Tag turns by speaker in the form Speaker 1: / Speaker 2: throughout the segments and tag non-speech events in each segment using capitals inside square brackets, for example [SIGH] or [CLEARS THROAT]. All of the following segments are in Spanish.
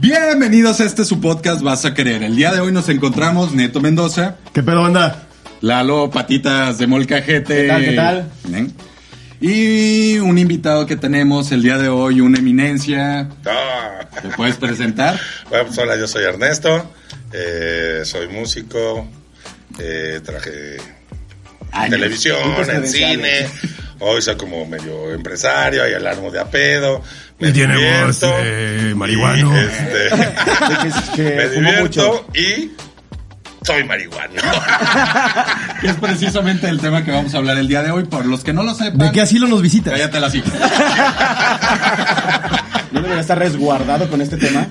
Speaker 1: Bienvenidos a este su podcast Vas a Querer. El día de hoy nos encontramos Neto Mendoza,
Speaker 2: ¿Qué pedo, banda?
Speaker 1: Lalo Patitas de Molcajete.
Speaker 3: ¿Qué tal, qué tal?
Speaker 1: ¿Eh? Y un invitado que tenemos el día de hoy, una eminencia.
Speaker 4: Ah,
Speaker 1: ¿Te puedes presentar?
Speaker 4: bueno, pues hola, yo soy Ernesto, eh, soy músico, eh, trabajé en
Speaker 1: Años.
Speaker 4: televisión, en cine, hoy soy como medio empresario, hay alarmo de apedo, me
Speaker 2: Y tiene voz
Speaker 4: divierto,
Speaker 2: de
Speaker 4: y,
Speaker 2: marihuano.
Speaker 4: este,
Speaker 3: Que, que
Speaker 4: me
Speaker 3: fumo mucho.
Speaker 4: divierto y soy marihuano. [LAUGHS]
Speaker 1: Que es precisamente el tema que vamos a hablar el día de hoy. Por los que no lo sepan,
Speaker 2: ¿De qué asilo nos visitas?
Speaker 1: cállate la cita.
Speaker 3: No debería estar resguardado con este tema.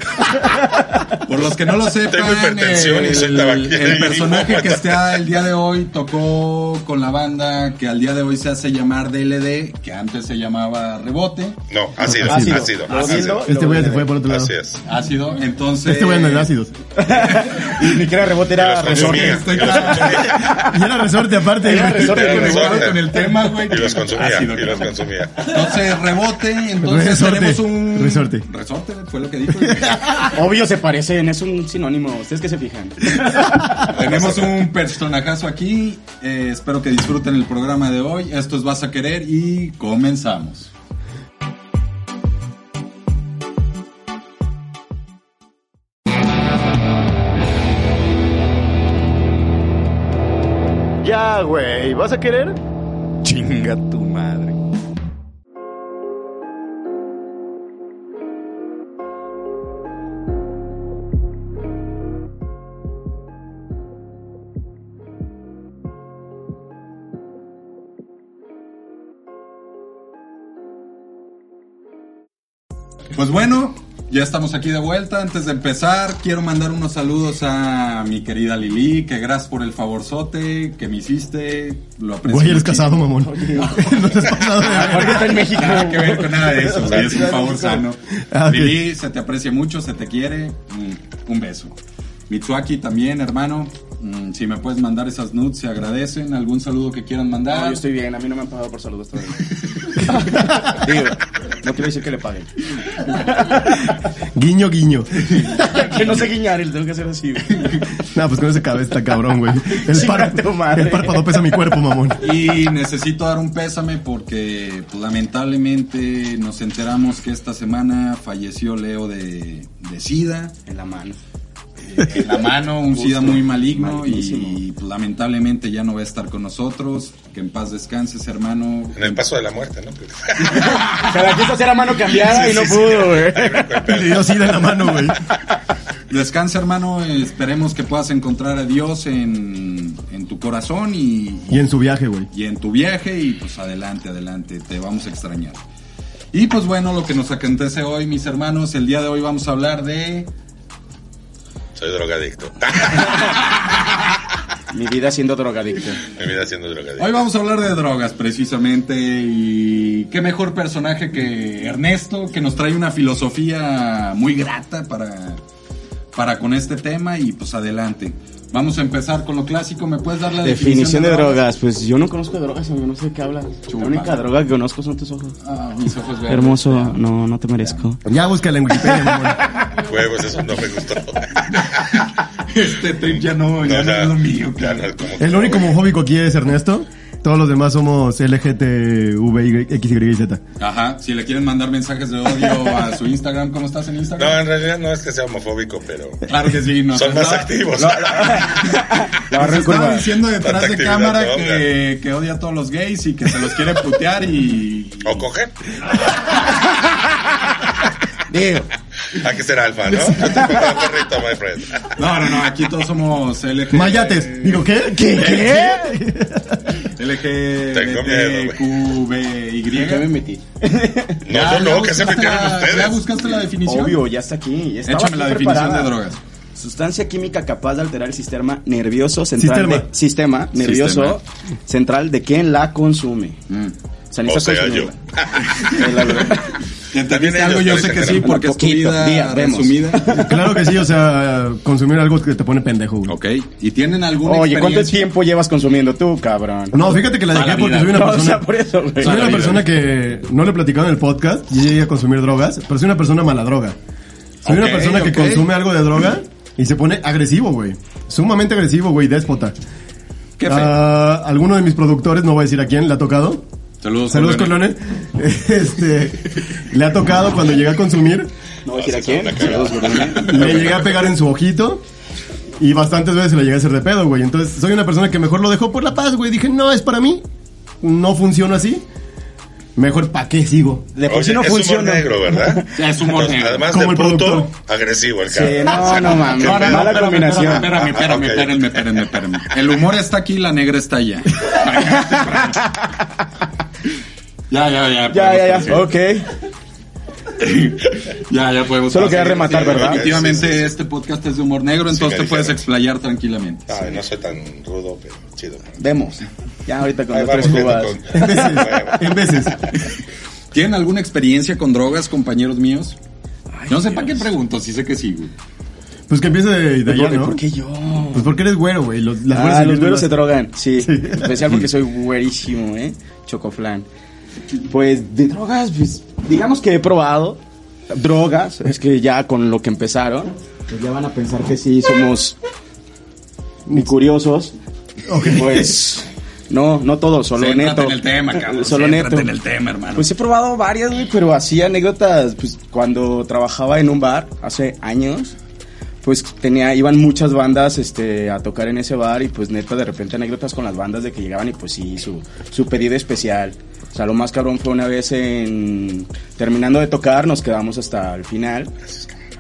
Speaker 1: Por los que no lo sepan,
Speaker 4: Tengo hipertensión y soy
Speaker 1: el,
Speaker 4: tabaquero.
Speaker 1: el personaje que está el día de hoy tocó con la banda que al día de hoy se hace llamar DLD, que antes se llamaba Rebote,
Speaker 4: No, ha sido, ha
Speaker 3: Ácido.
Speaker 4: sido,
Speaker 3: Lo dildo.
Speaker 2: Este güey se fue por otro lado.
Speaker 4: Así es.
Speaker 1: ácido. Entonces,
Speaker 2: Este güey anda en ácidos.
Speaker 3: Y ni siquiera rebote era
Speaker 4: Y los consumía,
Speaker 3: resorte.
Speaker 4: y los consumía,
Speaker 2: Y era resorte aparte.
Speaker 3: Era
Speaker 1: Estoy
Speaker 3: resorte.
Speaker 1: conectado con el tema, güey.
Speaker 4: y los consumía,
Speaker 1: Ácido,
Speaker 4: y los
Speaker 1: claro.
Speaker 4: consumía.
Speaker 1: Entonces, rebote, entonces
Speaker 2: Resorte,
Speaker 1: tenemos un...
Speaker 2: resorte.
Speaker 1: Resorte, fue lo que dijo.
Speaker 3: Obvio se parecen, es un sinónimo. Ustedes que se fijan.
Speaker 1: tenemos un personajazo aquí. eh, espero que disfruten el programa de hoy. Esto es Vas a Querer y comenzamos.
Speaker 2: Ya, güey. ¿Vas a querer?
Speaker 1: Chinga tu madre. Pues bueno, ya estamos aquí de vuelta. Antes de empezar, quiero mandar unos saludos a mi querida Lili, que gracias por el favorzote que me hiciste. Lo aprecio
Speaker 2: Güey,
Speaker 1: muchísimo.
Speaker 2: eres casado, mamón. [LAUGHS] No te has pasado de
Speaker 3: Aparte
Speaker 2: verga.
Speaker 3: está en México.
Speaker 1: [LAUGHS] Nada que ver con nada de eso, güey, Es un favor sano.
Speaker 2: Ah, ok.
Speaker 1: Lili, se te aprecia mucho, se te quiere. mm, Un beso. Mitsuaki también, hermano. mm, Si me puedes mandar esas nudes, se agradecen. ¿Algún saludo que quieran
Speaker 3: No,
Speaker 1: mandar?
Speaker 3: yo estoy bien, a mí no me han pagado por saludos todavía. Digo, no quiero decir que le paguen.
Speaker 2: Guiño, guiño.
Speaker 3: Que no sé guiñar, y le tengo que hacer así.
Speaker 2: Nah, pues con ese cabeza está cabrón, güey. El,
Speaker 3: Chinga tu madre.
Speaker 2: el párpado pesa mi cuerpo, mamón.
Speaker 1: Y necesito dar un pésame porque pues, lamentablemente nos enteramos que esta semana falleció Leo de, de SIDA.
Speaker 3: En la mano.
Speaker 1: eh, en la mano, un
Speaker 3: Justo.
Speaker 1: SIDA muy maligno
Speaker 3: Malignísimo.
Speaker 1: y, pues, lamentablemente ya no va a estar con nosotros. Que en paz descanses, hermano.
Speaker 4: En el paso de la muerte, ¿no? [LAUGHS]
Speaker 3: O sea, la quiso hacer a mano cambiada
Speaker 4: Sí,
Speaker 3: y no
Speaker 4: sí, sí.
Speaker 3: pudo, güey.
Speaker 2: Le dio así de la mano, güey.
Speaker 1: Descansa, hermano. Esperemos que puedas encontrar a Dios en, en tu corazón y,
Speaker 2: Y en su viaje, güey.
Speaker 1: y en tu viaje. Y pues adelante, adelante. Te vamos a extrañar. Y pues bueno, lo que nos acontece hoy, mis hermanos. El día de hoy vamos a hablar de.
Speaker 4: Soy drogadicto. [LAUGHS]
Speaker 3: Mi vida siendo drogadicto.
Speaker 4: Mi vida siendo drogadicto.
Speaker 1: Hoy vamos a hablar de drogas, precisamente. Y qué mejor personaje que Ernesto, que nos trae una filosofía muy grata para, para con este tema. Y pues adelante. Vamos a empezar con lo clásico. ¿Me puedes dar la
Speaker 3: Definición
Speaker 1: definición,
Speaker 3: de
Speaker 1: drogas?
Speaker 3: drogas. Pues yo no conozco drogas, amigo, no sé de qué hablas.
Speaker 1: Chupa.
Speaker 3: La única droga que conozco son tus ojos.
Speaker 1: Ah, mis ojos verdes.
Speaker 3: Hermoso, no, no te merezco.
Speaker 2: Ya búscala en Wikipedia, mamón.
Speaker 4: Huevos, eso no me gustó.
Speaker 1: [LAUGHS] Este trip ya no, ya no,
Speaker 4: ya-
Speaker 1: es lo mío,
Speaker 4: ya
Speaker 1: claro.
Speaker 4: no es como que-
Speaker 2: El único homofóbico aquí es Ernesto. Todos los demás somos LGTVXYZ.
Speaker 1: Ajá, si le quieren mandar mensajes de odio a su Instagram, ¿cómo estás en Instagram?
Speaker 4: No, en realidad no es que sea homofóbico, pero
Speaker 1: Claro que sí, nos
Speaker 4: son más
Speaker 1: estaba-
Speaker 4: activos.
Speaker 1: No, nos
Speaker 3: barra en
Speaker 1: estaba
Speaker 3: curva.
Speaker 1: diciendo detrás
Speaker 4: Tanta
Speaker 1: de
Speaker 4: actividad
Speaker 1: cámara
Speaker 4: de onda.
Speaker 1: que, que odia a todos los gays y que se los quiere putear y...
Speaker 4: [LAUGHS] o coger.
Speaker 3: Digo,
Speaker 4: Hay que ser alfa, ¿no? Yo te pongo al perrito, my friend.
Speaker 1: No, no, no, aquí todos somos LG...
Speaker 2: Mayates. Digo, ¿qué? ¿Qué? ¿Qué?
Speaker 4: Tengo miedo,
Speaker 3: ¿en qué me
Speaker 1: LGBTQBY.
Speaker 3: metí?
Speaker 4: No, yo no, que se metieron
Speaker 1: ¿Ya
Speaker 4: ustedes.
Speaker 1: buscaste la definición?
Speaker 3: Obvio, ya está aquí. ya estaba
Speaker 1: Échame
Speaker 3: aquí
Speaker 1: la definición
Speaker 3: preparada.
Speaker 1: de drogas.
Speaker 3: Sustancia química capaz de alterar el sistema nervioso central
Speaker 2: Sistema.
Speaker 3: de sistema nervioso central de quien la consume.
Speaker 1: Mm.
Speaker 3: O sea,
Speaker 4: O sea,
Speaker 3: consumirla.
Speaker 4: yo.
Speaker 3: [LAUGHS] Sí, la verdad.
Speaker 4: [LAUGHS]
Speaker 1: ¿Entendiste
Speaker 4: También
Speaker 1: algo?
Speaker 4: ellos
Speaker 1: Yo sé
Speaker 4: te
Speaker 1: que
Speaker 4: dicen
Speaker 1: sí,
Speaker 4: que no.
Speaker 1: porque es tu
Speaker 3: Poquito,
Speaker 1: vida
Speaker 3: día, vemos.
Speaker 1: resumida.
Speaker 2: Claro que sí, o sea, consumir algo que te pone pendejo, güey.
Speaker 1: Ok, ¿y tienen alguna
Speaker 3: Oye, ¿cuánto
Speaker 1: experiencia?
Speaker 3: tiempo llevas consumiendo tú, cabrón?
Speaker 2: No, fíjate que la
Speaker 1: Toda
Speaker 2: dejé
Speaker 1: la
Speaker 2: porque
Speaker 1: vida.
Speaker 2: soy una
Speaker 3: No, o sea,
Speaker 2: persona.
Speaker 3: por eso, güey.
Speaker 1: Toda
Speaker 2: Soy
Speaker 1: la
Speaker 2: una
Speaker 1: vida.
Speaker 2: persona que no le he platicado en el podcast y llegué a consumir drogas, pero soy una persona mala droga. Soy
Speaker 4: Ok,
Speaker 2: una persona
Speaker 1: ok.
Speaker 2: que consume algo de droga y se pone agresivo, güey. Sumamente agresivo, güey, déspota.
Speaker 1: Qué feo.
Speaker 2: Ah, alguno de mis productores, no voy a decir a quién, le ha tocado.
Speaker 1: Saludos,
Speaker 2: Saludos,
Speaker 1: Corleone.
Speaker 2: colones. [LAUGHS] Este, le ha tocado cuando llega a consumir,
Speaker 3: No voy a decir a
Speaker 4: sí, son
Speaker 3: quién.
Speaker 4: una cagada.
Speaker 3: Saludos, Gordon.
Speaker 4: [LAUGHS]
Speaker 2: le llega a pegar en su ojito y bastantes veces le llega a hacer de pedo, güey. Entonces, soy una persona que mejor lo dejó por la paz, güey. Dije, no, es para mí. No funciona así. Mejor, ¿pa' qué sigo?
Speaker 4: Oye,
Speaker 5: De por sí no
Speaker 4: es
Speaker 5: funciona.
Speaker 4: humor negro, ¿verdad?
Speaker 1: Ya es humor
Speaker 4: Entonces,
Speaker 1: negro.
Speaker 4: Además
Speaker 2: Como
Speaker 4: de
Speaker 2: el
Speaker 4: puto,
Speaker 2: productor.
Speaker 4: agresivo el
Speaker 5: Sí,
Speaker 4: cabrón. O [LAUGHS]
Speaker 5: no,
Speaker 4: sea,
Speaker 5: no, mames.
Speaker 4: qué
Speaker 5: Mala,
Speaker 4: pedo.
Speaker 1: espérame,
Speaker 5: combinación.
Speaker 1: Espérame, espérame,
Speaker 4: Ah, ok.
Speaker 1: espérame, espérame, espérame. El humor está aquí, la negra está allá. Ya, ya, ya.
Speaker 5: Ya, ya, ya.
Speaker 1: podemos
Speaker 5: Ok.
Speaker 1: proseguir. Ya, ya podemos.
Speaker 5: Solo quería
Speaker 1: proseguir.
Speaker 5: rematar, ¿verdad?
Speaker 1: Definitivamente
Speaker 4: Sí, sí, sí.
Speaker 1: este podcast es de humor negro, entonces te
Speaker 4: cariño.
Speaker 1: puedes explayar tranquilamente.
Speaker 4: Ay, no soy tan rudo, pero chido.
Speaker 5: Vemos. Ya ahorita con
Speaker 4: Ahí
Speaker 5: las tres
Speaker 4: vamos viendo con...
Speaker 5: cubas.
Speaker 2: En veces.
Speaker 4: Bueno,
Speaker 2: en veces.
Speaker 1: ¿Tienen alguna experiencia con drogas, compañeros míos? Yo no sé para qué pregunto, sí sé que sí, güey.
Speaker 2: Pues que empiece de, de allá, ¿no?
Speaker 5: ¿Por qué yo?
Speaker 2: Pues porque eres güero, güey. Los, las güeras
Speaker 5: Ah,
Speaker 2: se
Speaker 5: los güeros se
Speaker 2: visten
Speaker 5: drogan, sí. Especial porque soy güerísimo, ¿eh? Chocoflan. Pues de drogas, pues, digamos que he probado drogas. Es que ya con lo que empezaron, pues ya van a pensar que sí somos ni curiosos. Pues no, no todos, solo
Speaker 1: Céntrate
Speaker 5: neto. Eh,
Speaker 1: en el tema, cabrón.
Speaker 5: Solo
Speaker 1: Céntrate
Speaker 5: neto.
Speaker 1: en el tema, hermano.
Speaker 5: Pues he probado varias, güey, pero así anécdotas, pues cuando trabajaba en un bar hace años, pues tenía, iban muchas bandas este, a tocar en ese bar y pues neta de repente anécdotas con las bandas de que llegaban y pues sí, su, su pedido especial. O sea, lo más cabrón fue una vez en, terminando de tocar, nos quedamos hasta el final.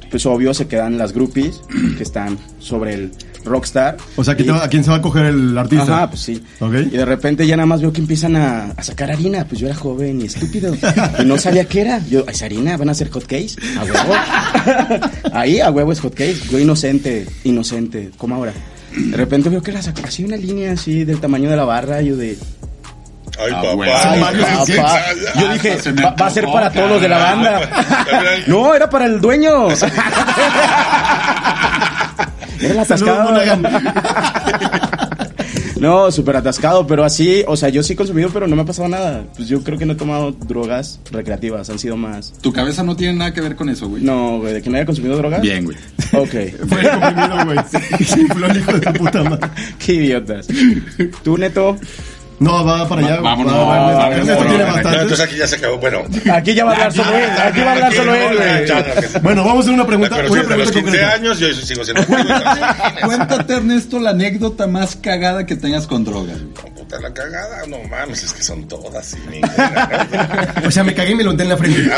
Speaker 5: Pues obvio se quedan las groupies que están sobre el rockstar.
Speaker 2: O sea, ¿a quién
Speaker 5: Y-
Speaker 2: te va- ¿a quién se va a coger el artista?
Speaker 5: Ajá, pues sí.
Speaker 2: Ok.
Speaker 5: Y de repente ya nada más veo que empiezan a, a sacar harina. Pues yo era joven y estúpido. Y no sabía qué era. Yo, ¿es harina? ¿Van a hacer hotcakes?
Speaker 2: [LAUGHS]
Speaker 5: A huevo. Ahí, a huevo es hotcakes. Yo inocente, inocente. como ahora? De repente veo que era sac- así una línea así del tamaño de la barra. Yo de...
Speaker 4: Ay,
Speaker 1: Ah,
Speaker 4: papá.
Speaker 1: bueno.
Speaker 4: Ay,
Speaker 1: Ay,
Speaker 4: papá.
Speaker 1: ¿qué?
Speaker 5: papá. Yo dije, va, va a ser para todos los de la banda. No, era para el dueño. Era el atascado.
Speaker 2: Saludos,
Speaker 5: [LAUGHS] No, súper atascado, pero así, o sea, yo sí he consumido, pero no me ha pasado nada. Pues yo creo que no he tomado drogas recreativas, han sido más.
Speaker 1: Tu cabeza no tiene nada que ver con eso, güey.
Speaker 5: No, güey, de que no haya consumido drogas.
Speaker 1: Bien, güey.
Speaker 2: [LAUGHS]
Speaker 5: Ok. [LAUGHS]
Speaker 2: Fue el comprimido, güey. [LAUGHS] Se infló el hijo de tu puta madre.
Speaker 5: Qué idiotas. Tú, Neto,
Speaker 2: No, va para allá.
Speaker 1: Vámonos,
Speaker 2: va, va, Ernesto.
Speaker 1: vámonos,
Speaker 2: Ernesto tiene
Speaker 1: vámonos.
Speaker 4: No, entonces
Speaker 2: bastantes.
Speaker 4: aquí ya se acabó. Bueno.
Speaker 5: aquí ya va a hablar solo él, aquí va a hablar solo él,
Speaker 4: Ya,
Speaker 5: güey.
Speaker 4: ya, ya.
Speaker 2: Bueno, vamos a hacer una pregunta.
Speaker 4: Pero
Speaker 2: Una
Speaker 4: desde los
Speaker 2: pregunta
Speaker 4: 15
Speaker 2: concreta.
Speaker 4: años yo sigo siendo
Speaker 2: [LAUGHS]
Speaker 1: Cuéntate, Ernesto, la anécdota más cagada que tengas con drogas. güey.
Speaker 4: Puta la cagada, no mames, es que son todas y ninguna. [LAUGHS]
Speaker 2: O sea, me cagué y me lo unté en la frente.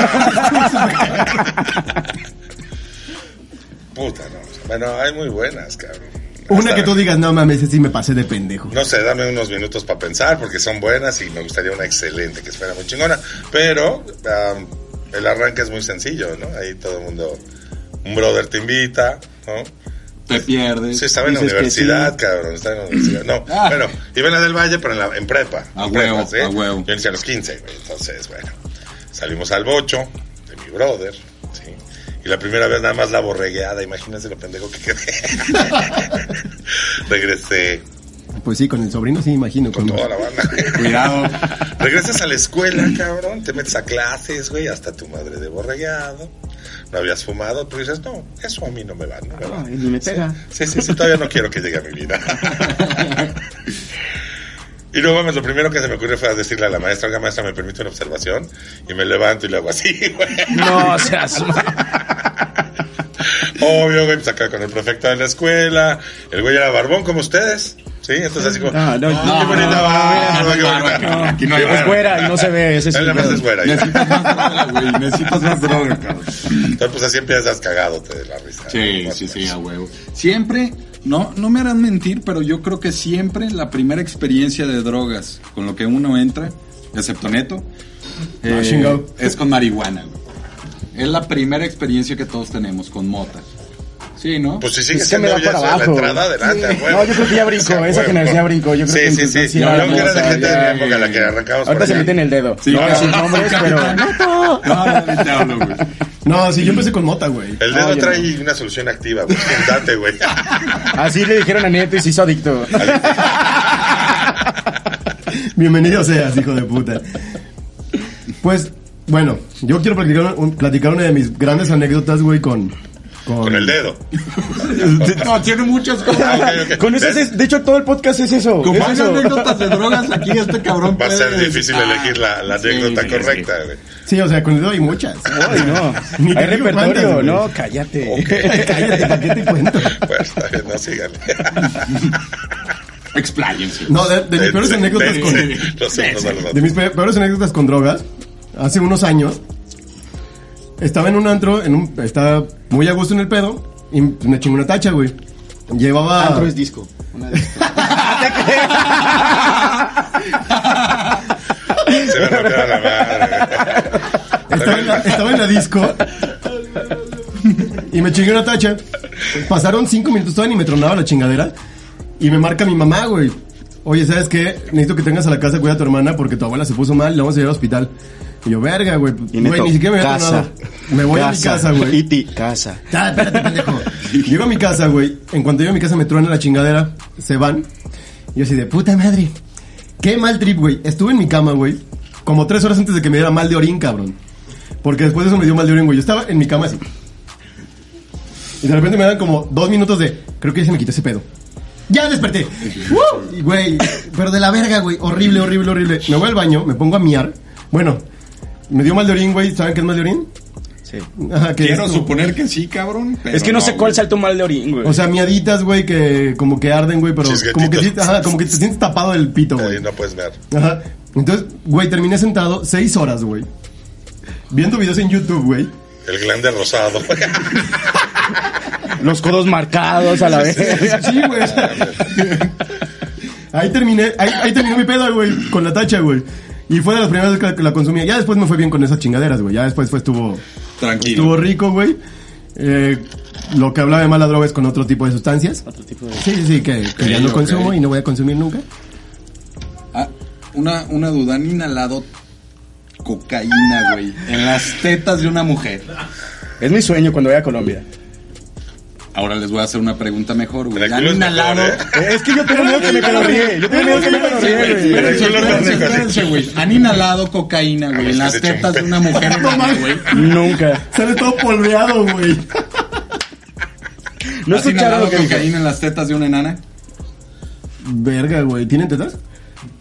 Speaker 4: Puta, no. Bueno, hay muy buenas, cabrón.
Speaker 2: Una
Speaker 4: Hasta-
Speaker 2: que tú digas, no mames, ese sí me pasé de pendejo.
Speaker 4: No sé, dame unos minutos para pensar porque son buenas y me gustaría una excelente que fuera muy chingona. Pero am, el arranque es muy sencillo, ¿no? Ahí todo el mundo, un brother te invita, ¿no?
Speaker 1: Te pierdes.
Speaker 4: Sí, estaba en la
Speaker 5: Dices que
Speaker 4: universidad, cabrón, estaba en la universidad. No,
Speaker 1: Ah.
Speaker 4: bueno, iba en la del Valle, pero en, la, en prepa.
Speaker 1: A
Speaker 4: en
Speaker 1: huevo,
Speaker 4: prepa,
Speaker 1: a huevo.
Speaker 4: Yo inicié a los 15, güey, entonces, bueno. Salimos al bocho de mi brother, ¿sí? Y la primera vez nada más la borregueada, imagínense lo pendejo que quedé. [LAUGHS] Regresé
Speaker 2: Pues sí, con el sobrino sí, imagino.
Speaker 4: con
Speaker 2: con-
Speaker 4: toda la banda. [LAUGHS]
Speaker 1: Cuidado.
Speaker 4: Regresas a la escuela, cabrón, te metes a clases, güey, hasta tu madre de borregueado. No habías fumado, pero dices, no, eso a mí no me va, no me va.
Speaker 5: Ay, ni me pega.
Speaker 4: Sí, sí, sí, todavía no quiero que llegue a mi vida. Y luego, mames, lo primero que se me ocurrió fue decirle a la maestra, oiga, maestra, ¿me permite una observación? Y me levanto y lo hago así, güey.
Speaker 5: No seas mal.
Speaker 4: Obvio, güey, pues acá con el prefecto de la escuela. El güey era barbón como ustedes. Sí, entonces así como...
Speaker 5: No, no,
Speaker 4: "Ah,
Speaker 5: no,
Speaker 4: qué bonita
Speaker 5: no,
Speaker 4: barba,
Speaker 1: no,
Speaker 4: qué
Speaker 1: no,
Speaker 4: bonita". [LAUGHS]
Speaker 1: no, no, aquí no hay
Speaker 4: Bueno,
Speaker 5: Es güera y no se ve. Ese es
Speaker 4: Él
Speaker 5: el
Speaker 4: nada más es
Speaker 5: pedo.
Speaker 4: güera. ya.
Speaker 1: Necesitas más droga, güey. Necesitas más droga, cabrón.
Speaker 4: Entonces, pues así empiezas cagándote de la risa.
Speaker 1: Sí,
Speaker 4: ¿no?
Speaker 1: sí,
Speaker 4: Más o
Speaker 1: sí,
Speaker 4: menos.
Speaker 1: a huevo. Siempre, no, no me harán mentir, pero yo creo que siempre la primera experiencia de drogas con lo que uno entra, excepto neto, eh,
Speaker 2: chingado.
Speaker 1: es con marihuana, güey. Es la primera experiencia que todos tenemos con mota. Sí, ¿no?
Speaker 4: Pues si sigue
Speaker 5: Es que me
Speaker 4: siendo
Speaker 5: da
Speaker 4: ya
Speaker 5: para
Speaker 4: esa, la
Speaker 5: abajo.
Speaker 4: entrada adelante, a
Speaker 5: Sí.
Speaker 4: huevo.
Speaker 5: No, yo creo que ya brincó,
Speaker 4: A
Speaker 5: esa
Speaker 4: huevo.
Speaker 5: generación ya brincó, yo creo
Speaker 4: sí,
Speaker 5: que
Speaker 4: sí, sí,
Speaker 5: entonces sí
Speaker 4: Yo
Speaker 5: era
Speaker 4: creo que era
Speaker 5: hermosa,
Speaker 4: la gente
Speaker 5: ya,
Speaker 4: de mi época la que arrancamos
Speaker 5: Ahorita
Speaker 4: por
Speaker 5: se
Speaker 4: ahí.
Speaker 5: meten el dedo.
Speaker 1: Sí,
Speaker 5: no,
Speaker 1: claro.
Speaker 5: sin nombres, pero.
Speaker 1: No, no, no, te hablo, güey.
Speaker 2: No, sí, yo empecé con mota, güey.
Speaker 4: El
Speaker 5: No,
Speaker 4: dedo
Speaker 5: yo
Speaker 4: trae una solución activa, güey. Date, güey.
Speaker 5: Así le dijeron a Nieto y se hizo adicto.
Speaker 2: Bienvenido seas, hijo de puta. Pues, bueno, yo quiero platicar, un- platicar una de mis grandes anécdotas, güey, con,
Speaker 4: Con, el dedo.
Speaker 1: No, tiene muchas cosas.
Speaker 4: Ah, ok, ok.
Speaker 5: [LAUGHS] Con eso,
Speaker 4: ¿Ves?
Speaker 5: es- de hecho, todo el podcast es eso.
Speaker 1: Como
Speaker 5: es
Speaker 1: hay
Speaker 5: eso.
Speaker 1: anécdotas de drogas aquí, este cabrón
Speaker 4: Va a ser
Speaker 1: puede-
Speaker 4: difícil
Speaker 1: Ah,
Speaker 4: elegir la, la
Speaker 1: sí,
Speaker 4: anécdota
Speaker 1: sí, sí.
Speaker 4: correcta, güey.
Speaker 2: Sí, o sea, con el dedo hay
Speaker 4: [LAUGHS]
Speaker 2: muchas.
Speaker 5: Ay, no.
Speaker 2: Ni te
Speaker 5: Hay
Speaker 2: digo cuántas,
Speaker 5: repertorio,
Speaker 2: güey.
Speaker 5: no, cállate.
Speaker 2: Cállate, ¿para qué te cuento?
Speaker 4: Bueno, está bien, no sigan.
Speaker 1: Expláyense.
Speaker 2: No, [LAUGHS] de, de mis peores anécdotas con...
Speaker 4: Dense, los unos a los
Speaker 2: De
Speaker 4: otros.
Speaker 2: mis pe- peores anécdotas con drogas, hace unos años, estaba en un antro, en un, estaba muy a gusto en el pedo, y me chingué una tacha, güey. Llevaba...
Speaker 5: Antro es disco. Una disco.
Speaker 4: Se van a romper a la madre.
Speaker 2: Estaba en, la, estaba en la disco. Y me chingué una tacha. Pasaron cinco minutos todavía ni me tronaba la chingadera. Y me marca mi mamá, güey. Oye, ¿sabes qué? Necesito que tengas a la casa, cuida a tu hermana porque tu abuela se puso mal y la vamos a llevar al hospital. Y yo, verga, güey.
Speaker 5: Y
Speaker 2: Güey,
Speaker 5: neto,
Speaker 2: ni siquiera me había
Speaker 5: casa.
Speaker 2: tronado. Me voy a mi casa, güey.
Speaker 5: Iti, casa.
Speaker 2: Ah, espérate, pendejo. Llego a mi casa, güey. En cuanto llego a mi casa me truena la chingadera. Se van. Y yo así de puta madre. Qué mal trip, güey. Estuve en mi cama, güey. Como tres horas antes de que me diera mal de orín, cabrón. Porque después de eso me dio mal de orín, güey. Yo estaba en mi cama así. Y de repente me dan como dos minutos de. Creo que ya se me quitó ese pedo. Ya desperté. ¡Uh! Y, Güey, pero de la verga, güey. Horrible, horrible, horrible. Me voy al baño, me pongo a miar. Bueno, me dio mal de orín, güey. ¿Saben qué es mal de orín?
Speaker 5: Sí.
Speaker 2: Ajá, que
Speaker 1: Quiero
Speaker 2: es como-
Speaker 1: suponer que sí, cabrón. pero
Speaker 5: Es que no, sé cuál
Speaker 1: güey.
Speaker 5: salto mal de orín, güey.
Speaker 2: O sea, miaditas, güey, que como que arden, güey, pero
Speaker 4: Chisguetitos.
Speaker 2: como que, sí- ajá, como que te sientes tapado del pito,
Speaker 4: Ahí
Speaker 2: güey.
Speaker 4: no puedes ver.
Speaker 2: Ajá. Entonces, güey, terminé sentado seis horas, güey. Viendo videos en YouTube, güey.
Speaker 4: El glande rosado.
Speaker 5: los codos marcados a la vez.
Speaker 2: Sí, güey. Ahí terminé, ahí, ahí terminó mi pedo, güey, con la tacha, güey. Y fue de las primeras veces que la, que la consumía. Ya después me fue bien con esas chingaderas, güey. Ya después fue, estuvo,
Speaker 1: Tranquilo.
Speaker 2: estuvo rico, güey. Eh, lo que hablaba de mala droga es con otro tipo de sustancias.
Speaker 5: Otro [LAUGHS] tipo de-
Speaker 2: Sí, sí, sí, que, que ya no
Speaker 1: Ok, ok.
Speaker 2: consumo y no voy a consumir nunca.
Speaker 1: Ah, una, una duda, han inhalado cocaína, güey, en las tetas de una mujer.
Speaker 5: Es mi sueño cuando vaya a Colombia.
Speaker 1: Ahora les voy a hacer una pregunta mejor, güey. ¿Han
Speaker 4: Tranquilo, es
Speaker 1: inhalado?
Speaker 4: mejor, ¿eh?
Speaker 5: Es que yo tengo miedo que me calorríe. Yo tengo miedo que me calorríe, güey.
Speaker 1: Espérense,
Speaker 4: Tranquilo,
Speaker 1: espérense,
Speaker 4: pendejo,
Speaker 1: espérense, güey. Han inhalado cocaína,
Speaker 4: Ah,
Speaker 1: güey,
Speaker 4: es
Speaker 1: en
Speaker 4: que
Speaker 1: las
Speaker 4: se echó un
Speaker 1: tetas de
Speaker 4: pe-
Speaker 1: una [LAUGHS] mujer. enana,
Speaker 2: [LAUGHS]
Speaker 1: güey.
Speaker 5: Nunca.
Speaker 2: Sale todo polveado, güey.
Speaker 5: ¿No
Speaker 1: ¿Has
Speaker 5: escucharon
Speaker 1: inhalado
Speaker 5: lo que dije?
Speaker 1: cocaína en las tetas de una enana?
Speaker 2: Verga, güey. ¿Tienen tetas?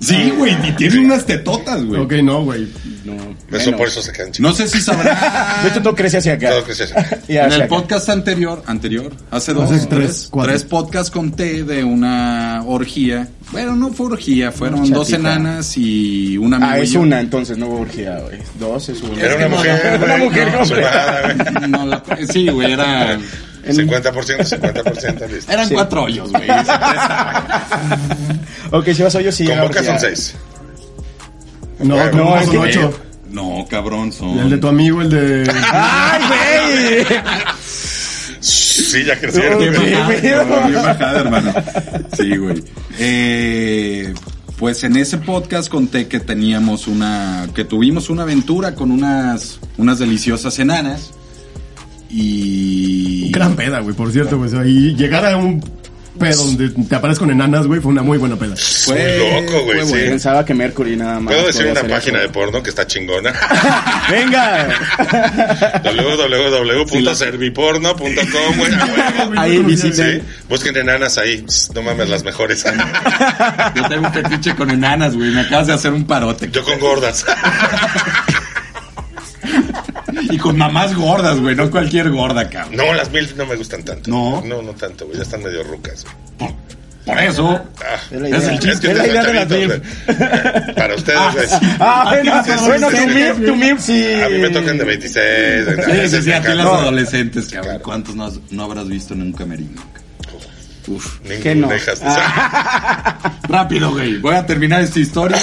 Speaker 1: Sí, güey, y tiene unas tetotas, güey.
Speaker 2: Ok, no, güey.
Speaker 5: No.
Speaker 4: Eso por eso se quedan chicos.
Speaker 1: No sé si [LAUGHS] sabrán.
Speaker 5: De hecho, todo crece hacia acá.
Speaker 4: Todo crece así.
Speaker 5: Y
Speaker 1: En
Speaker 5: hacia
Speaker 1: el
Speaker 5: acá.
Speaker 1: podcast anterior, anterior, hace dos,
Speaker 2: Hace tres,
Speaker 1: tres,
Speaker 2: cuatro.
Speaker 1: tres podcasts conté de una orgía. Bueno, no fue orgía, fueron
Speaker 5: Una
Speaker 1: dos
Speaker 5: chatita.
Speaker 1: enanas y una amigo
Speaker 5: Ah,
Speaker 1: y
Speaker 5: es
Speaker 1: yo.
Speaker 5: una, entonces, no hubo orgía, güey. Dos es una.
Speaker 4: Era una mujer,
Speaker 5: Una
Speaker 4: güey.
Speaker 5: mujer
Speaker 4: No, su
Speaker 5: completa.
Speaker 4: madre,
Speaker 1: [LAUGHS]
Speaker 4: güey.
Speaker 1: No, la- sí, güey, era,
Speaker 4: 50%, 50%, listo.
Speaker 1: eran
Speaker 5: Sí.
Speaker 1: cuatro hoyos, güey.
Speaker 5: Ok, si vas hoy, yo sí.
Speaker 4: Con
Speaker 5: era
Speaker 4: boca
Speaker 5: orgía.
Speaker 4: son 6.
Speaker 2: No,
Speaker 4: Bueno,
Speaker 2: no,
Speaker 5: no, es
Speaker 2: son
Speaker 5: que-
Speaker 2: ocho.
Speaker 1: No, cabrón, son.
Speaker 2: El de tu amigo, el de.
Speaker 5: Ah. ¡Ay, güey!
Speaker 4: Sí, ya crecieron.
Speaker 5: Qué
Speaker 4: güey.
Speaker 5: mal.
Speaker 1: bajada,
Speaker 5: Qué miedo.
Speaker 1: cabrón, bien bajada, hermano. Sí, güey. Eh, pues en ese podcast conté que teníamos una, que tuvimos una aventura con unas, unas deliciosas enanas y
Speaker 2: Gran peda, güey, por cierto, güey. O sea, Y llegar a un pedo donde te aparezco con enanas, güey, fue una muy buena peda.
Speaker 4: Fue loco, güey, sí.
Speaker 1: bueno.
Speaker 5: Pensaba que Mercury nada más.
Speaker 4: Puedo decir
Speaker 5: podía
Speaker 4: una
Speaker 5: hacer
Speaker 4: página [LAUGHS] de
Speaker 5: eso.
Speaker 4: porno que está chingona.
Speaker 5: ¡Venga!
Speaker 4: www.serviporno.com, güey. a huevo.
Speaker 2: [LAUGHS]
Speaker 5: Ahí
Speaker 4: Sí,
Speaker 5: visiten.
Speaker 4: busquen enanas ahí. Pss, No mames, las mejores.
Speaker 1: Yo tengo un fetiche con enanas, güey. Me acabas de hacer un parote.
Speaker 4: Yo con gordas.
Speaker 1: Y con mamás gordas, güey. No cualquier gorda, cabrón.
Speaker 4: No, las mil no me gustan tanto.
Speaker 1: No.
Speaker 4: No, no tanto, güey. Ya están medio rucas, güey.
Speaker 1: Por eso.
Speaker 4: Ah,
Speaker 5: Es la
Speaker 1: Es
Speaker 5: idea.
Speaker 1: el chiste,
Speaker 4: es que
Speaker 5: es la
Speaker 4: ustedes
Speaker 5: idea
Speaker 4: son
Speaker 5: de las
Speaker 4: chavitos,
Speaker 5: MILF.
Speaker 4: güey. Eh, Para ustedes, güey.
Speaker 5: Ah, bueno,
Speaker 1: Sí, sí, sí,
Speaker 5: bueno,
Speaker 1: sí,
Speaker 5: tu
Speaker 1: sí.
Speaker 5: MIF, tu MIF sí.
Speaker 4: A mí me tocan de 26. güey.
Speaker 1: Sí, sí, sí, a ti las
Speaker 4: No,
Speaker 1: adolescentes, cabrón. ¿Cuántos no, has- no habrás visto en un camerino? Uf.
Speaker 5: Que no.
Speaker 4: Ninguna dejas.
Speaker 1: Rápido, güey. Voy a terminar esta historia.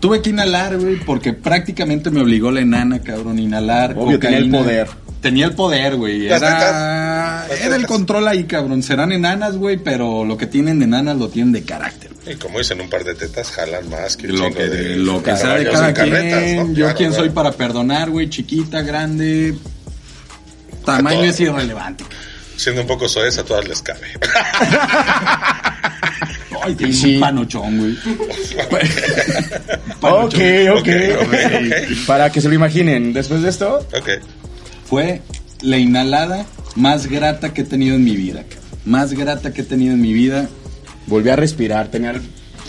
Speaker 1: Tuve que inhalar, güey, porque prácticamente me obligó la enana, cabrón, a inhalar.
Speaker 5: Obvio, tenía el
Speaker 1: cocaína.
Speaker 5: poder.
Speaker 1: Tenía el poder, güey.
Speaker 4: Las
Speaker 1: Era,
Speaker 4: tetas. Las
Speaker 1: era el
Speaker 4: tetas.
Speaker 1: control ahí, cabrón. Serán enanas, güey, pero lo que tienen de enanas lo tienen de carácter.
Speaker 4: Y como dicen, un par de tetas jalan más que un
Speaker 1: lo
Speaker 4: chingo
Speaker 1: que,
Speaker 4: de
Speaker 1: lo que sea de
Speaker 4: caballos
Speaker 1: cada
Speaker 4: en carretas,
Speaker 1: quien.
Speaker 4: ¿no?
Speaker 1: Yo
Speaker 4: Claro,
Speaker 1: quién
Speaker 4: güey.
Speaker 1: soy para perdonar, güey, chiquita, grande. Tamaño
Speaker 4: todo.
Speaker 1: es irrelevante.
Speaker 4: Siendo un poco soez, a todas
Speaker 1: [LAUGHS]
Speaker 4: les cabe.
Speaker 1: Ay, tiene
Speaker 5: Sí.
Speaker 1: un panochón, güey. [LAUGHS]
Speaker 5: Ok, ok.
Speaker 4: Ok, ok, ok.
Speaker 5: Para que se lo imaginen, después de esto,
Speaker 4: Ok.
Speaker 1: Fue la inhalada más grata que he tenido en mi vida. cabrón. Más grata que he tenido en mi vida.
Speaker 5: Volví a respirar, tenía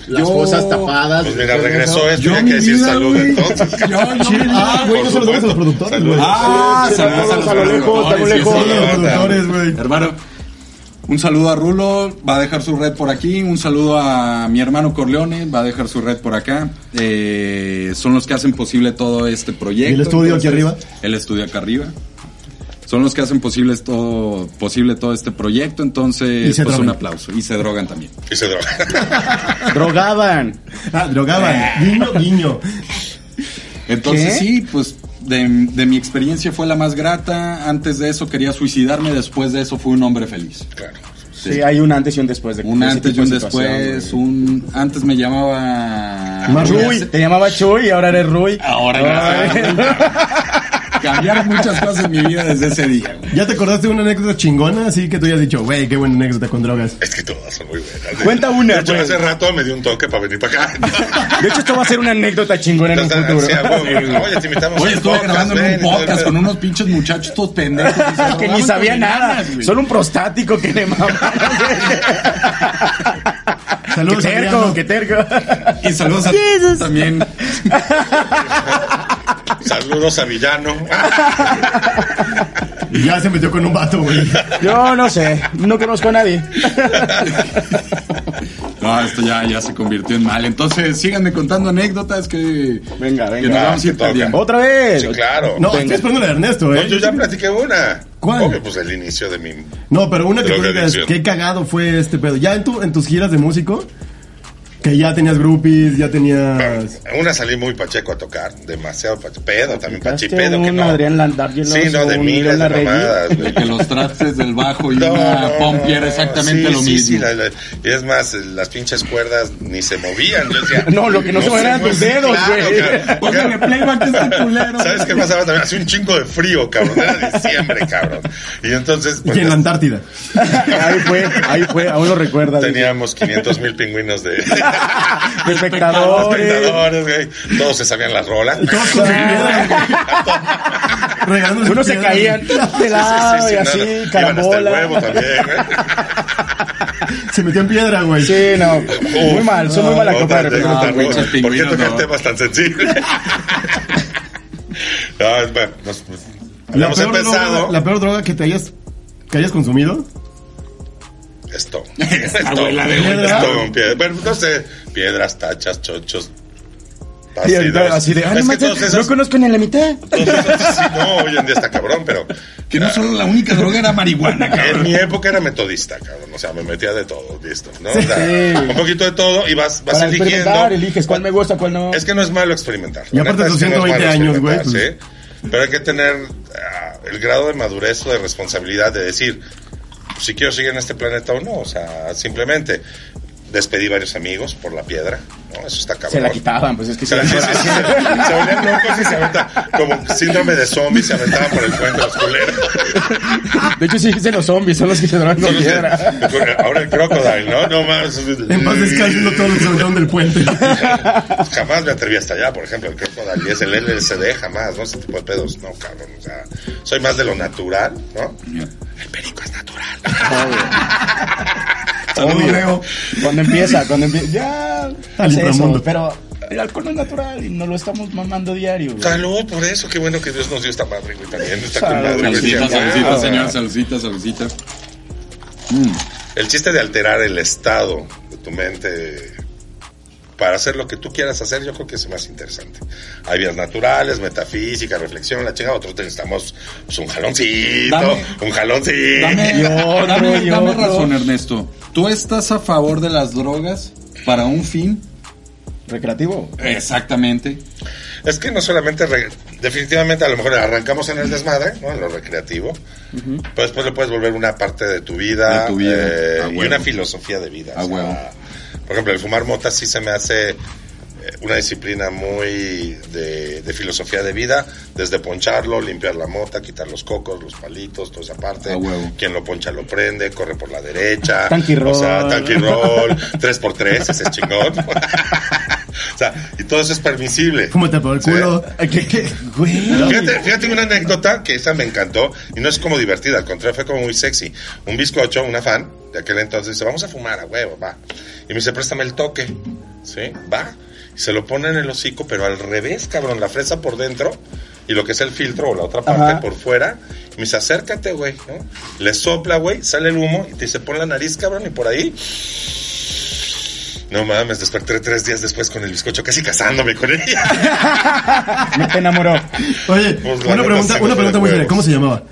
Speaker 5: las
Speaker 1: Yo-
Speaker 5: cosas tapadas.
Speaker 4: Pues mira, regresó esto y hay
Speaker 1: mi
Speaker 4: que decir
Speaker 1: vida,
Speaker 4: salud
Speaker 1: güey.
Speaker 4: entonces.
Speaker 1: Yo, yo me-
Speaker 2: Ah, güey, no se lo damos a los
Speaker 4: Por supuesto.
Speaker 2: productores, güey.
Speaker 4: Saludos.
Speaker 1: Ah,
Speaker 5: Sí,
Speaker 1: saludos
Speaker 5: saludos
Speaker 1: a los
Speaker 5: a lo lejos, a lo
Speaker 1: productores, sí,
Speaker 5: lejos.
Speaker 2: Todos
Speaker 1: sí,
Speaker 2: los
Speaker 1: sí.
Speaker 2: productores, güey.
Speaker 1: Hermano, un saludo a Rulo, va a dejar su red por aquí. Un saludo a mi hermano Corleone, va a dejar su red por acá. Eh, son los que hacen posible todo este proyecto.
Speaker 2: ¿Y el estudio aquí arriba?
Speaker 1: El estudio acá arriba. Son los que hacen posible todo, posible todo este proyecto,
Speaker 2: Y
Speaker 1: entonces
Speaker 2: se
Speaker 1: pues un
Speaker 2: drogan.
Speaker 1: aplauso. Y se drogan también.
Speaker 4: Y se droga.
Speaker 5: Drogaban.
Speaker 2: Ah, drogaban. Guiño, guiño.
Speaker 1: Entonces
Speaker 5: ¿Qué?
Speaker 1: sí, pues de, de mi experiencia fue la más grata. Antes de eso quería suicidarme, después de eso fui un hombre feliz.
Speaker 4: [LAUGHS] Claro.
Speaker 5: Sí, hay un antes y un después de
Speaker 1: Un
Speaker 5: ese
Speaker 1: antes y
Speaker 5: tipo
Speaker 1: un
Speaker 5: de situación,
Speaker 1: después,
Speaker 5: güey.
Speaker 1: un antes me llamaba
Speaker 2: Más
Speaker 5: Chuy, te llamaba Chuy y ahora eres Rui.
Speaker 4: Ah,
Speaker 1: Ahora gracias. [LAUGHS] Cambiaron muchas cosas en mi vida desde ese día. güey.
Speaker 2: ¿Ya te acordaste de una anécdota chingona? Así que tú ya has dicho, güey, qué buena anécdota con drogas.
Speaker 4: Es que todas son muy buenas.
Speaker 5: [LAUGHS]
Speaker 4: ¿eh?
Speaker 5: Cuenta una,
Speaker 4: De hecho,
Speaker 5: güey.
Speaker 4: hace rato me dio un toque para
Speaker 1: [LAUGHS]
Speaker 4: venir para acá.
Speaker 5: De hecho, esto va a ser una anécdota chingona en un
Speaker 4: Entonces,
Speaker 5: futuro.
Speaker 4: sí, a huevo, güey. Oye, te invitamos
Speaker 1: Oye,
Speaker 4: al
Speaker 1: Eh, estuve grabando en un
Speaker 4: ven, y todo el
Speaker 1: podcast
Speaker 4: pedo.
Speaker 1: con unos pinches muchachos todos pendejos.
Speaker 5: que ni sabía nada. Solo un prostático que le mamaba. [LAUGHS]
Speaker 2: Saludos,
Speaker 5: que terco,
Speaker 2: Adriano.
Speaker 5: que terco.
Speaker 1: Y saludos a también.
Speaker 4: Saludos a Villano. Ah,
Speaker 2: Ya se metió con un vato, güey.
Speaker 5: Yo no sé, no conozco a nadie.
Speaker 1: No, esto ya, ya se convirtió en mal. Entonces, síganme contando anécdotas que,
Speaker 5: Venga,
Speaker 1: que nos
Speaker 5: venga.
Speaker 1: vamos a ir
Speaker 4: te toca.
Speaker 1: perdiendo.
Speaker 5: Otra vez.
Speaker 4: Sí, claro.
Speaker 2: No,
Speaker 4: No,
Speaker 2: estoy esperando la de Ernesto, eh.
Speaker 4: yo ya platiqué una.
Speaker 2: ¿Cuál?
Speaker 4: Obvio, pues el inicio de mi.
Speaker 2: No, pero una que tú
Speaker 4: Droga
Speaker 2: digas,
Speaker 4: adicción.
Speaker 2: qué cagado fue este pedo. Ya en, tu, en tus giras de músico, que ya tenías groupies, ya tenías...
Speaker 4: Pues, Una salí muy pacheco a tocar. Demasiado pacheco. Pedo también,
Speaker 5: Este,
Speaker 4: pachipedo. Que
Speaker 5: un
Speaker 4: no.
Speaker 5: Adrián Landárgelos,
Speaker 4: Sí, no, de
Speaker 5: un
Speaker 4: miles de
Speaker 5: Adrián Larregui. [LAUGHS]
Speaker 4: mamadas.
Speaker 1: De
Speaker 4: güey.
Speaker 1: que los trastes del bajo y
Speaker 4: No,
Speaker 1: una
Speaker 4: no,
Speaker 1: pompier
Speaker 4: no,
Speaker 1: exactamente
Speaker 4: sí,
Speaker 1: lo
Speaker 4: sí,
Speaker 1: mismo.
Speaker 4: sí, la- la- y es más, eh, las pinches cuerdas ni se movían. Yo decía,
Speaker 5: [LAUGHS] No, lo que no se movían eran
Speaker 4: mue-
Speaker 5: tus dedos,
Speaker 4: Claro,
Speaker 5: güey. [LAUGHS]
Speaker 4: cabrón.
Speaker 1: Póngale playback a este culero.
Speaker 4: ¿Sabes qué pasaba también? Hacía un chingo de frío, cabrón. Era diciembre, cabrón. Y entonces pues,
Speaker 2: Y en la
Speaker 4: [LAUGHS]
Speaker 2: Antártida.
Speaker 5: Ahí fue, ahí fue, aún lo recuerdas.
Speaker 4: teníamos 500 mil pingüinos de
Speaker 5: [LAUGHS] De espectadores.
Speaker 4: espectadores, güey. Todos se sabían las rolas.
Speaker 2: Y todos con sus piedras, güey. Regalando sus
Speaker 5: Unos se
Speaker 2: piedras.
Speaker 5: caían de
Speaker 4: Sí,
Speaker 5: lado
Speaker 4: sí, sí,
Speaker 5: y
Speaker 4: no,
Speaker 5: así,
Speaker 4: no. Iban hasta el huevo
Speaker 5: carambola.
Speaker 4: también, ¿eh? güey.
Speaker 2: Se metió en piedra, güey.
Speaker 5: Sí, no. [LAUGHS] Muy
Speaker 4: Uf,
Speaker 5: mal, son muy mala
Speaker 4: no, no,
Speaker 5: copa de
Speaker 4: no,
Speaker 5: representación,
Speaker 4: no,
Speaker 5: güey.
Speaker 1: pinches
Speaker 4: ¿Por qué
Speaker 1: pingüinos,
Speaker 4: tocar
Speaker 1: no?
Speaker 4: temas tan sensibles? [LAUGHS] no, es bueno, nos,
Speaker 2: La
Speaker 4: habíamos
Speaker 2: peor, droga,
Speaker 4: empezado
Speaker 2: la peor droga que te hayas, que hayas consumido.
Speaker 5: [LAUGHS]
Speaker 4: esto. esto,
Speaker 1: abuela de
Speaker 2: piedra.
Speaker 4: esto con piedra. Bueno, no sé, piedras, tachas, chochos.
Speaker 5: Y ahorita así de, ah,
Speaker 4: es
Speaker 5: no
Speaker 4: que
Speaker 5: manches,
Speaker 4: todos
Speaker 5: no
Speaker 4: esos,
Speaker 5: conozco ni a la mitad.
Speaker 4: todos esos- sí, no, hoy en día está cabrón, pero
Speaker 1: Que no solo la única droga era marihuana,
Speaker 4: En
Speaker 1: cabrón.
Speaker 4: mi época era metodista, cabrón. O sea, me metía de todo, listo. ¿no? O sea,
Speaker 5: Sí.
Speaker 4: un poquito de todo y vas, vas
Speaker 5: Para experimentar,
Speaker 4: eligiendo.
Speaker 5: eliges cuál me gusta, cuál no.
Speaker 4: Es que no es malo experimentar.
Speaker 2: Y
Speaker 4: La
Speaker 2: aparte
Speaker 4: neta
Speaker 2: tus
Speaker 4: es que no es
Speaker 2: 120
Speaker 4: malo
Speaker 2: años, güey, pues.
Speaker 4: experimentar, ¿sí? Pero hay que tener ah, el grado de madurez o de responsabilidad de decir si quiero seguir en este planeta o no. O sea, simplemente despedí varios amigos por la piedra. ¿no? Eso está cabrón.
Speaker 5: Se la quitaban, pues es que
Speaker 4: Sí,
Speaker 5: se
Speaker 4: sí,
Speaker 5: la
Speaker 4: sí, sí, sí. Se volvían locos y se aventaban. Como síndrome de zombie, se aventaban por el puente los culeros.
Speaker 5: De hecho, sí dicen los zombies, son los que se drogan
Speaker 4: No
Speaker 5: con
Speaker 4: lo sé.
Speaker 5: piedra.
Speaker 4: Ahora el crocodile, ¿no? No más.
Speaker 2: En paz descansando todo el saltón del puente.
Speaker 4: Jamás me atreví hasta allá, por ejemplo, el crocodile es el LSD, jamás, ¿no? Ese tipo de pedos, no, cabrón. O sea, soy más de lo natural, ¿no? El perico es natural.
Speaker 5: Obvio. Cuando empieza, cuando empieza. Ya.
Speaker 2: Al
Speaker 5: es eso,
Speaker 2: inframundo.
Speaker 5: pero el alcohol es natural y no lo estamos mamando diario. güey.
Speaker 4: Salud, por eso, qué bueno que Dios nos dio esta madre, güey, también. Está con
Speaker 5: Salud.
Speaker 4: madre, güey.
Speaker 1: Saludcita, saludcita,
Speaker 4: Ah,
Speaker 1: señor, saludcita, saludcita.
Speaker 4: El chiste de alterar el estado de tu mente para hacer lo que tú quieras hacer, yo creo que es más interesante. Hay vías naturales, metafísica, reflexión, la chingada. Otros necesitamos pues, un jaloncito,
Speaker 1: Dame-
Speaker 4: un jaloncito.
Speaker 1: Dame,
Speaker 5: Y otro,
Speaker 1: dame-
Speaker 5: y
Speaker 1: dame
Speaker 5: otro.
Speaker 1: razón, Ernesto. ¿Tú estás a favor de las drogas para un fin?
Speaker 5: Recreativo.
Speaker 1: Exactamente.
Speaker 4: Es que no solamente, re- definitivamente a lo mejor arrancamos en el desmadre, ¿no? en lo recreativo, pero después lo puedes volver una parte de tu vida,
Speaker 1: De tu vida,
Speaker 4: eh,
Speaker 1: a
Speaker 4: y
Speaker 1: huevo.
Speaker 4: una filosofía de vida.
Speaker 1: A huevo.
Speaker 4: por ejemplo, el fumar mota sí se me hace eh, una disciplina muy de, de filosofía de vida, desde poncharlo, limpiar la mota, quitar los cocos, los palitos, toda esa parte.
Speaker 1: A Ah, huevo.
Speaker 4: Quien lo poncha lo prende, corre por la derecha.
Speaker 5: Tanquirol.
Speaker 1: [LAUGHS]
Speaker 4: O sea, tanquirol, 3x3, ese es chingón. O sea, y todo eso es permisible.
Speaker 2: Fúmate por el
Speaker 4: Sí.
Speaker 2: culo. ¿Qué, qué? Güey.
Speaker 4: Fíjate, fíjate una anécdota que esa me encantó y no es como divertida, al contrario, fue como muy sexy. Un bizcocho, una fan de aquel entonces dice: Vamos a fumar a huevo, va. Y me dice: Préstame el toque. Sí, va. Y se lo pone en el hocico, pero al revés, cabrón, la fresa por dentro y lo que es el filtro o la otra parte
Speaker 5: Ajá.
Speaker 4: por fuera. Y me dice: Acércate, güey. ¿no? Le sopla, güey, sale el humo y te dice: Pon la nariz, cabrón, y por ahí. No mames, desperté tres días después con el bizcocho, casi casándome con ella.
Speaker 5: No te enamoró.
Speaker 2: Oye,
Speaker 4: Pues, la
Speaker 2: una
Speaker 4: neta,
Speaker 2: pregunta,
Speaker 4: se
Speaker 2: una
Speaker 4: me
Speaker 2: pregunta
Speaker 4: fue
Speaker 2: muy
Speaker 4: de
Speaker 2: seria. ¿Cómo
Speaker 4: huevos.
Speaker 2: se llamaba?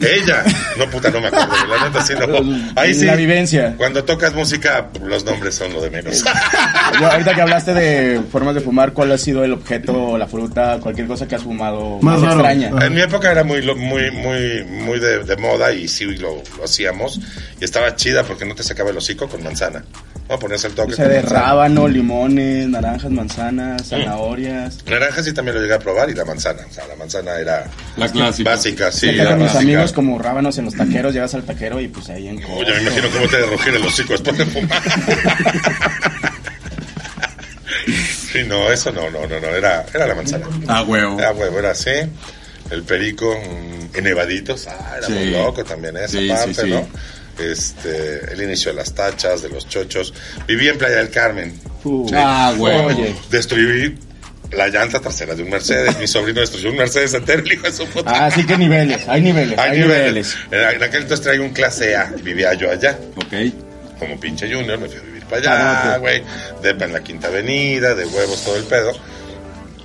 Speaker 4: Ella. No, puta, no me acuerdo. La neta sí, no. Ahí sí.
Speaker 5: La vivencia.
Speaker 4: Cuando tocas música, los nombres son lo de menos. [LAUGHS]
Speaker 5: Yo, ahorita que hablaste de formas de fumar, ¿cuál ha sido el objeto, la fruta, cualquier cosa que has fumado
Speaker 2: Más
Speaker 5: más,
Speaker 2: raro.
Speaker 5: extraña?
Speaker 2: Ajá.
Speaker 4: En mi época era muy, lo- muy, muy, muy de, de moda y sí lo, lo hacíamos. Y estaba chida porque no te sacaba el hocico con manzana. No, ponías el
Speaker 5: O
Speaker 4: toque
Speaker 5: sea,
Speaker 4: con
Speaker 5: de
Speaker 4: manzana.
Speaker 5: rábano, limones, naranjas, manzanas, zanahorias.
Speaker 4: Naranjas sí también lo llegué a probar y la manzana. O sea, la manzana era
Speaker 1: La clásica.
Speaker 4: básica, sí.
Speaker 5: Acá
Speaker 4: Era
Speaker 5: con mis
Speaker 4: básica.
Speaker 5: amigos como rábanos en los taqueros, llegas al taquero y pues ahí en
Speaker 4: Oye, me imagino cómo te rugir el hocico después de fumar. [LAUGHS] Sí, no, eso no, no, no, no, era, era la manzana.
Speaker 1: A huevo.
Speaker 4: Ah, huevo, era así. El perico mm, en Nevaditos. Ah, era
Speaker 1: Sí.
Speaker 4: muy loco también esa
Speaker 1: Sí, sí,
Speaker 4: parte,
Speaker 1: sí.
Speaker 4: ¿no? Este, el inicio de las tachas, de los chochos. Viví en Playa del Carmen.
Speaker 5: Fu-
Speaker 1: Ah, huevo.
Speaker 5: Oye.
Speaker 4: Destruí la llanta trasera de un Mercedes. Mi sobrino destruyó un Mercedes entero, el hijo de su puta.
Speaker 5: Ah, sí que niveles, hay niveles, hay,
Speaker 4: Hay
Speaker 5: niveles.
Speaker 4: niveles. En aquel entonces traía un clase A y vivía yo allá
Speaker 1: Ok.
Speaker 4: como pinche junior, me fui a vivir para
Speaker 5: Ah,
Speaker 4: allá, güey, depa en la quinta avenida, de huevos, todo el pedo.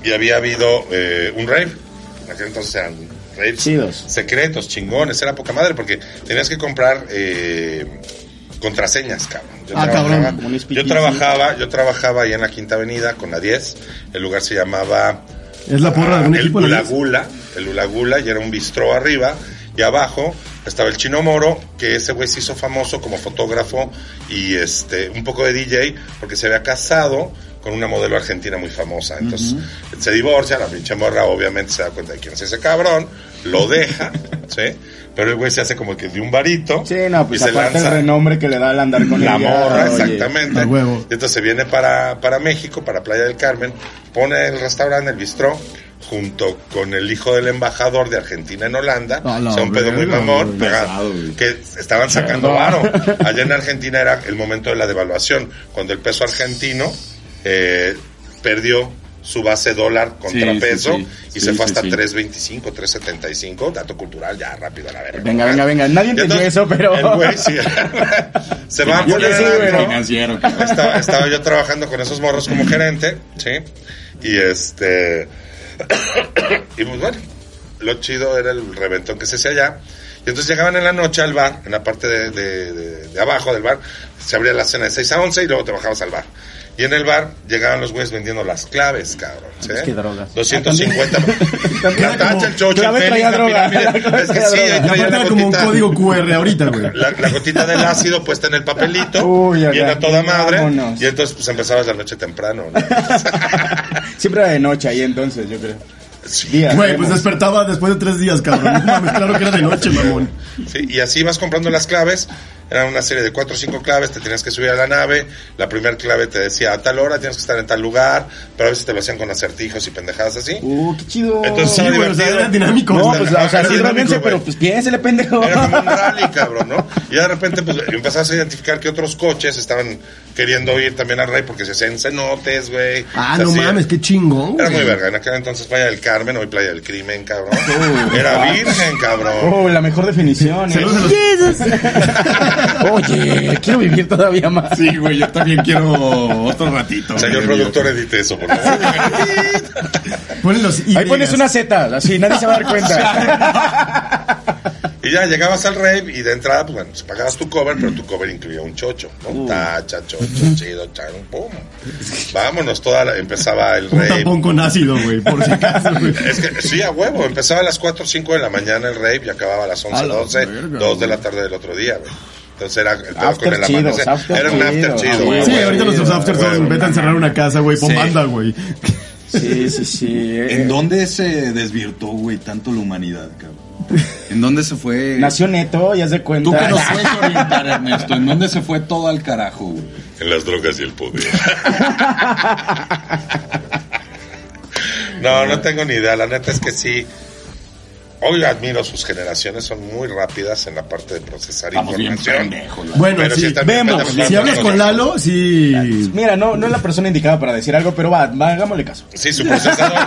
Speaker 4: Y había habido eh, un rave, en aquel entonces eran raves
Speaker 5: Chidos.
Speaker 4: secretos, chingones, era poca madre, porque tenías que comprar eh, contraseñas, cabrón. Yo,
Speaker 2: Ah, cabrón,
Speaker 5: como un
Speaker 4: yo
Speaker 5: speakeasy.
Speaker 4: trabajaba, yo trabajaba ahí en la quinta avenida con la 10, el lugar se llamaba
Speaker 2: ¿Es la porra de algún
Speaker 4: Ah, el
Speaker 2: equipo?
Speaker 4: Ula
Speaker 2: la vez?
Speaker 4: Gula, el Ula Gula, y era un bistró arriba, y abajo estaba el Chino Moro, que ese güey se hizo famoso como fotógrafo y este un poco de DJ, porque se había casado con una modelo argentina muy famosa. Entonces, se divorcia, la pinche morra obviamente se da cuenta de quién es ese cabrón,
Speaker 2: [LAUGHS]
Speaker 4: lo deja, ¿sí? Pero el güey se hace como que de un varito
Speaker 5: Sí, no, pues
Speaker 4: y se
Speaker 5: aparte
Speaker 4: lanza
Speaker 5: el renombre que le da al andar con
Speaker 4: la
Speaker 5: ella,
Speaker 4: morra,
Speaker 5: oye.
Speaker 4: exactamente.
Speaker 2: A huevo.
Speaker 4: Y entonces viene para, para México, para Playa del Carmen, pone el restaurante, el bistró, junto con el hijo del embajador de Argentina en Holanda,
Speaker 1: Ah,
Speaker 2: A la
Speaker 4: o sea, un pedo muy
Speaker 2: verga,
Speaker 4: mamón,
Speaker 2: güey.
Speaker 4: pega-
Speaker 1: Pesado, güey.
Speaker 4: que estaban
Speaker 1: [LAUGHS]
Speaker 4: sacando varo. Allá en Argentina era el momento de la devaluación, cuando el peso argentino eh, perdió su base dólar contrapeso
Speaker 1: Sí, sí, sí.
Speaker 4: y
Speaker 1: Sí,
Speaker 4: se fue
Speaker 1: sí,
Speaker 4: hasta
Speaker 1: sí.
Speaker 4: 3.25, 3.75, dato cultural, ya rápido a la verga.
Speaker 5: Venga, venga, venga, nadie entendió
Speaker 4: Entonces,
Speaker 5: eso, pero...
Speaker 4: El güey, sí. [LAUGHS] se va a
Speaker 5: Yo
Speaker 4: poner
Speaker 5: le sigo,
Speaker 4: al
Speaker 5: pero-
Speaker 4: antro.
Speaker 1: Financiero, cabrón.
Speaker 4: Estaba, estaba yo trabajando con esos morros como gerente, ¿sí? Y este. [COUGHS] y pues bueno, lo chido era el reventón que se hacía allá. Y entonces llegaban en la noche al bar, en la parte de, de- de- de abajo del bar, se abría la cena de 6 a 11 y luego te bajabas al bar. Y en el bar llegaban los güeyes vendiendo las claves, cabrón. ¿sí?
Speaker 5: qué drogas.
Speaker 4: 250.
Speaker 5: También
Speaker 4: la
Speaker 5: era como-
Speaker 4: tacha, el chocho, el
Speaker 5: clave
Speaker 4: penis,
Speaker 5: traía
Speaker 4: la
Speaker 5: droga,
Speaker 4: pirámide.
Speaker 5: la clave
Speaker 4: Es que
Speaker 5: traía
Speaker 4: sí, [LAUGHS]
Speaker 5: droga.
Speaker 2: Y
Speaker 4: ahí traía
Speaker 2: aparte
Speaker 4: la
Speaker 2: era como un
Speaker 4: gotita.
Speaker 2: código QR ahorita,
Speaker 4: [LAUGHS]
Speaker 2: güey.
Speaker 4: La, la gotita del ácido puesta en
Speaker 2: [LAUGHS]
Speaker 4: el papelito,
Speaker 5: Uy, acá,
Speaker 4: bien a toda madre,
Speaker 5: vámonos.
Speaker 4: y entonces pues empezabas la noche temprano.
Speaker 2: [LAUGHS]
Speaker 4: ¿no?
Speaker 5: [LAUGHS] Siempre era de noche ahí entonces, yo creo.
Speaker 4: Sí.
Speaker 5: Día,
Speaker 2: Güey, pues
Speaker 5: vemos.
Speaker 2: despertaba después de tres días, cabrón. No mames, claro que era de noche, mamón.
Speaker 4: Sí, y así vas comprando las claves. Eran una serie de cuatro o cinco claves, te tenías que subir a la nave. La primera clave te decía a tal hora tienes que estar en tal lugar, pero a veces te lo hacían con acertijos y pendejadas así.
Speaker 5: Uh, qué chido.
Speaker 4: Entonces,
Speaker 2: Oh. Sí, güey, o sea,
Speaker 4: divertido.
Speaker 2: era dinámico.
Speaker 5: no,
Speaker 2: güey.
Speaker 5: pues, o sea,
Speaker 4: Era
Speaker 5: sí,
Speaker 4: dinámico,
Speaker 5: droguense,
Speaker 4: güey.
Speaker 5: pero pues piénsele, pendejo.
Speaker 4: Era como un rally, cabrón, ¿no? Y de repente, pues, empezabas a identificar que otros coches estaban queriendo ir también al rey porque se hacían cenotes, güey.
Speaker 2: Ah,
Speaker 4: Se
Speaker 2: no
Speaker 4: hacían-
Speaker 2: mames, qué chingón.
Speaker 4: Era
Speaker 2: güey.
Speaker 4: muy verga. En aquel entonces Playa del Carmen, hoy Playa del Crimen, cabrón. Era virgen, cabrón.
Speaker 5: Oh, la mejor definición. ¿eh?
Speaker 2: Saludos a los-
Speaker 5: Oye, quiero vivir todavía más.
Speaker 1: Sí, güey, yo también quiero otro ratito.
Speaker 4: Señor
Speaker 1: güey,
Speaker 4: productor, edite eso, por favor.
Speaker 2: Ponen los
Speaker 5: Ahí pones una Z, así nadie se va a dar
Speaker 4: [LAUGHS]
Speaker 5: cuenta.
Speaker 4: Y ya llegabas al rave y de entrada, pues bueno, pagabas tu cover, pero tu cover incluía un chocho, ¿no? Tacha, chocho, chido, chan, pum. Vámonos, toda la- empezaba el
Speaker 2: Un
Speaker 4: rave.
Speaker 2: tampón con ácido, güey, por si acaso, güey.
Speaker 4: Es que sí, a huevo, empezaba a las 4 o 5 de la mañana el rave y acababa a las 11,
Speaker 2: A la
Speaker 4: 12,
Speaker 2: verga,
Speaker 4: 2 de la tarde del otro día, güey. Entonces era el pedo
Speaker 5: After
Speaker 4: con el
Speaker 5: chidos,
Speaker 4: amanecer.
Speaker 5: after
Speaker 4: Era un after
Speaker 5: chidos,
Speaker 4: chido,
Speaker 5: a
Speaker 4: güey.
Speaker 5: huevo.
Speaker 2: Ah, Sí, ahorita
Speaker 5: güey,
Speaker 2: nuestros afters
Speaker 4: güey,
Speaker 2: son
Speaker 4: güey.
Speaker 2: vete a encerrar una casa, güey, pon
Speaker 1: Sí.
Speaker 2: banda, güey.
Speaker 5: Sí, sí, sí. eh,
Speaker 1: ¿En dónde se desvirtó, güey, tanto la humanidad, cabrón? ¿En dónde se fue?
Speaker 5: Nació Neto, ya se cuenta.
Speaker 1: Tú
Speaker 4: [LAUGHS]
Speaker 1: que nos puedes orientar, Ernesto, ¿en dónde se fue todo al carajo, güey?
Speaker 4: En las drogas y el
Speaker 5: [LAUGHS]
Speaker 4: poder. no, no tengo ni idea. La neta es que sí. Hoy admiro sus generaciones, son muy rápidas en la parte de procesar
Speaker 1: Estamos bien
Speaker 4: información.
Speaker 1: pendejos, la
Speaker 2: Bueno,
Speaker 4: Pero
Speaker 2: sí,
Speaker 4: sí está bien
Speaker 2: vemos.
Speaker 4: pendejo.
Speaker 2: Si hablas con Lalo, sí.
Speaker 5: Mira, no, no es la persona indicada para decir algo, pero va, va, hagámosle caso.
Speaker 4: Sí, su procesador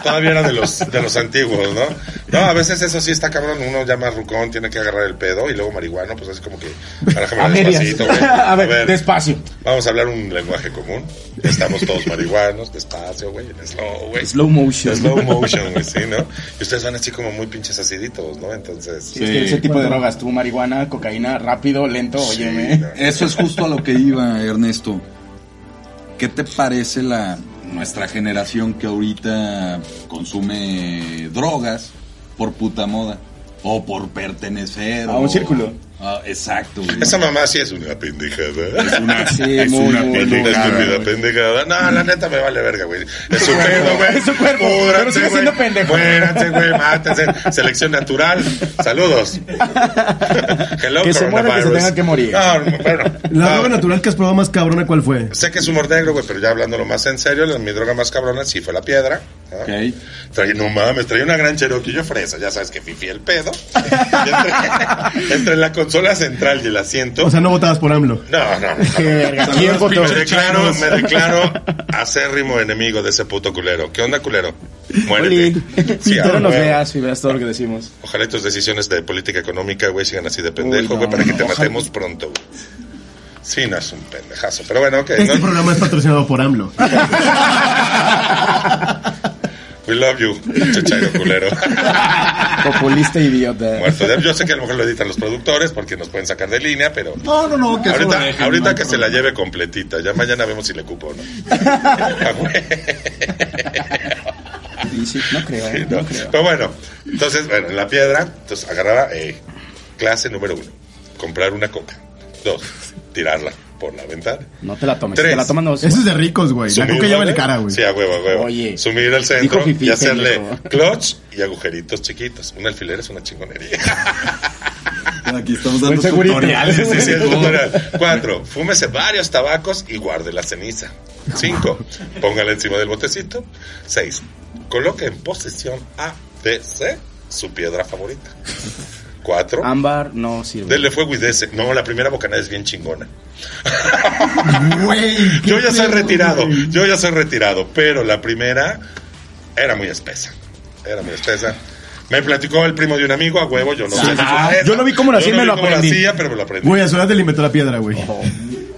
Speaker 4: todavía era de los, de los antiguos, ¿no? No, a veces eso sí está cabrón. Uno ya más rucón, tiene que agarrar el pedo y luego marihuano, pues así como que.
Speaker 5: [LAUGHS] A
Speaker 4: Déjame
Speaker 5: medias.
Speaker 4: despacito, güey.
Speaker 5: A ver, despacio.
Speaker 4: Vamos a hablar un lenguaje común. Estamos todos marihuanos, despacio, güey, en slow, güey.
Speaker 5: Slow motion.
Speaker 4: Slow motion, güey, sí, ¿no? Y ustedes van así como muy pinches aciditos, ¿no? Entonces.
Speaker 5: Sí, es que ese tipo de drogas, tú, marihuana, cocaína, rápido, lento,
Speaker 4: sí,
Speaker 5: óyeme.
Speaker 4: ¿no?
Speaker 1: Eso es justo a lo que iba, Ernesto. ¿Qué te parece la nuestra generación que ahorita consume drogas por puta moda? O por pertenecer.
Speaker 5: A un
Speaker 1: o-
Speaker 5: círculo.
Speaker 1: Ah, exacto, güey.
Speaker 4: Esa mamá sí es una pendejada. [LAUGHS] Es una,
Speaker 5: Sí, muy, muy, muy.
Speaker 4: estúpida pendejada. No, la neta me vale verga,
Speaker 5: [LAUGHS]
Speaker 4: güey. Es su cuerpo, güey.
Speaker 5: Es su cuerpo,
Speaker 4: Púdranse,
Speaker 5: pero sigue
Speaker 4: güey.
Speaker 5: siendo pendejo.
Speaker 4: Muéranse, güey, mátense. Selección natural.
Speaker 5: [LAUGHS]
Speaker 4: Saludos. Hello,
Speaker 5: Que se mueran, que se
Speaker 4: coronavirus.
Speaker 5: tengan que morir.
Speaker 4: No, no, bueno.
Speaker 2: La
Speaker 4: no.
Speaker 2: droga natural que has probado más cabrona, ¿cuál fue?
Speaker 4: Sé que es humor negro, güey, pero ya hablándolo más en serio, la- mi droga más cabrona sí fue la piedra. ¿no?
Speaker 1: Ok.
Speaker 4: Traía- no mames, traía una gran Cherokee yo fresa, ya sabes que fifi el pedo. Y entre, [LAUGHS] entre la consola central y el asiento.
Speaker 2: O sea, no votabas por AMLO.
Speaker 4: no, no, no.
Speaker 2: [LAUGHS]
Speaker 5: verga, ¿quién votó?
Speaker 4: Me declaro, me declaro acérrimo enemigo de ese puto culero. ¿Qué onda, culero? Muérete.
Speaker 5: Oli,
Speaker 4: Sí,
Speaker 5: pero
Speaker 4: ah,
Speaker 5: nos
Speaker 4: güey.
Speaker 5: veas y veas todo lo que decimos.
Speaker 4: Ojalá tus decisiones de política económica, güey, sigan así de pendejo,
Speaker 5: no,
Speaker 4: güey, para que te
Speaker 5: ojalá.
Speaker 4: matemos pronto, güey. Sí, no es un pendejazo. Pero bueno, ok.
Speaker 2: Este
Speaker 4: no-
Speaker 2: programa es patrocinado por AMLO.
Speaker 4: We love you, [LAUGHS] pinche chairo culero. [LAUGHS]
Speaker 5: Populista idiota.
Speaker 4: Muerto de- Yo sé que a lo mejor lo editan los productores porque nos pueden sacar de línea, pero
Speaker 1: No, no, no, que eso lo
Speaker 4: ahorita,
Speaker 1: dejen,
Speaker 4: ahorita
Speaker 1: no hay
Speaker 4: que se la
Speaker 1: problema.
Speaker 4: lleve completita. Ya mañana vemos si le cupo o
Speaker 2: [LAUGHS]
Speaker 4: no. Ah, güey,
Speaker 5: Y sí, no creo, ¿eh?
Speaker 4: ¿no?
Speaker 5: no creo.
Speaker 4: Pero bueno, entonces, bueno, en la piedra, entonces agarraba eh, clase número uno: comprar una coca. Dos, tirarla por la ventana.
Speaker 5: No te la tomes.
Speaker 4: Tres.
Speaker 5: Te la tomas, no.
Speaker 2: Eso es de ricos, güey. La
Speaker 4: Sumir,
Speaker 2: coca ya vale
Speaker 4: ¿no?
Speaker 2: cara, güey.
Speaker 4: Sí, a huevo, a huevo.
Speaker 5: Oye,
Speaker 4: Sumir al centro
Speaker 5: dijo fifí,
Speaker 4: y hacerle
Speaker 5: pendejo.
Speaker 4: clutch y agujeritos chiquitos. Un alfiler es una chingonería.
Speaker 1: Aquí estamos dando
Speaker 5: Buen segurito.
Speaker 1: tutoriales.
Speaker 4: Sí, sí, sí,
Speaker 1: de
Speaker 4: es
Speaker 1: todo.
Speaker 4: tutorial. Cuatro, fúmese varios tabacos y guarde la ceniza. Cinco, póngala encima del botecito. Seis, coloque en posición A, B, C su piedra favorita. Cuatro,
Speaker 5: Ámbar no sirve.
Speaker 4: dele fuego y dese. No, la primera bocanada es bien chingona.
Speaker 2: Güey. qué
Speaker 4: Yo ya soy
Speaker 2: pedo,
Speaker 4: retirado,
Speaker 2: güey.
Speaker 4: yo ya soy retirado, pero la primera era muy espesa. Era muy espesa. Me platicó el primo de un amigo a huevo, yo no sé. si
Speaker 5: Ajá.
Speaker 4: fue esa.
Speaker 5: Yo lo vi cómo lo hacía y
Speaker 4: no
Speaker 5: me
Speaker 4: vi
Speaker 5: lo
Speaker 4: cómo
Speaker 5: aprendí.
Speaker 4: hacía, pero me lo aprendí.
Speaker 2: Güey, a su edad le inventó la piedra, güey.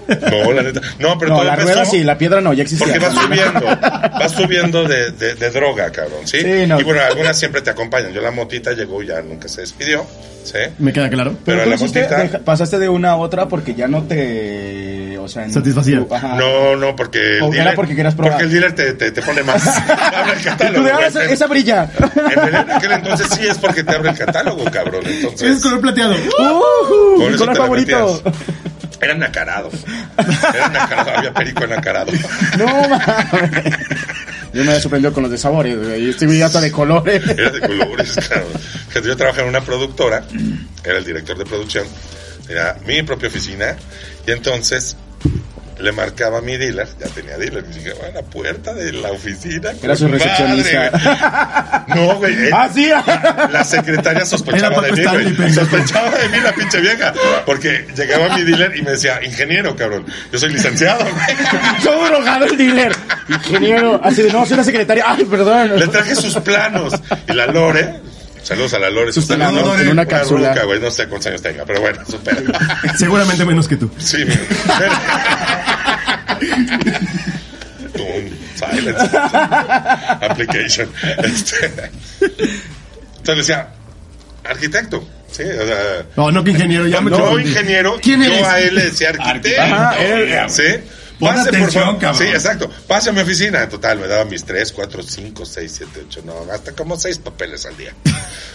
Speaker 4: No, la neta. No, pero
Speaker 5: No,
Speaker 4: todo
Speaker 5: la
Speaker 4: empezó
Speaker 5: rueda sí, la piedra no, ya existía.
Speaker 4: Porque vas subiendo, vas subiendo de, de- de droga, cabrón, ¿sí?
Speaker 5: Sí, no.
Speaker 4: Y bueno, algunas siempre te acompañan. Yo la motita llegó y ya nunca se despidió, ¿sí?
Speaker 2: ¿Me queda claro?
Speaker 4: Pero
Speaker 5: Pero,
Speaker 4: la
Speaker 5: tú hiciste-
Speaker 4: motita-
Speaker 5: deja- pasaste de una a otra porque ya no te... O sea, en-
Speaker 2: Satisfacía.
Speaker 5: tu- ajá.
Speaker 4: No, no, porque el
Speaker 5: O era
Speaker 4: dealer,
Speaker 5: Ah. porque querías probar.
Speaker 4: Porque el dealer te, te- te pone
Speaker 5: [LAUGHS]
Speaker 4: más. Te abre el
Speaker 5: Y tú
Speaker 4: catálogo.
Speaker 5: de ahora
Speaker 4: güey.
Speaker 5: esa, esa brilla.
Speaker 4: En realidad, en aquel entonces sí es porque te abre el catálogo, cabrón. Entonces.
Speaker 2: Es color plateado.
Speaker 5: ¡Uh!
Speaker 4: Por eso
Speaker 5: color
Speaker 4: te la
Speaker 5: favorito.
Speaker 4: [LAUGHS] metías. Era nacarado. Era nacarado, había perico
Speaker 5: [LAUGHS]
Speaker 4: nacarado.
Speaker 5: No mames. Yo me había sorprendido con los de sabores, güey. Yo estoy hasta
Speaker 4: [LAUGHS]
Speaker 5: de colores.
Speaker 4: Era de colores, cabrón. Fíjate, Yo trabajaba en una productora, era el director de producción, era mi propia oficina, y entonces le marcaba a mi dealer, ya tenía dealer, y dije, a la puerta de la oficina.
Speaker 5: Era su
Speaker 4: con madre,
Speaker 5: recepcionista.
Speaker 4: güey". [LAUGHS] No, güey. eh,
Speaker 5: ¡Ah, [LAUGHS] sí!
Speaker 4: La secretaria
Speaker 2: Era
Speaker 4: sospechaba
Speaker 2: Paco
Speaker 4: de mí,
Speaker 2: Stanley,
Speaker 4: güey.
Speaker 2: pendejo.
Speaker 4: Sospechaba de mí la pinche vieja. Porque llegaba mi dealer y me decía, ingeniero, cabrón. Yo soy licenciado, güey.
Speaker 5: Soy un drogado el dealer. Ingeniero. Así de, no, soy la secretaria. Ay, perdón.
Speaker 4: Le traje sus planos. Y la Lore. Saludos a la Lore.
Speaker 5: Sus
Speaker 4: su plano,
Speaker 5: planos
Speaker 4: ¿no?
Speaker 5: en una cápsula.
Speaker 4: ruca, güey. No sé cuántos años tenga, pero bueno, supera.
Speaker 5: [LAUGHS]
Speaker 2: Seguramente menos que tú.
Speaker 4: Sí, mi- Boom, silence. Application. Este, Entonces le decía, arquitecto. Sí, o sea.
Speaker 2: No, no que ingeniero, ya me
Speaker 4: No,
Speaker 2: confundí.
Speaker 4: ingeniero,
Speaker 2: ¿Quién
Speaker 4: yo
Speaker 2: eres?
Speaker 4: a él le decía arquitecto.
Speaker 1: Ajá, él-
Speaker 4: ¿Sí?
Speaker 1: Pon atención, cabrón.
Speaker 4: Sí, exacto. Pase a mi oficina. En total, me daba mis 3, 4, 5, 6, 7, 8, no, hasta como 6 papeles al día.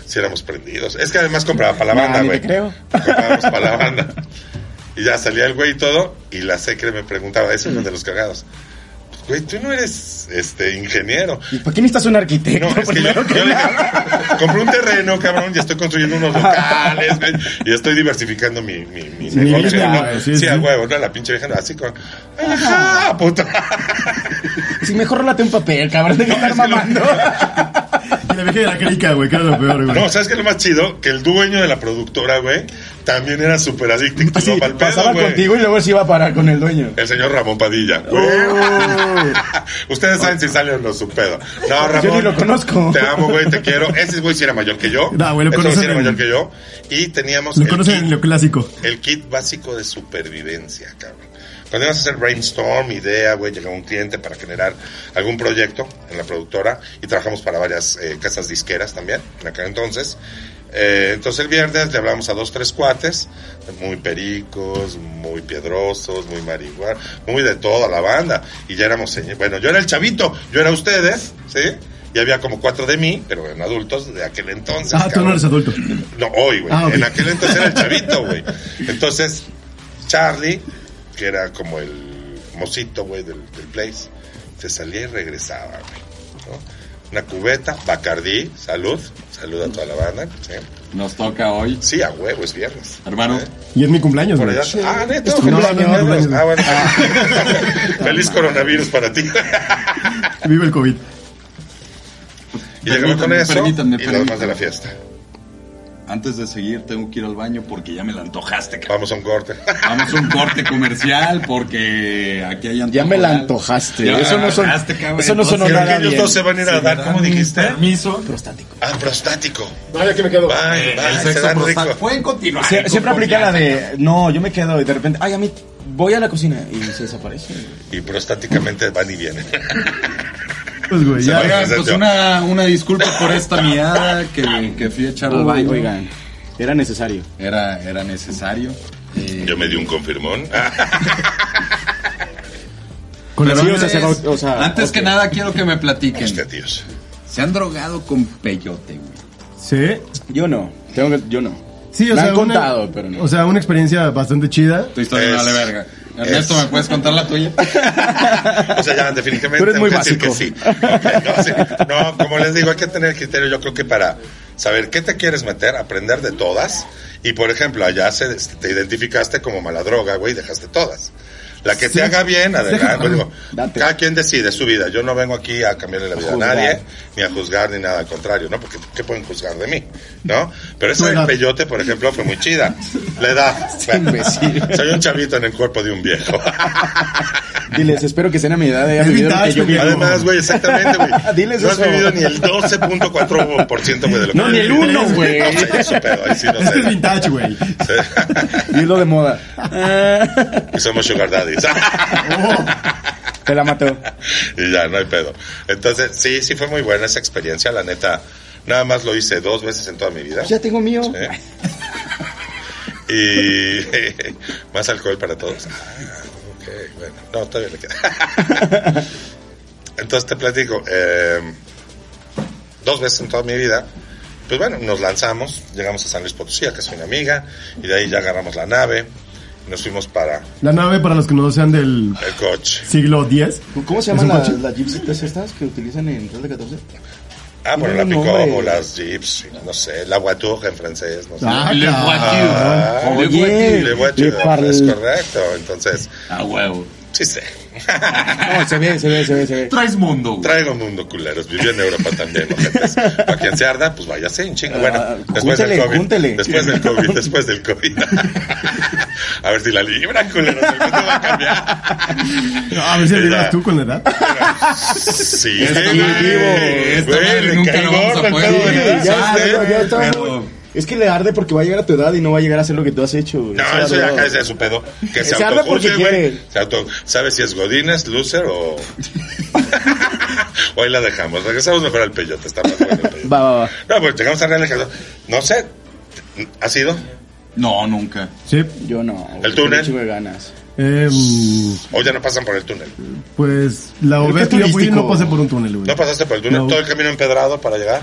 Speaker 4: si éramos prendidos. Es que además compraba para la
Speaker 5: Nah,
Speaker 4: banda,
Speaker 5: ni te
Speaker 4: güey.
Speaker 5: creo.
Speaker 4: Comprábamos para la banda. Y ya salía el güey y todo. Y la secre me preguntaba, ese es el de los cagados. Pues, Güey, tú no eres este ingeniero.
Speaker 5: ¿Y ¿Para qué necesitas un arquitecto? Pues
Speaker 4: No, es que yo,
Speaker 5: primero que
Speaker 4: yo le-
Speaker 5: nada?
Speaker 4: compré un terreno, cabrón, y estoy construyendo unos locales, güey, y estoy diversificando mi, mi, mi negocio.
Speaker 2: vida,
Speaker 4: ¿no?
Speaker 2: güey, sí,
Speaker 4: sí, a
Speaker 2: sí.
Speaker 4: huevo, ¿no? la pinche vieja, así con. ¡Ajá, puta!
Speaker 5: Sí, mejor rólate un papel,
Speaker 4: [LAUGHS]
Speaker 5: cabrón, de que estar
Speaker 4: es que lo-
Speaker 5: mamando.
Speaker 2: Y la vieja de la crica, güey, que era lo peor, güey.
Speaker 4: No, ¿sabes qué es lo más chido? Que el dueño de la productora, güey, también era súper adicto y
Speaker 5: Así,
Speaker 4: no pa'l pedo,
Speaker 5: pasaba
Speaker 4: güey.
Speaker 5: contigo y luego se iba a parar con
Speaker 4: [LAUGHS]
Speaker 5: el dueño.
Speaker 4: El señor Ramón Padilla. güey. Ustedes saben si sale o no su pedo. No, Ramón.
Speaker 5: ni lo conozco.
Speaker 4: Te amo, güey, te quiero. Ese güey sí era mayor que yo.
Speaker 2: No, güey, lo
Speaker 4: Ese sí
Speaker 2: conocen
Speaker 4: era
Speaker 2: en-
Speaker 4: mayor que yo. Y teníamos
Speaker 2: Lo
Speaker 4: el
Speaker 2: conocen
Speaker 4: kit-
Speaker 2: en lo clásico.
Speaker 4: el kit básico de supervivencia, cabrón. Cuando íbamos a hacer brainstorm, idea, güey, llegaba un cliente para generar algún proyecto en la productora y trabajamos para varias eh, casas disqueras también en aquel entonces. Eh, entonces el viernes le hablamos a dos, tres cuates, muy pericos, muy piedrosos, muy marihuana, muy de toda la banda. Y ya éramos, señor- bueno, yo era el chavito, yo era ustedes, ¿sí? Y había como cuatro de mí, pero en adultos de aquel entonces.
Speaker 2: Ah, tú no
Speaker 4: cabrón.
Speaker 2: eres adulto.
Speaker 4: No, hoy, güey.
Speaker 2: Ah, ok.
Speaker 4: En aquel entonces era el chavito, güey. Entonces, Charlie, que era como el mocito, güey, del, del place, se salía y regresaba, güey. ¿no? Una cubeta, Bacardí, salud, salud a toda la banda. Sí,
Speaker 1: Nos toca hoy.
Speaker 4: Sí, a huevo, es viernes.
Speaker 1: Hermanos,
Speaker 2: Y es mi cumpleaños,
Speaker 4: Por
Speaker 2: güey. Este,
Speaker 4: allá. Ah, neta,
Speaker 2: Es tu
Speaker 4: feliz
Speaker 2: cumpleaños,
Speaker 4: cumpleaños.
Speaker 2: cumpleaños.
Speaker 4: Ah, bueno.
Speaker 2: Ah.
Speaker 4: [LAUGHS] Feliz coronavirus
Speaker 1: [LAUGHS]
Speaker 4: para ti.
Speaker 2: Vive el COVID.
Speaker 4: Y llegamos con
Speaker 1: Permítanme,
Speaker 4: eso
Speaker 1: permítanme,
Speaker 4: y lo demás
Speaker 1: permítanme.
Speaker 4: de la fiesta.
Speaker 1: antes de seguir, tengo que ir al baño porque ya me la antojaste, cabrón.
Speaker 4: Vamos a un corte. [LAUGHS]
Speaker 1: Vamos a un corte comercial porque aquí hay
Speaker 5: Ya me la
Speaker 1: antojo.
Speaker 5: antojaste.
Speaker 1: Ya me
Speaker 5: eso
Speaker 1: la
Speaker 5: no son,
Speaker 1: antojaste, cabrón.
Speaker 5: eso no sonó
Speaker 1: Entonces,
Speaker 5: nada
Speaker 4: Creo que ellos
Speaker 5: bien.
Speaker 4: dos se van a ir a dar, ¿cómo dijiste?
Speaker 1: Permiso.
Speaker 5: Prostático.
Speaker 4: Ah, prostático.
Speaker 2: Vaya que me quedo.
Speaker 4: Bye,
Speaker 1: Eh, El
Speaker 4: bye, se
Speaker 1: sexo
Speaker 4: dan
Speaker 1: prostático.
Speaker 4: rico.
Speaker 1: Pueden continuar.
Speaker 5: Sie-
Speaker 1: con
Speaker 5: siempre aplica la
Speaker 1: confianza,
Speaker 5: de, no, yo me quedo y de repente, ay, a mí voy a la cocina y se desaparece.
Speaker 4: Y prostáticamente van y vienen.
Speaker 2: Pues, güey, ya.
Speaker 1: Oigan,
Speaker 4: Exacto.
Speaker 1: pues una, una disculpa por esta miada que, que fui a echar al baño.
Speaker 5: Oigan, era necesario.
Speaker 1: Era, era necesario. Eh,
Speaker 4: Yo me di un confirmón.
Speaker 5: Con
Speaker 1: pero
Speaker 5: el
Speaker 1: antes,
Speaker 5: se va, o sea,
Speaker 1: antes que
Speaker 5: ok.
Speaker 1: nada quiero que me platiquen.
Speaker 4: Hostia, tíos.
Speaker 1: Se han drogado con peyote, güey.
Speaker 2: Sí.
Speaker 5: Yo no, tengo que, yo no.
Speaker 2: Sí, o
Speaker 5: Me
Speaker 2: sea,
Speaker 5: han
Speaker 2: una-
Speaker 5: contado, pero no.
Speaker 2: O sea, una experiencia bastante chida.
Speaker 1: Tu historia
Speaker 4: Es-
Speaker 1: no vale verga. Ernesto,
Speaker 4: es-
Speaker 1: ¿me puedes contar la
Speaker 4: [LAUGHS]
Speaker 1: tuya?
Speaker 4: O sea, ya definitivamente
Speaker 5: Tú eres muy
Speaker 4: voy a decir
Speaker 5: básico.
Speaker 4: que sí. Ok, no, sí. [LAUGHS] No, como les digo, hay que tener criterio. Yo creo que para saber qué te quieres meter, aprender de todas. Y por ejemplo, allá se, te identificaste como mala droga, güey, y dejaste todas. La que
Speaker 2: Sí.
Speaker 4: te haga bien,
Speaker 2: Déjame,
Speaker 4: adelante. Digo,
Speaker 5: date.
Speaker 4: cada quien decide su vida. Yo no vengo aquí a cambiarle la vida a,
Speaker 5: juzgar.
Speaker 4: nadie, ni a juzgar, ni nada al contrario, ¿no? Porque ¿qué pueden juzgar de mí? ¿No? Pero esa
Speaker 2: Tu edad.
Speaker 4: del peyote, por ejemplo, fue muy chida. La
Speaker 5: [LAUGHS]
Speaker 4: edad.
Speaker 5: imbécil.
Speaker 4: Soy un chavito en el cuerpo de un viejo.
Speaker 5: Diles, espero que sean a mi edad y
Speaker 2: Es
Speaker 5: hayan vivido lo que
Speaker 2: vintage,
Speaker 5: yo viví.
Speaker 2: pendejo.
Speaker 4: Además, güey, exactamente, güey.
Speaker 5: [LAUGHS] Diles
Speaker 4: no has
Speaker 5: eso.
Speaker 4: vivido ni el 12.4% güey, de lo
Speaker 5: No,
Speaker 4: que
Speaker 5: ni el uno,
Speaker 2: [LAUGHS]
Speaker 5: güey.
Speaker 4: No sé, es un pedo, ahí sí no
Speaker 2: Es que Este es
Speaker 4: sé.
Speaker 2: vintage, güey.
Speaker 4: Sí. [LAUGHS]
Speaker 5: Y es lo de moda. [LAUGHS]
Speaker 4: Y somos sugar daddies. [LAUGHS]
Speaker 5: Te la mató.
Speaker 4: y ya, no hay pedo. Entonces, sí, sí fue muy buena esa experiencia, la neta. Nada más lo hice dos veces en toda mi vida.
Speaker 5: Ya tengo mío.
Speaker 4: Eh. Y [LAUGHS] más alcohol para todos. Ah, ok, bueno. No, todavía le
Speaker 5: [LAUGHS]
Speaker 4: queda. Entonces te platico. eh, dos veces en toda mi vida. Pues bueno, nos lanzamos, llegamos a San Luis Potosí, a casa de una amiga, y de ahí ya agarramos la nave, nos fuimos para
Speaker 2: La nave, para los que no sean del
Speaker 4: el coche.
Speaker 2: siglo X.
Speaker 5: ¿Cómo se
Speaker 2: ¿Es
Speaker 5: llaman
Speaker 2: un
Speaker 5: las,
Speaker 2: coche?
Speaker 5: las jeepsitas estas que utilizan en Real de 14?
Speaker 4: Ah, bueno, la
Speaker 5: No,
Speaker 4: picó,
Speaker 5: hombre.
Speaker 4: o las jeeps, no sé, la Guatour en francés, no sé.
Speaker 2: Ah,
Speaker 1: Le
Speaker 4: Ah,
Speaker 1: guatiu. Le
Speaker 5: oye.
Speaker 1: guatiu.
Speaker 4: Le Guachu,
Speaker 5: le parle.
Speaker 4: es correcto, entonces,
Speaker 1: A huevo.
Speaker 4: sí sé.
Speaker 5: No, se ve, se ve, se ve, se ve.
Speaker 1: Traes mundo, güey.
Speaker 4: Traigo mundo culeros, viví en Europa también, ojetes. Para quien se arda, pues váyase en chingo. Bueno,
Speaker 5: Ah,
Speaker 4: después
Speaker 5: júntele,
Speaker 4: del COVID.
Speaker 5: júntele.
Speaker 4: Después del COVID, después del COVID. [LAUGHS] a ver si la libran, culeros, el mundo va a cambiar.
Speaker 2: No, a ver si
Speaker 4: Ya.
Speaker 2: llevas tú con la edad.
Speaker 4: Sí,
Speaker 1: Esta
Speaker 4: güey,
Speaker 1: madre, esta
Speaker 4: güey,
Speaker 1: madre
Speaker 4: le
Speaker 1: nunca
Speaker 4: caí
Speaker 1: la vamos a
Speaker 4: gordo el
Speaker 1: poder
Speaker 4: pedo de la edad,
Speaker 1: olvidar.
Speaker 5: Ya,
Speaker 4: ¿sabes?
Speaker 5: ya, ya está
Speaker 1: Pero-
Speaker 5: muy- Es que le arde porque va a llegar a tu edad y no va a llegar a hacer lo que tú has hecho. güey.
Speaker 4: No,
Speaker 5: Eso
Speaker 4: eso
Speaker 5: arde.
Speaker 4: ya cae de su pedo. Que se,
Speaker 5: Eh, Se arda porque
Speaker 4: autojuzgue, güey.
Speaker 5: quiere.
Speaker 4: Se auto- ¿Sabe si es Godínez, Loser
Speaker 5: [LAUGHS]
Speaker 4: o.? Hoy la dejamos. Regresamos mejor al peyote. Está más bueno el peyote.
Speaker 5: Va, va, va.
Speaker 4: No, pues llegamos a Real Alejandro. No sé. ¿Ha sido?
Speaker 1: No, nunca.
Speaker 2: Sí.
Speaker 5: Yo no. güey,
Speaker 4: ¿El túnel?
Speaker 5: tengo un chingo de ganas.
Speaker 2: Eh,
Speaker 4: O ya no pasan por el túnel.
Speaker 2: pues la
Speaker 5: Creo que
Speaker 2: vez
Speaker 5: es
Speaker 2: que yo fui
Speaker 5: turístico.
Speaker 2: no pasé por un túnel, güey.
Speaker 4: ¿No pasaste por el túnel?
Speaker 2: No.
Speaker 4: ¿Todo el camino empedrado para llegar?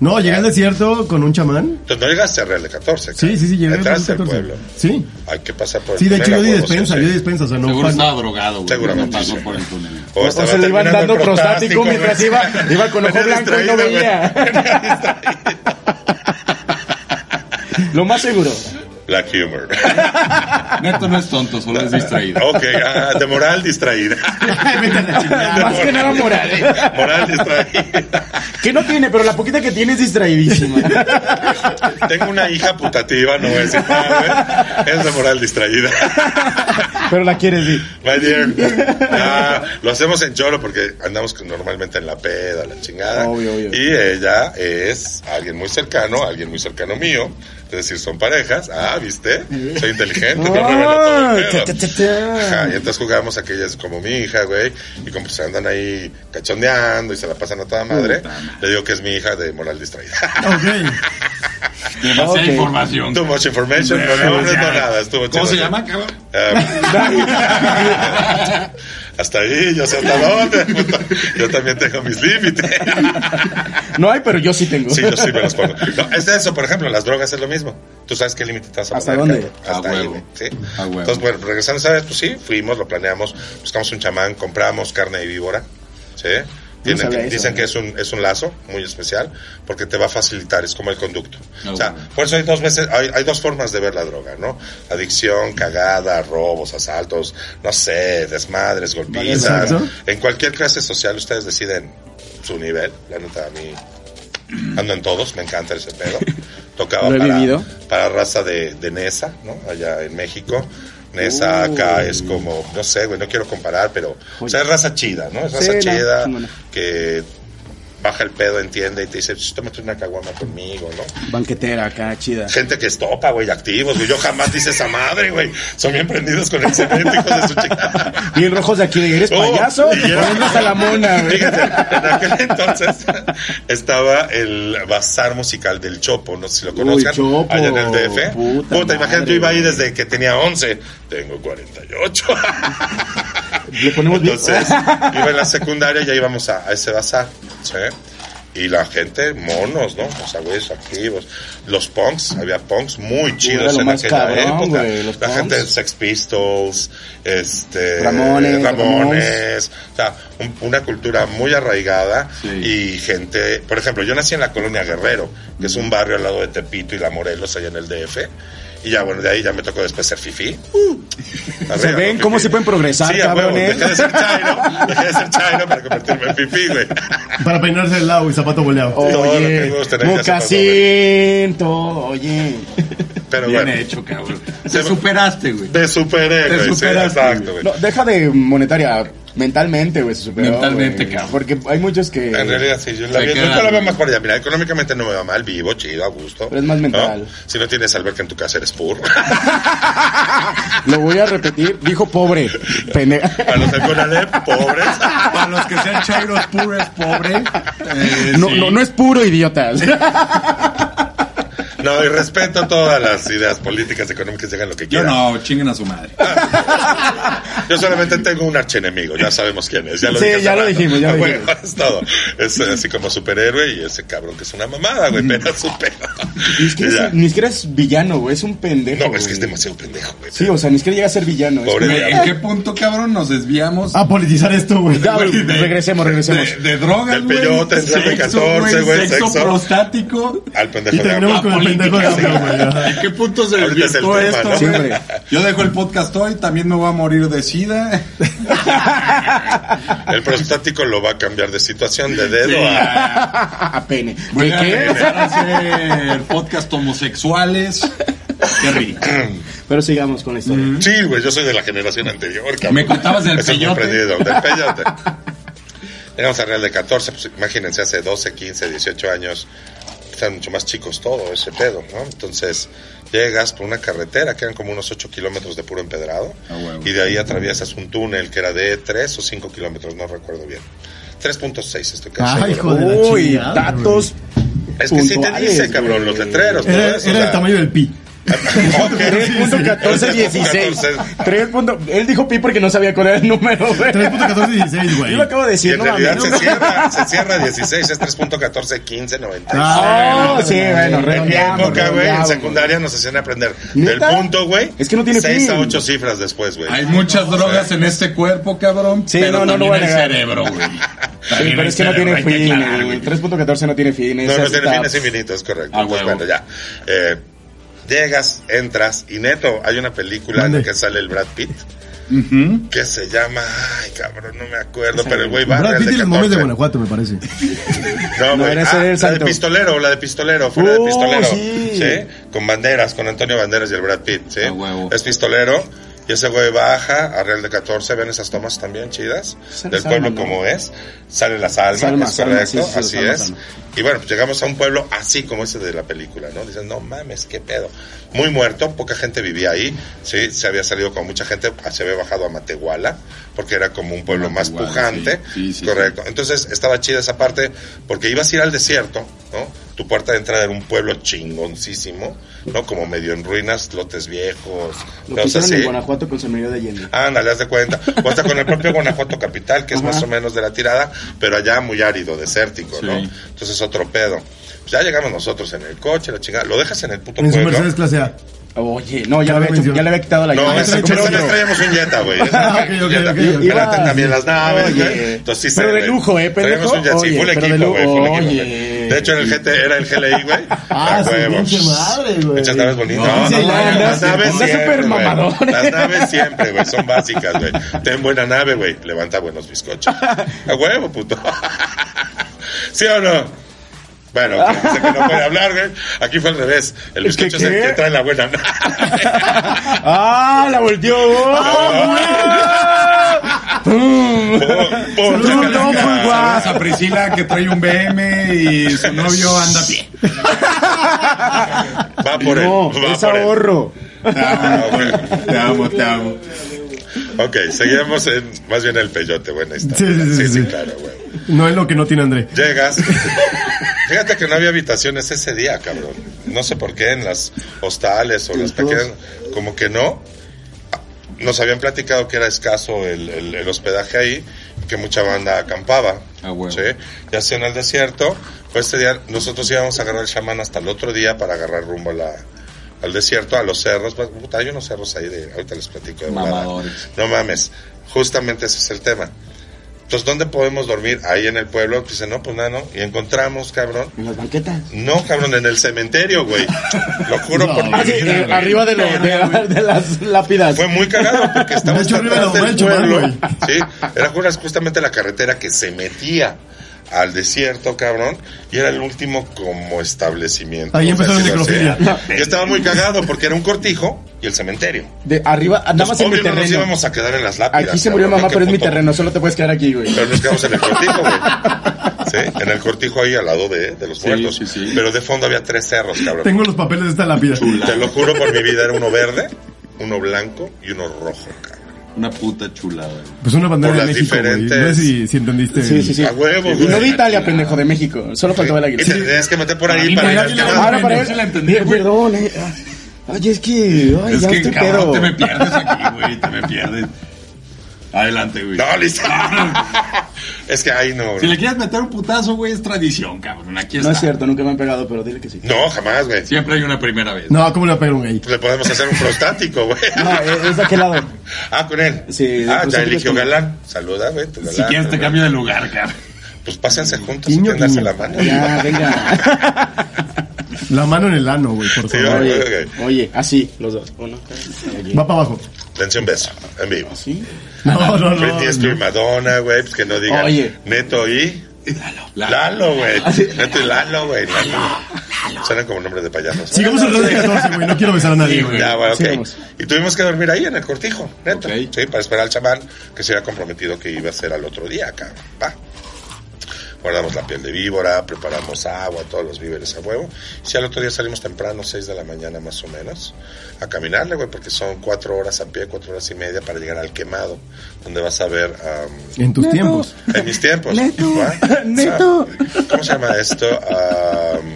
Speaker 2: No, llegué al desierto con un chamán.
Speaker 4: Entonces no llegaste a Real de 14.
Speaker 2: Sí, sí, sí, llegué con un
Speaker 4: Entraste al
Speaker 2: 14.
Speaker 4: pueblo.
Speaker 2: Sí.
Speaker 4: Hay que pasar por el
Speaker 2: Sí, de hecho yo
Speaker 4: túnel,
Speaker 2: di
Speaker 4: a huevo,
Speaker 2: despensa,
Speaker 4: sí,
Speaker 2: yo
Speaker 4: sí.
Speaker 2: di despensa, o sea, no
Speaker 1: Seguro
Speaker 2: pasa-
Speaker 1: estaba drogado, güey.
Speaker 4: Seguramente,
Speaker 1: No pasó
Speaker 4: sí.
Speaker 1: por el túnel.
Speaker 4: O,
Speaker 5: O
Speaker 4: estaba
Speaker 5: se le iban
Speaker 4: terminando
Speaker 5: dando
Speaker 4: el
Speaker 5: prostático mientras
Speaker 4: güey.
Speaker 5: iba,
Speaker 4: [LAUGHS]
Speaker 5: iba con ojo
Speaker 4: Venía
Speaker 5: blanco y
Speaker 4: distraído,
Speaker 5: no
Speaker 4: güey.
Speaker 5: veía.
Speaker 4: Venía distraído.
Speaker 5: Lo más [LAUGHS] seguro.
Speaker 4: Black humor. [LAUGHS]
Speaker 1: Neto no es tonto, solo es distraído.
Speaker 4: Ok, ah, de moral distraída.
Speaker 5: Más que nada moral.
Speaker 4: Moral distraída.
Speaker 5: Que no tiene, pero la poquita que tiene es distraidísima.
Speaker 4: Tengo una hija putativa, no voy a decir nada, güey. Es de moral distraída.
Speaker 5: Pero la quieres ir.
Speaker 4: My dear. Ah, lo hacemos en Cholo porque andamos con- normalmente en la peda, la chingada.
Speaker 5: Obvio, obvio.
Speaker 4: Y ella es alguien muy cercano, alguien muy cercano mío. Es decir, son parejas. Ah, ¿viste? Soy inteligente, no revelo
Speaker 5: Ah,
Speaker 4: todo el pedo. Ajá, y entonces jugamos a que ella es como mi hija, güey. Y como se andan ahí cachondeando y se la pasan a toda madre, le digo que es mi hija de moral distraída.
Speaker 2: Ah, Ok.
Speaker 1: Demasiada
Speaker 5: Ok.
Speaker 1: información.
Speaker 4: [LAUGHS] Too much information, no, no, no, no, nada. estuvo
Speaker 1: ¿Cómo
Speaker 4: chido.
Speaker 1: se llama, cabrón?
Speaker 4: Ah, Em, [LAUGHS] hasta ahí, yo sé hasta dónde. [LAUGHS] puto. Yo también tengo mis límites.
Speaker 5: No hay, pero yo sí tengo.
Speaker 4: Sí, yo sí me los pongo. No, es eso, por ejemplo, las drogas es lo mismo. Tú sabes qué límite te vas a
Speaker 5: ¿Hasta
Speaker 4: poner,
Speaker 5: dónde?
Speaker 4: cabrón. Hasta
Speaker 1: A
Speaker 4: ahí,
Speaker 1: huevo.
Speaker 4: güey, ¿sí?
Speaker 1: A huevo.
Speaker 4: Entonces, bueno, regresando, ¿sabes? Pues sí, fuimos, lo planeamos, buscamos un chamán, compramos carne de víbora, ¿sí? Tienen
Speaker 5: sabía
Speaker 4: que-
Speaker 5: eso,
Speaker 4: dicen
Speaker 5: güey.
Speaker 4: que es un, es un lazo muy especial porque te va a facilitar, es como el conducto.
Speaker 1: No,
Speaker 4: o sea,
Speaker 1: güey.
Speaker 4: por eso hay dos veces, hay, hay dos formas de ver la droga, ¿no? Adicción, cagada, robos, asaltos, no sé, desmadres, golpizas.
Speaker 2: Exacto.
Speaker 4: En cualquier clase social ustedes deciden su nivel. La neta, a mí ando en todos, me encanta ese
Speaker 5: [LAUGHS]
Speaker 4: pedo. Tocaba
Speaker 5: Lo he
Speaker 4: para,
Speaker 5: vivido.
Speaker 4: para raza de, de Nesa, ¿no? Allá en México. Nesa acá es como, no sé, güey, no quiero comparar, pero... O sea, es raza chida, ¿no? Es raza
Speaker 5: Sí, no,
Speaker 4: chida
Speaker 5: chingona.
Speaker 4: que baja el pedo, entiende y te dice, "Ch, tómate una caguama conmigo, ¿no?
Speaker 5: Banquetera acá, chida.
Speaker 4: Gente que estopa, güey, activos, güey. Yo jamás dice esa madre, güey. Son bien prendidos con el cemento, hijos de su chingada.
Speaker 5: [LAUGHS] Bien rojos de aquí, de, ¿eres
Speaker 4: Oh,
Speaker 5: payaso?
Speaker 4: y era-
Speaker 5: Poniéndose a la mona, güey.
Speaker 4: Fíjate, en aquel entonces estaba el bazar musical del Chopo, no sé si lo conozcan,
Speaker 5: Chopo,
Speaker 4: allá en el DF.
Speaker 5: puta
Speaker 4: Puta, imagínate,
Speaker 5: madre,
Speaker 4: yo iba ahí
Speaker 5: güey.
Speaker 4: desde que tenía 11, tengo 48.
Speaker 5: Le ponemos bien.
Speaker 4: Entonces, iba en la secundaria y ya íbamos a, a ese bazar, ¿sí? Y la gente, monos, ¿no? O sea, güeyes activos. Los punks, había punks muy
Speaker 5: era
Speaker 4: chidos
Speaker 5: lo
Speaker 4: en
Speaker 5: más
Speaker 4: aquella
Speaker 5: cabrón,
Speaker 4: época.
Speaker 5: güey, los
Speaker 4: la
Speaker 5: punks.
Speaker 4: gente de Sex Pistols, este...
Speaker 5: Ramones,
Speaker 4: Ramones. O sea, un- una cultura muy arraigada
Speaker 1: Sí.
Speaker 4: y gente... Por ejemplo, yo nací en la colonia Guerrero, que es un barrio al lado de Tepito y La Morelos, allá en el DF. Y ya, bueno, de ahí ya me tocó después ser
Speaker 5: [LAUGHS]
Speaker 4: fifí. Arriba,
Speaker 5: ven
Speaker 4: ¿no?
Speaker 5: cómo
Speaker 4: Fifí.
Speaker 5: sí pueden progresar,
Speaker 4: Sí, a huevo.
Speaker 5: cabrones.
Speaker 4: Dejé de
Speaker 5: [LAUGHS]
Speaker 4: ser chairo, dejé de ser chairo para convertirme en fifí, güey.
Speaker 2: Para peinarse el lado y zapato boleado.
Speaker 5: Oh.
Speaker 4: todo lo que
Speaker 5: Oye,
Speaker 4: me gusta en el caso,
Speaker 5: mocasinto, oye.
Speaker 4: Pero
Speaker 1: Bien
Speaker 4: bueno,
Speaker 1: hecho,
Speaker 4: [LAUGHS]
Speaker 1: cabrón. Te superaste, güey.
Speaker 4: te superé,
Speaker 1: Te
Speaker 4: güey. sí,
Speaker 1: superaste,
Speaker 4: exacto, güey.
Speaker 5: No, deja de monetaria, mentalmente, güey, se superó,
Speaker 1: Mentalmente,
Speaker 5: güey.
Speaker 1: cabrón.
Speaker 5: Porque hay muchos que...
Speaker 4: En realidad sí, yo la
Speaker 1: Se
Speaker 4: vida
Speaker 1: quedan.
Speaker 4: nunca la veo más por allá. Mira, económicamente no me va mal, vivo, chido, a gusto.
Speaker 5: Pero es más
Speaker 4: ¿no?
Speaker 5: mental.
Speaker 4: Si no tienes alberca en tu casa, eres [LAUGHS] burro.
Speaker 5: Lo voy a repetir, dijo pobre. pene-
Speaker 4: Para los Econalep, pobres.
Speaker 1: Para los que sean chairos puros, pobre. eh,
Speaker 5: No,
Speaker 1: sí.
Speaker 5: no, no es puro, idiotas.
Speaker 4: No, y respeto todas las ideas políticas, económicas, digan lo que
Speaker 1: Yo
Speaker 4: quieran.
Speaker 1: no, chinguen a su madre.
Speaker 4: Yo solamente tengo un archenemigo, ya sabemos quién es. Ya lo
Speaker 5: Sí,
Speaker 4: dije hace
Speaker 5: ya lo
Speaker 4: rato.
Speaker 5: dijimos, ya lo
Speaker 4: Bueno,
Speaker 5: dijimos.
Speaker 4: es todo. Es eh, así como superhéroe y ese cabrón que es una mamada, güey, pero supera.
Speaker 5: [LAUGHS] Ni siquiera,
Speaker 4: Y ya.
Speaker 5: es, ni siquiera es villano, güey, es un pendejo.
Speaker 4: No, es que
Speaker 5: güey.
Speaker 4: es demasiado pendejo, güey.
Speaker 5: Sí, o sea, ni siquiera llega a ser villano. es
Speaker 4: Pobre
Speaker 5: como-
Speaker 4: de-
Speaker 1: ¿En qué punto, cabrón, nos
Speaker 4: Ah,
Speaker 1: desviamos?
Speaker 2: A politizar esto, güey.
Speaker 5: Ya, güey,
Speaker 1: Güey, de-
Speaker 5: regresemos, regresemos.
Speaker 1: De, de drogas,
Speaker 4: Del
Speaker 1: güey.
Speaker 4: peyote, del
Speaker 1: sexo,
Speaker 4: 14, güey,
Speaker 1: Sexo,
Speaker 4: sexo.
Speaker 1: prostático.
Speaker 4: Al pendejo
Speaker 2: Y
Speaker 4: de
Speaker 2: terminamos
Speaker 4: Amado.
Speaker 2: con el pendejo de Amado, güey. ajá.
Speaker 1: ¿En qué punto se
Speaker 4: Ahorita es el
Speaker 1: desvirtuó
Speaker 4: tema,
Speaker 1: esto,
Speaker 4: ¿no?
Speaker 1: güey?
Speaker 5: Siempre.
Speaker 1: Yo dejo el podcast hoy, también me voy a morir de sida.
Speaker 4: El prostático lo va a cambiar de situación de dedo a.
Speaker 5: a Ah, pene.
Speaker 1: Voy
Speaker 5: ¿Qué?
Speaker 1: a
Speaker 5: qué?
Speaker 1: empezar a hacer podcast homosexuales. Qué rico.
Speaker 5: Pero sigamos con la historia.
Speaker 4: Sí, güey, yo soy de la generación anterior, cabrón.
Speaker 1: Me contabas del
Speaker 4: Eso es muy
Speaker 1: peyote.
Speaker 4: prendido, del peyote. Llegamos a Real de 14, pues imagínense, hace 12, 15, 18 años, están mucho más chicos todo ese pedo, ¿no? Entonces, llegas por una carretera que eran como unos 8 kilómetros de puro empedrado,
Speaker 1: Ah, huevo.
Speaker 4: y de ahí atraviesas un túnel que era de 3 o 5 kilómetros, no recuerdo bien. 3.6 estoy casi
Speaker 2: Ay,
Speaker 4: seguro.
Speaker 2: joder. De la
Speaker 5: Uy,
Speaker 2: chingada,
Speaker 5: datos.
Speaker 4: Es que [LAUGHS] sí te
Speaker 5: puntuales,
Speaker 4: dice, cabrón,
Speaker 5: güey.
Speaker 4: los letreros. todo
Speaker 2: Era,
Speaker 4: eso,
Speaker 2: era
Speaker 4: o
Speaker 2: el
Speaker 4: sea,
Speaker 2: tamaño del pi.
Speaker 4: [LAUGHS]
Speaker 5: 3.1416. 3. punto- Él dijo pi porque no sabía cuál era el número, güey.
Speaker 2: 3.1416,
Speaker 5: [LAUGHS] Yo lo
Speaker 2: güey.
Speaker 5: acabo de
Speaker 4: Y
Speaker 5: decir,
Speaker 4: en
Speaker 5: no
Speaker 4: realidad
Speaker 5: mames.
Speaker 4: se cierra, se cierra 16, es 3.14, 15, 96.
Speaker 2: Ah,
Speaker 5: Ah, sí, bueno,
Speaker 4: en mi
Speaker 5: redondeamos,
Speaker 4: época, güey, en
Speaker 5: redondeamos,
Speaker 4: secundaria nos hacían aprender del
Speaker 5: ¿Neta?
Speaker 4: punto, güey.
Speaker 5: Es que no tiene
Speaker 4: 6 a
Speaker 5: fin.
Speaker 4: 8 cifras después, güey.
Speaker 1: Hay muchas drogas en este cuerpo, cabrón.
Speaker 5: Sí,
Speaker 1: pero
Speaker 5: no, no lo
Speaker 1: también
Speaker 5: voy a
Speaker 1: el
Speaker 5: negar.
Speaker 1: cerebro, güey.
Speaker 5: Sí,
Speaker 1: También
Speaker 5: pero
Speaker 1: el
Speaker 5: es que no
Speaker 1: cerebro,
Speaker 5: tiene
Speaker 1: hay que
Speaker 5: fin. eh.
Speaker 1: aclarar,
Speaker 5: güey.
Speaker 1: güey.
Speaker 5: 3.14 no tiene fin.
Speaker 4: No,
Speaker 5: esa
Speaker 4: no tiene
Speaker 5: está-
Speaker 4: fin, es infinito, es correcto.
Speaker 1: Ah,
Speaker 4: Entonces,
Speaker 1: huevo.
Speaker 4: bueno, ya. Eh, llegas, entras, y neto, hay una película en
Speaker 2: Mande.
Speaker 4: la que sale el Brad Pitt.
Speaker 1: Ujú.
Speaker 4: que se llama, ay cabrón, no me acuerdo, pero el güey va
Speaker 2: Brad
Speaker 4: al
Speaker 2: Pitt y
Speaker 4: de
Speaker 2: los momios de
Speaker 4: 14.
Speaker 2: Guanajuato, me parece.
Speaker 4: No,
Speaker 5: No,
Speaker 4: güey.
Speaker 5: era ese
Speaker 4: Ah, la
Speaker 5: del
Speaker 4: de
Speaker 5: santo.
Speaker 4: pistolero, la de pistolero, fue la de
Speaker 5: Oh,
Speaker 4: pistolero.
Speaker 5: sí.
Speaker 4: Con banderas, con Antonio Banderas y el Brad Pitt, ¿sí?
Speaker 1: A huevo.
Speaker 4: Es pistolero. Y ese güey baja a Real de 14, ven esas tomas también chidas,
Speaker 5: Sale
Speaker 4: del
Speaker 5: Salma,
Speaker 4: pueblo
Speaker 5: ¿no?
Speaker 4: como es, sale las almas,
Speaker 5: Salma,
Speaker 4: es
Speaker 5: Salma,
Speaker 4: correcto,
Speaker 5: sí, sí,
Speaker 4: así
Speaker 5: Salma,
Speaker 4: es.
Speaker 5: Salma.
Speaker 4: Y bueno, pues llegamos a un pueblo así como ese de la película, ¿no? Dicen, no mames, qué pedo. Muy muerto, poca gente vivía ahí, sí, se había salido con mucha gente, se había bajado a Matehuala, porque era como un pueblo más
Speaker 1: Matehuala,
Speaker 4: pujante,
Speaker 1: sí, sí, sí,
Speaker 4: correcto. Entonces estaba chida esa parte porque ibas a ir al desierto, ¿no? Tu puerta de entrada era un pueblo chingoncísimo, ¿no? Como medio en ruinas, lotes viejos,
Speaker 5: Lo que
Speaker 4: cosas así.
Speaker 5: hicieron en Guanajuato con San Miguel de Allende.
Speaker 4: Ándale, haz de cuenta. O hasta con el propio Guanajuato Capital, que es
Speaker 5: Ajá.
Speaker 4: más o menos de la tirada, pero allá muy árido, desértico, ¿no?
Speaker 1: Sí.
Speaker 4: Entonces otro pedo. Pues ya llegamos nosotros en el coche, la chingada. Lo dejas en el puto
Speaker 2: En su Mercedes
Speaker 4: pueblo.
Speaker 2: clase A.
Speaker 5: Oye, no, ya, le había,
Speaker 2: Claro,
Speaker 5: hecho- ya le había quitado la
Speaker 4: No,
Speaker 5: llave,
Speaker 4: es
Speaker 5: se
Speaker 4: el
Speaker 5: compró
Speaker 4: Mercedes
Speaker 5: otro.
Speaker 4: traíamos un Jetta,
Speaker 5: [LAUGHS]
Speaker 4: güey.
Speaker 2: Ah, ok, ok, ok.
Speaker 4: Jetta.
Speaker 5: Iba-
Speaker 4: Espérate, también las naves,
Speaker 5: Oye.
Speaker 4: güey. Entonces, sí,
Speaker 5: Pero
Speaker 4: se-
Speaker 5: de lujo, ¿eh, pendejo?
Speaker 4: Traíamos un Jet, sí,
Speaker 5: Oye,
Speaker 4: full
Speaker 5: pero de
Speaker 4: equipo, güey. full
Speaker 5: lujo,
Speaker 4: equipo,
Speaker 5: oye.
Speaker 4: güey. De hecho, en el GT era el GLI,
Speaker 5: [LAUGHS]
Speaker 4: güey.
Speaker 2: Ah,
Speaker 4: A
Speaker 2: su
Speaker 4: huevo.
Speaker 2: pinche madre, güey.
Speaker 4: Muchas naves bonitas.
Speaker 2: No,
Speaker 4: No,
Speaker 2: sí,
Speaker 4: no,
Speaker 2: la-
Speaker 4: no, las
Speaker 2: la-
Speaker 4: naves
Speaker 5: la-
Speaker 4: siempre,
Speaker 5: súper
Speaker 4: güey.
Speaker 5: mamador.
Speaker 4: Las
Speaker 5: [LAUGHS]
Speaker 4: naves siempre, güey. Son básicas, güey. Ten buena nave, güey. Levanta buenos bizcochos. A huevo, puto. [LAUGHS] ¿Sí o no? Bueno, que sé que no puede hablar, güey. Aquí fue al revés. El
Speaker 5: Es que,
Speaker 4: bizcocho es el
Speaker 5: ¿qué?
Speaker 4: que trae la buena nave.
Speaker 5: ¡Ah, la volteó!
Speaker 4: Ah, Pum, pum,
Speaker 5: Saludos,
Speaker 4: chaca,
Speaker 5: don
Speaker 4: chaca.
Speaker 5: Fulgua.
Speaker 1: Saludos a Priscila que trae un BM y
Speaker 5: [LAUGHS]
Speaker 1: su novio anda a pie.
Speaker 4: Va por él.
Speaker 5: no,
Speaker 4: va
Speaker 5: es
Speaker 4: por él.
Speaker 5: ahorro.
Speaker 1: Te amo,
Speaker 4: Ah,
Speaker 1: te amo, te amo.
Speaker 4: Ok, seguimos en, más bien el peyote, buena historia.
Speaker 2: Sí, sí, sí, sí.
Speaker 4: claro, güey.
Speaker 2: No es lo que no tiene André.
Speaker 4: Llegas. Fíjate que no había habitaciones ese día, cabrón. No sé por qué en las hostales o las pequeñas, como que no. Nos habían platicado que era escaso el, el- el hospedaje ahí, que mucha banda acampaba.
Speaker 1: Ah, huevo.
Speaker 4: ¿sí? Ya sea en el desierto, pues ese día nosotros íbamos a agarrar el chamán hasta el otro día para agarrar rumbo a la- al desierto, a los cerros. Pues, puta, hay unos cerros ahí de, ahorita les platico de volada.
Speaker 1: Mamadores.
Speaker 4: No mames, justamente ese es el tema. Entonces, ¿dónde podemos dormir? Ahí en el pueblo. Pues Dice, no, pues nada, no. Y encontramos, cabrón.
Speaker 5: En las banquetas.
Speaker 4: No, cabrón, en el cementerio, güey. Lo
Speaker 1: [LAUGHS]
Speaker 4: juro por mi
Speaker 5: Ah, sí,
Speaker 4: vida,
Speaker 5: eh,
Speaker 4: güey.
Speaker 5: arriba de, lo- de- de las lápidas.
Speaker 4: Fue muy cagado porque
Speaker 2: De
Speaker 4: estábamos
Speaker 2: hecho, arriba
Speaker 4: atrás
Speaker 2: de
Speaker 4: del
Speaker 2: Don Pancho,
Speaker 4: pueblo.
Speaker 2: ¿no,
Speaker 4: Sí, era juras- justamente la carretera que se metía al desierto, cabrón, y era el último como establecimiento.
Speaker 2: Ahí
Speaker 4: o sea,
Speaker 2: empezó la
Speaker 4: si lo
Speaker 2: necrofilia.
Speaker 4: sea. Yo estaba muy cagado porque era un cortijo y el cementerio.
Speaker 5: De arriba, eh, nada más
Speaker 4: Entonces,
Speaker 5: en mi
Speaker 4: obvio no nos
Speaker 5: terreno.
Speaker 4: íbamos a quedar en las lápidas.
Speaker 5: Aquí se
Speaker 4: cabrón,
Speaker 5: murió
Speaker 4: ¿no?
Speaker 5: mamá,
Speaker 4: Qué
Speaker 5: pero es mi
Speaker 4: puto-
Speaker 5: terreno, solo te puedes quedar aquí, güey.
Speaker 4: Pero nos quedamos en el cortijo,
Speaker 5: [LAUGHS]
Speaker 4: güey. Sí, en el cortijo ahí al lado de, de los muertos.
Speaker 1: sí, sí.
Speaker 4: Pero de fondo había tres cerros, cabrón.
Speaker 2: Tengo los papeles de esta lápida.
Speaker 4: Te lo juro por mi vida, era uno verde, uno blanco y uno rojo, cabrón.
Speaker 1: Una puta chulada, güey.
Speaker 2: Pues una bandera
Speaker 4: Por
Speaker 2: de
Speaker 4: las
Speaker 2: México, güey.
Speaker 4: diferentes-
Speaker 2: No sé si, si entendiste.
Speaker 5: Sí, sí, sí.
Speaker 4: A huevo,
Speaker 5: Y
Speaker 4: güey.
Speaker 5: no de Italia, pendejo, de México. Solo faltaba el
Speaker 4: Y
Speaker 5: águila.
Speaker 4: te tenías que meter por ahí
Speaker 1: mí
Speaker 4: para
Speaker 1: me
Speaker 4: ir
Speaker 1: da
Speaker 4: al
Speaker 1: miedo. [LAUGHS]
Speaker 4: tema.
Speaker 5: Ahora para
Speaker 1: Sí la entendí,
Speaker 5: Eh,
Speaker 1: güey.
Speaker 5: Perdón, eh. Oye, es que. Ay,
Speaker 1: Es
Speaker 5: ya
Speaker 1: que,
Speaker 5: estoy
Speaker 1: cabrón,
Speaker 5: pedo.
Speaker 1: te me pierdes aquí, güey. Te me pierdes. Adelante, güey.
Speaker 4: No, listo. es que ahí no.
Speaker 1: Si
Speaker 4: güey.
Speaker 1: le quieres meter un putazo, güey, es tradición, cabrón. Aquí está.
Speaker 5: No es cierto, nunca me han pegado, pero dile que sí.
Speaker 4: No, jamás, güey.
Speaker 1: Siempre hay una primera vez.
Speaker 2: No, ¿cómo le va a pegar un gay?
Speaker 4: Le podemos hacer un
Speaker 1: [LAUGHS]
Speaker 4: prostático, güey.
Speaker 5: No, eh, es de aquel lado.
Speaker 4: Ah, con él.
Speaker 5: Sí,
Speaker 4: ah,
Speaker 5: pues,
Speaker 4: ya
Speaker 5: sí,
Speaker 4: eligió
Speaker 5: sí.
Speaker 4: Galán. Saluda, güey. tu
Speaker 1: Si
Speaker 4: Galán,
Speaker 1: quieres, te
Speaker 4: güey.
Speaker 1: cambio de lugar, cabrón.
Speaker 4: Pues pásense juntos y
Speaker 2: Guiño,
Speaker 4: tiendas
Speaker 2: guiño.
Speaker 4: la mano.
Speaker 5: Ya, venga.
Speaker 2: La mano en el ano, güey, por
Speaker 4: Sí,
Speaker 2: favor.
Speaker 5: Oye, oye, así, los dos. Uno, aquí.
Speaker 2: Va para abajo.
Speaker 4: Dense un beso, en vivo.
Speaker 5: así.
Speaker 2: No, no, no.
Speaker 4: Britney Spears,
Speaker 2: no.
Speaker 4: Madonna, güey, pues que no digan
Speaker 5: Oye. Ah,
Speaker 4: Neto y Lalo, güey. Neto y Lalo, güey. Lalo. Suenan como nombres de payasos.
Speaker 2: Sigamos el red de 14, güey. No quiero besar a nadie,
Speaker 1: Sí,
Speaker 2: güey.
Speaker 1: güey.
Speaker 4: Ya, bueno, ok.
Speaker 5: Sigamos.
Speaker 4: Y tuvimos que dormir ahí en el cortijo, neto.
Speaker 1: Ok.
Speaker 4: Sí, para esperar al chamán que se había comprometido que iba a ser al otro día acá. Va. Guardamos la piel de víbora, preparamos agua, todos los víveres a huevo. Si al otro día salimos temprano, 6 de la mañana más o menos, a caminarle, güey, porque son cuatro horas a pie, cuatro horas y media para llegar al quemado, donde vas a ver am,
Speaker 2: En tus tiempos.
Speaker 4: en mis
Speaker 2: [LAUGHS]
Speaker 4: tiempos.
Speaker 5: Neto,
Speaker 4: ¿va?
Speaker 5: Neto.
Speaker 4: O sea, ¿Cómo se llama esto? Am,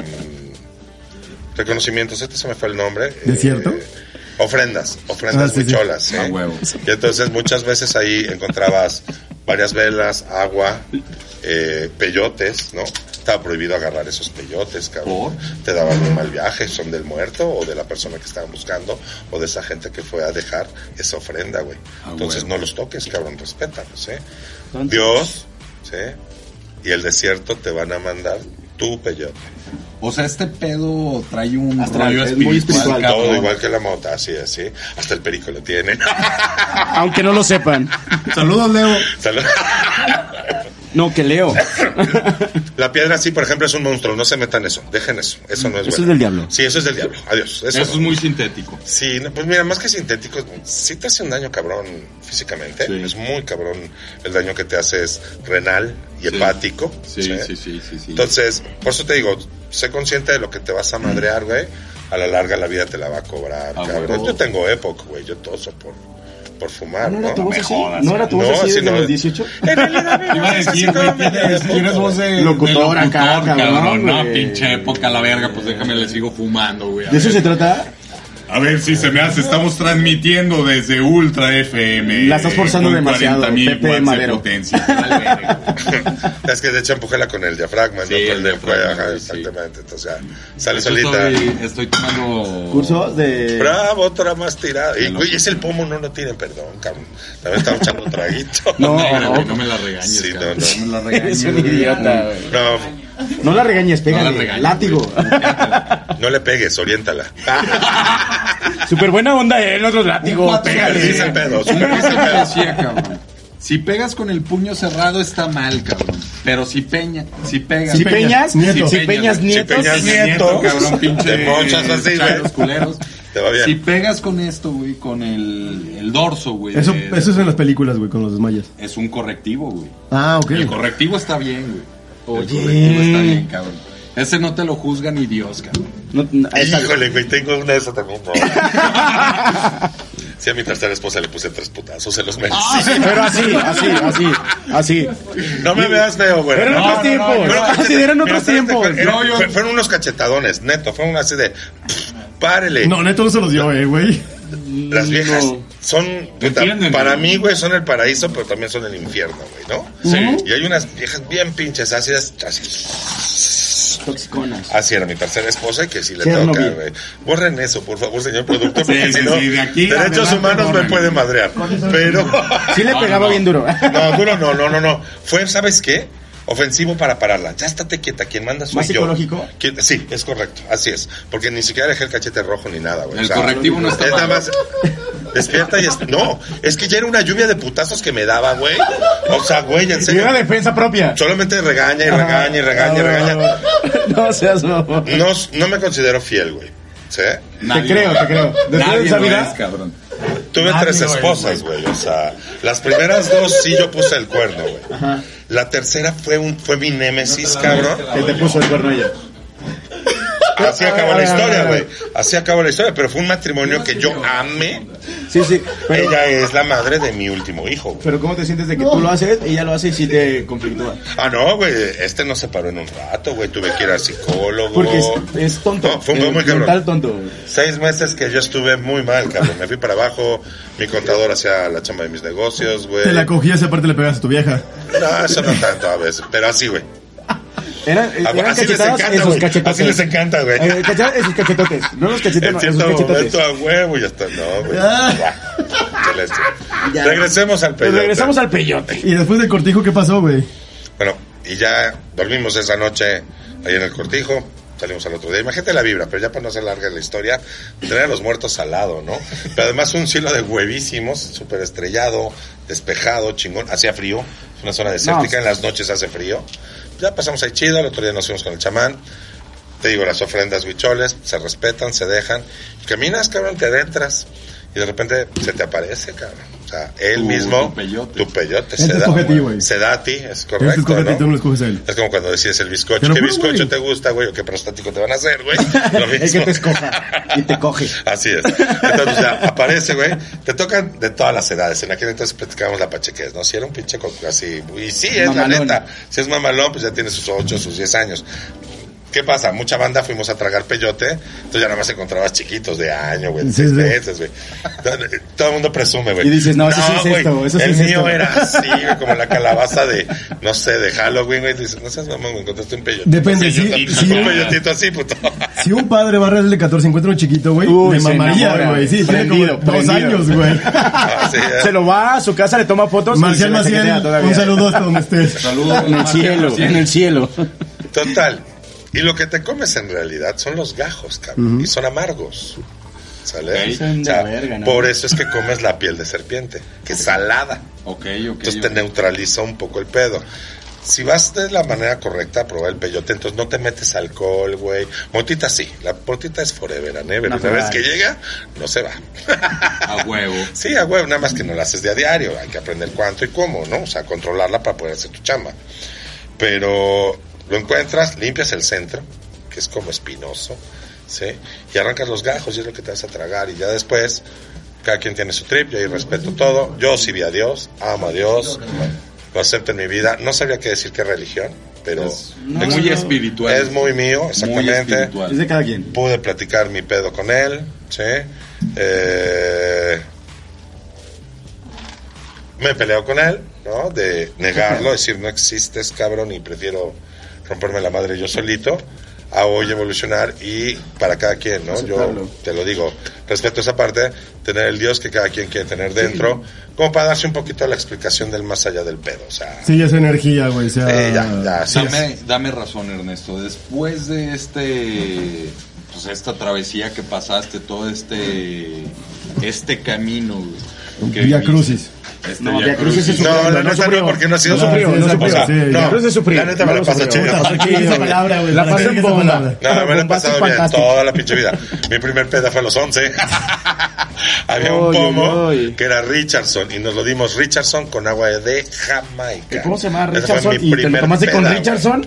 Speaker 4: reconocimientos, este se me fue el nombre.
Speaker 2: ¿Desierto?
Speaker 4: ofrendas, ofrendas
Speaker 2: Ah, sí, sí.
Speaker 4: huicholas, ¿eh?
Speaker 1: A huevo.
Speaker 4: Y entonces muchas veces ahí encontrabas varias velas, agua, eh, peyotes, ¿no? Estaba prohibido agarrar esos peyotes, cabrón. Te daban un mal viaje, son del muerto o de la persona que estaban buscando o de esa gente que fue a dejar esa ofrenda, güey.
Speaker 1: A
Speaker 4: Entonces
Speaker 1: huevo.
Speaker 4: no los toques, cabrón, respétalos, ¿eh? Dios, ¿sí? Y el desierto te van a mandar tu peyote.
Speaker 1: O sea, este pedo trae un
Speaker 5: Astral,
Speaker 1: rollo
Speaker 5: es muy
Speaker 1: espiritual,
Speaker 5: espiritual,
Speaker 1: cabrón.
Speaker 4: Todo igual que la mota, así, así. Hasta el perico lo tiene. [LAUGHS]
Speaker 5: Aunque no lo sepan.
Speaker 2: Saludos, Leo.
Speaker 4: Salud.
Speaker 5: No, que leo.
Speaker 4: La piedra sí, por ejemplo, es un monstruo. No se metan eso. Dejen eso. Eso no es
Speaker 5: Eso es
Speaker 4: bueno.
Speaker 5: del diablo.
Speaker 4: Sí, eso es del diablo. Adiós. Eso,
Speaker 1: Eso
Speaker 4: no.
Speaker 1: es muy sintético.
Speaker 4: Sí, no, pues mira, más que sintético, sí te hace un daño cabrón físicamente.
Speaker 1: Sí.
Speaker 4: Es muy cabrón el daño que te hace es renal y hepático.
Speaker 1: Sí, sí, sí, sí, sí.
Speaker 4: Entonces, por eso te digo, sé consciente de lo que te vas a madrear, güey. A la larga la vida te la va a cobrar,
Speaker 1: Ah,
Speaker 4: cabrón.
Speaker 1: huevo.
Speaker 4: Yo tengo época, güey. Yo toso por, por fumar, ¿no?
Speaker 1: me jodas,
Speaker 5: ¿No era tu voz
Speaker 4: No,
Speaker 5: así
Speaker 4: así
Speaker 5: desde
Speaker 4: no.
Speaker 5: los 18?
Speaker 4: [LAUGHS] En realidad, mi
Speaker 1: Iba a
Speaker 4: voz es así
Speaker 1: decir, güey,
Speaker 4: toda media de
Speaker 1: tienes,
Speaker 4: puto,
Speaker 1: tienes voz de
Speaker 5: Locutor
Speaker 1: de
Speaker 5: acá, cabrón,
Speaker 1: No,
Speaker 5: güey.
Speaker 1: pinche época, la verga, pues déjame le sigo fumando, güey. A,
Speaker 5: ¿De eso
Speaker 1: ver.
Speaker 5: se trata?
Speaker 1: A ver si se me hace. Estamos transmitiendo desde Ultra FM.
Speaker 5: La estás forzando
Speaker 1: con
Speaker 5: demasiado,
Speaker 1: 40,000
Speaker 5: Pepe
Speaker 1: watts de
Speaker 5: Madero.
Speaker 1: potencia. La verga.
Speaker 5: [LAUGHS]
Speaker 4: Es que de hecho empujela con el diafragma,
Speaker 1: Sí,
Speaker 4: no con
Speaker 1: el
Speaker 4: el diafragma,
Speaker 1: diafragma,
Speaker 4: ajá,
Speaker 1: sí.
Speaker 4: exactamente. Entonces ya sale
Speaker 1: Yo
Speaker 4: solita.
Speaker 1: Estoy, estoy tomando...
Speaker 5: ¿Cursos de...?
Speaker 4: Bravo, otra más tirada. Y
Speaker 1: Ya no.
Speaker 4: güey, es el pomo, no lo tiren, perdón, cabrón. También estaba echando un traguito.
Speaker 5: No,
Speaker 1: Negra, güey,
Speaker 5: no.
Speaker 1: no me la regañes,
Speaker 4: Sí,
Speaker 1: cabrón.
Speaker 4: no,
Speaker 1: me la [LAUGHS]
Speaker 5: Eres un idiota, güey.
Speaker 4: [LAUGHS] No,
Speaker 5: No la regañes,
Speaker 1: No la
Speaker 5: pégale.
Speaker 1: regañes,
Speaker 5: Látigo.
Speaker 4: no le pegues, oriéntala.
Speaker 1: Ah,
Speaker 5: Súper buena onda él, otros látigo.
Speaker 4: pégale.
Speaker 1: Dice
Speaker 4: el pedo.
Speaker 1: Un cuate me decía, cabrón. Si pegas con el puño cerrado está mal, cabrón. Pero si peña, si pegas.
Speaker 5: Si peñas,
Speaker 2: nieto.
Speaker 5: si peñas,
Speaker 1: güey.
Speaker 5: nietos.
Speaker 4: Si peñas,
Speaker 1: Peñas nieto,
Speaker 4: nieto,
Speaker 1: cabrón, pinche.
Speaker 4: te mochas así, güey.
Speaker 1: charos culeros.
Speaker 4: Te va bien.
Speaker 1: Si pegas con esto, güey, con el, el dorso, güey.
Speaker 2: Eso,
Speaker 1: de-
Speaker 2: eso es en las películas, güey, con los desmayas.
Speaker 1: es un correctivo, güey.
Speaker 2: Ah, ok.
Speaker 1: El correctivo está bien, güey. El correctivo está bien, cabrón. Ese no te lo juzga ni Dios, cabrón.
Speaker 5: No, no, ahí está.
Speaker 4: Híjole, güey, tengo una de esas también. No. Sí, a mi tercera esposa le puse tres putazos, se los merecí.
Speaker 5: Pero así, así, así, así.
Speaker 4: No me veas feo, güey.
Speaker 5: Pero en
Speaker 4: No,
Speaker 5: otros
Speaker 4: no,
Speaker 5: tiempos. Ah,
Speaker 4: no, no,
Speaker 5: Así
Speaker 4: cachete-
Speaker 5: eran
Speaker 4: Mira,
Speaker 5: otros
Speaker 4: ¿sabes qué
Speaker 5: tiempos.
Speaker 4: fue?
Speaker 1: No, yo-
Speaker 4: Fue- Fueron unos cachetadones, neto. Fueron así de. pff, Párele.
Speaker 2: No, neto no se los dio, eh, güey.
Speaker 4: Las viejas son, puta,
Speaker 1: Entienden,
Speaker 4: para
Speaker 1: ¿no?
Speaker 4: mí, güey, son el paraíso, pero también son el infierno, güey, ¿no?
Speaker 1: Sí.
Speaker 4: Y hay unas viejas bien pinches ácidas, así,
Speaker 5: Toxiconas.
Speaker 4: así era mi tercera esposa y que si le
Speaker 5: Chernobyl.
Speaker 4: toca, güey. Borren eso, por favor, señor productor,
Speaker 1: Sí,
Speaker 4: porque
Speaker 1: sí,
Speaker 4: si no,
Speaker 1: sí, de aquí
Speaker 4: derechos
Speaker 1: adelante,
Speaker 4: humanos me
Speaker 1: borren.
Speaker 4: puede madrear. Pero,
Speaker 5: Sí le
Speaker 1: No,
Speaker 5: pegaba
Speaker 1: no.
Speaker 5: bien duro.
Speaker 4: no, duro, no, no, no, no. Fue, ¿sabes qué? Ofensivo para pararla. Ya estate quieta, quien manda soy
Speaker 5: ¿Más
Speaker 4: yo.
Speaker 5: psicológico?
Speaker 4: Quien- Sí, es correcto, así es. Porque ni siquiera dejé el cachete rojo ni nada, güey.
Speaker 1: El correctivo no está
Speaker 4: es nada
Speaker 1: mal.
Speaker 4: más- Despierta y es... No, es que ya era una lluvia de putazos que me daba, güey. O sea, güey, en
Speaker 5: Y
Speaker 4: serio.
Speaker 5: una defensa propia.
Speaker 4: Solamente regaña y regaña y
Speaker 2: Ah,
Speaker 4: regaña y regaña.
Speaker 5: [LAUGHS] No seas bobo. Te
Speaker 4: No, no me considero fiel, güey. ¿Sí?
Speaker 1: Nadie
Speaker 5: creo,
Speaker 1: lo
Speaker 5: te
Speaker 1: es.
Speaker 5: creo. Después de
Speaker 1: Nadie
Speaker 5: esa
Speaker 1: lo es,
Speaker 5: vida,
Speaker 1: cabrón.
Speaker 4: Tuve
Speaker 1: Nadie
Speaker 4: tres
Speaker 1: lo es,
Speaker 4: esposas, güey. O sea, las primeras dos sí yo puse el cuerno, güey. La tercera fue un fue mi némesis, cabrón.
Speaker 5: que te puso el cuerno ella.
Speaker 4: Así
Speaker 5: A ver,
Speaker 4: acabó la
Speaker 5: a ver, a ver,
Speaker 4: historia,
Speaker 5: a ver.
Speaker 4: güey. Así acabó la historia, pero fue un matrimonio que yo amé.
Speaker 5: Sí, sí. Pero,
Speaker 4: Ella es la madre de mi último hijo, güey.
Speaker 5: pero ¿cómo te sientes de que tú lo haces, ella lo hace y sí te conflictúa?
Speaker 4: Ah, no, güey. Este no se paró en un rato, güey. Tuve que ir al psicólogo.
Speaker 5: Porque es, es tonto.
Speaker 4: No, fue un güey muy
Speaker 5: Eh,
Speaker 4: cabrón.
Speaker 5: mental tonto. güey.
Speaker 4: Seis meses que yo estuve muy mal, cabrón. Me fui para abajo, mi contador hacía la chamba de mis negocios, güey.
Speaker 2: Te
Speaker 5: Eh.
Speaker 2: la cogías y aparte le pegas a tu vieja.
Speaker 4: No, eso no tanto a veces, pero así, güey.
Speaker 5: Eran,
Speaker 4: Ah,
Speaker 5: Eh, eran
Speaker 4: así les
Speaker 5: cachetadas
Speaker 4: encanta,
Speaker 5: en sus
Speaker 4: güey.
Speaker 5: cachetotes.
Speaker 4: Así les encanta, güey.
Speaker 5: Eh, cachetadas en sus cachetotes. No los cachetotes,
Speaker 4: En
Speaker 5: no, en sus
Speaker 4: cierto
Speaker 5: cachetotes.
Speaker 4: momento a huevo ya está, no, güey.
Speaker 2: Ah.
Speaker 4: Ya, qué lástima. Regresemos al
Speaker 5: Pues
Speaker 4: peyote.
Speaker 5: regresamos al peyote.
Speaker 2: Y después del cortijo, ¿qué pasó, güey?
Speaker 4: Bueno, y ya dormimos esa noche ahí en el cortijo, salimos al otro día. Imagínate la vibra, pero ya para no hacer larga la historia, tener a los muertos al lado, ¿no? Pero además un cielo de huevísimos, súper estrellado, despejado, chingón. Hacía frío, es una zona desértica, en las noches hace frío. Ya pasamos ahí chido, el otro día nos fuimos con el chamán. Te digo, las ofrendas huicholes se respetan, se dejan. Caminas, cabrón, te adentras. Y de repente se te aparece, cabrón. O sea, él
Speaker 1: Tu-
Speaker 4: mismo,
Speaker 1: tu peyote.
Speaker 4: tu peyote,
Speaker 2: Él te
Speaker 4: se da,
Speaker 2: escoge a ti,
Speaker 4: güey.
Speaker 2: güey.
Speaker 4: se da a ti, es
Speaker 2: Él te
Speaker 4: correcto,
Speaker 2: escoge a ti,
Speaker 4: ¿no?
Speaker 2: tú no lo escoges a él.
Speaker 4: Es como cuando decides el bizcocho.
Speaker 2: Te lo
Speaker 4: ¿Qué
Speaker 2: juro,
Speaker 4: bizcocho
Speaker 2: güey.
Speaker 4: te gusta, güey? ¿O qué prostático te van a hacer,
Speaker 5: [LAUGHS]
Speaker 4: güey? Lo
Speaker 5: El que
Speaker 4: mismo.
Speaker 5: te escoja y te coge.
Speaker 4: Así es. Entonces, ya aparece, güey. Te tocan de todas las edades. En aquel entonces platicábamos la pachequez, ¿no? Si era un pinche co- así. Y sí, es la
Speaker 5: Mamalón.
Speaker 4: neta. Si es mamalón, pues ya tiene sus 8, sus 10 años. ¿Qué pasa? Mucha banda fuimos a tragar peyote, entonces ya nada más encontrabas chiquitos de año, güey, de
Speaker 2: Sí,
Speaker 4: seis
Speaker 2: sí.
Speaker 4: meses, güey. Todo el mundo presume, güey.
Speaker 5: Y dices, no, eso sí es
Speaker 4: güey,
Speaker 5: esto, eso sí
Speaker 4: El
Speaker 5: es
Speaker 4: mío
Speaker 5: esto.
Speaker 4: era así, güey, como la calabaza de, no sé, de Halloween, güey. Dices, no seas mamón, güey, encontraste un peyote.
Speaker 2: Depende, sí, sí.
Speaker 4: Un peyotito así, puto. [LAUGHS]
Speaker 2: Si un padre va a Real de 14 y encuentra un chiquito, güey,
Speaker 5: Uy,
Speaker 2: me
Speaker 5: se
Speaker 2: mamaría,
Speaker 5: enamora.
Speaker 2: güey. Sí, tiene como
Speaker 5: Prendido,
Speaker 2: dos
Speaker 5: prendido.
Speaker 2: años,
Speaker 5: [LAUGHS]
Speaker 2: güey.
Speaker 4: Así, eh.
Speaker 5: Se lo va a su casa, le toma fotos. y se
Speaker 2: Marcial
Speaker 5: la
Speaker 2: Maciel,
Speaker 5: secretea todavía.
Speaker 2: un saludo hasta donde estés.
Speaker 1: Saludos.
Speaker 5: En el cielo, en el cielo.
Speaker 4: Total. Y lo que te comes en realidad son los gajos, cabrón. Y son amargos. ¿Sale?
Speaker 5: Son de
Speaker 4: O sea,
Speaker 5: verga, ¿no?
Speaker 4: Por eso es que comes la piel de serpiente, que es salada.
Speaker 1: Ok, ok.
Speaker 4: Entonces
Speaker 1: ok.
Speaker 4: te neutraliza un poco el pedo. Si vas de la manera correcta a probar el peyote, entonces no te metes alcohol, güey. Motita sí, la motita es forever and ever.
Speaker 5: No
Speaker 4: Y
Speaker 5: se
Speaker 4: una vez
Speaker 5: va.
Speaker 4: que llega, no se va.
Speaker 1: A huevo.
Speaker 4: Sí, a huevo, nada más que no la haces de a diario, hay que aprender cuánto y cómo, ¿no? O sea, controlarla para poder hacer tu chamba. Pero lo encuentras, limpias el centro, que es como espinoso, ¿sí? Y arrancas los gajos y es lo que te vas a tragar y ya después cada quien tiene su trip, yo ahí respeto todo, yo sí vi a Dios, amo a Dios, lo acepto en mi vida, no sabía qué decir qué religión, pero
Speaker 1: Es muy espiritual.
Speaker 4: es muy mío,
Speaker 1: Muy
Speaker 4: exactamente
Speaker 1: espiritual.
Speaker 5: Es de cada quien.
Speaker 4: pude platicar mi pedo con él, ¿sí? Eh, me peleo con él, ¿no? De negarlo, decir no existes, cabrón, y prefiero romperme la madre yo solito a hoy evolucionar y para cada quien, ¿no? Yo
Speaker 5: Aceptarlo.
Speaker 4: te lo digo, respeto esa parte, tener el Dios que cada quien quiere tener dentro, como para darse un poquito la explicación del más allá del pedo, o sea,
Speaker 2: Sí, es energía, güey. O sea,
Speaker 4: eh, ya, ya, así es.
Speaker 1: Dame, dame razón, Ernesto. Después de este, pues esta travesía que pasaste, todo este, este camino, güey, que
Speaker 2: Vía
Speaker 1: viviste.
Speaker 2: Crucis.
Speaker 1: Este
Speaker 5: No,
Speaker 1: Vía
Speaker 5: Vía Crucis
Speaker 1: Crucis.
Speaker 5: es un-
Speaker 4: No,
Speaker 5: sufriendo,
Speaker 4: la
Speaker 5: no
Speaker 4: neta no,
Speaker 5: sufrió.
Speaker 4: porque no ha sido
Speaker 2: No,
Speaker 4: sufrido.
Speaker 2: sí,
Speaker 4: o
Speaker 2: sufrió,
Speaker 4: sea,
Speaker 2: sí,
Speaker 4: no,
Speaker 2: ya.
Speaker 5: Cruz de sufrir,
Speaker 4: La neta me
Speaker 5: no
Speaker 4: la
Speaker 5: lo
Speaker 4: paso
Speaker 5: sufrió.
Speaker 4: chido.
Speaker 5: [LAUGHS]
Speaker 2: Esa palabra, güey.
Speaker 5: La
Speaker 2: para
Speaker 5: pasé
Speaker 2: que
Speaker 5: en
Speaker 2: diga esa
Speaker 5: bomba.
Speaker 2: palabra.
Speaker 4: No, me la he
Speaker 5: Bombazo
Speaker 4: pasado bien
Speaker 5: fantástico.
Speaker 4: toda la pinche vida. Mi primer peda fue a los 11. [LAUGHS] Había un
Speaker 5: Oy, oy,
Speaker 4: pomo
Speaker 5: oy.
Speaker 4: que era Richardson y nos lo dimos Richardson con agua de Jamaica.
Speaker 5: ¿Cómo se llama?
Speaker 4: Esa fue
Speaker 5: Richardson.
Speaker 4: mi
Speaker 5: ¿Y te lo
Speaker 4: primer
Speaker 5: tomaste con
Speaker 4: peda, güey.
Speaker 5: Richardson?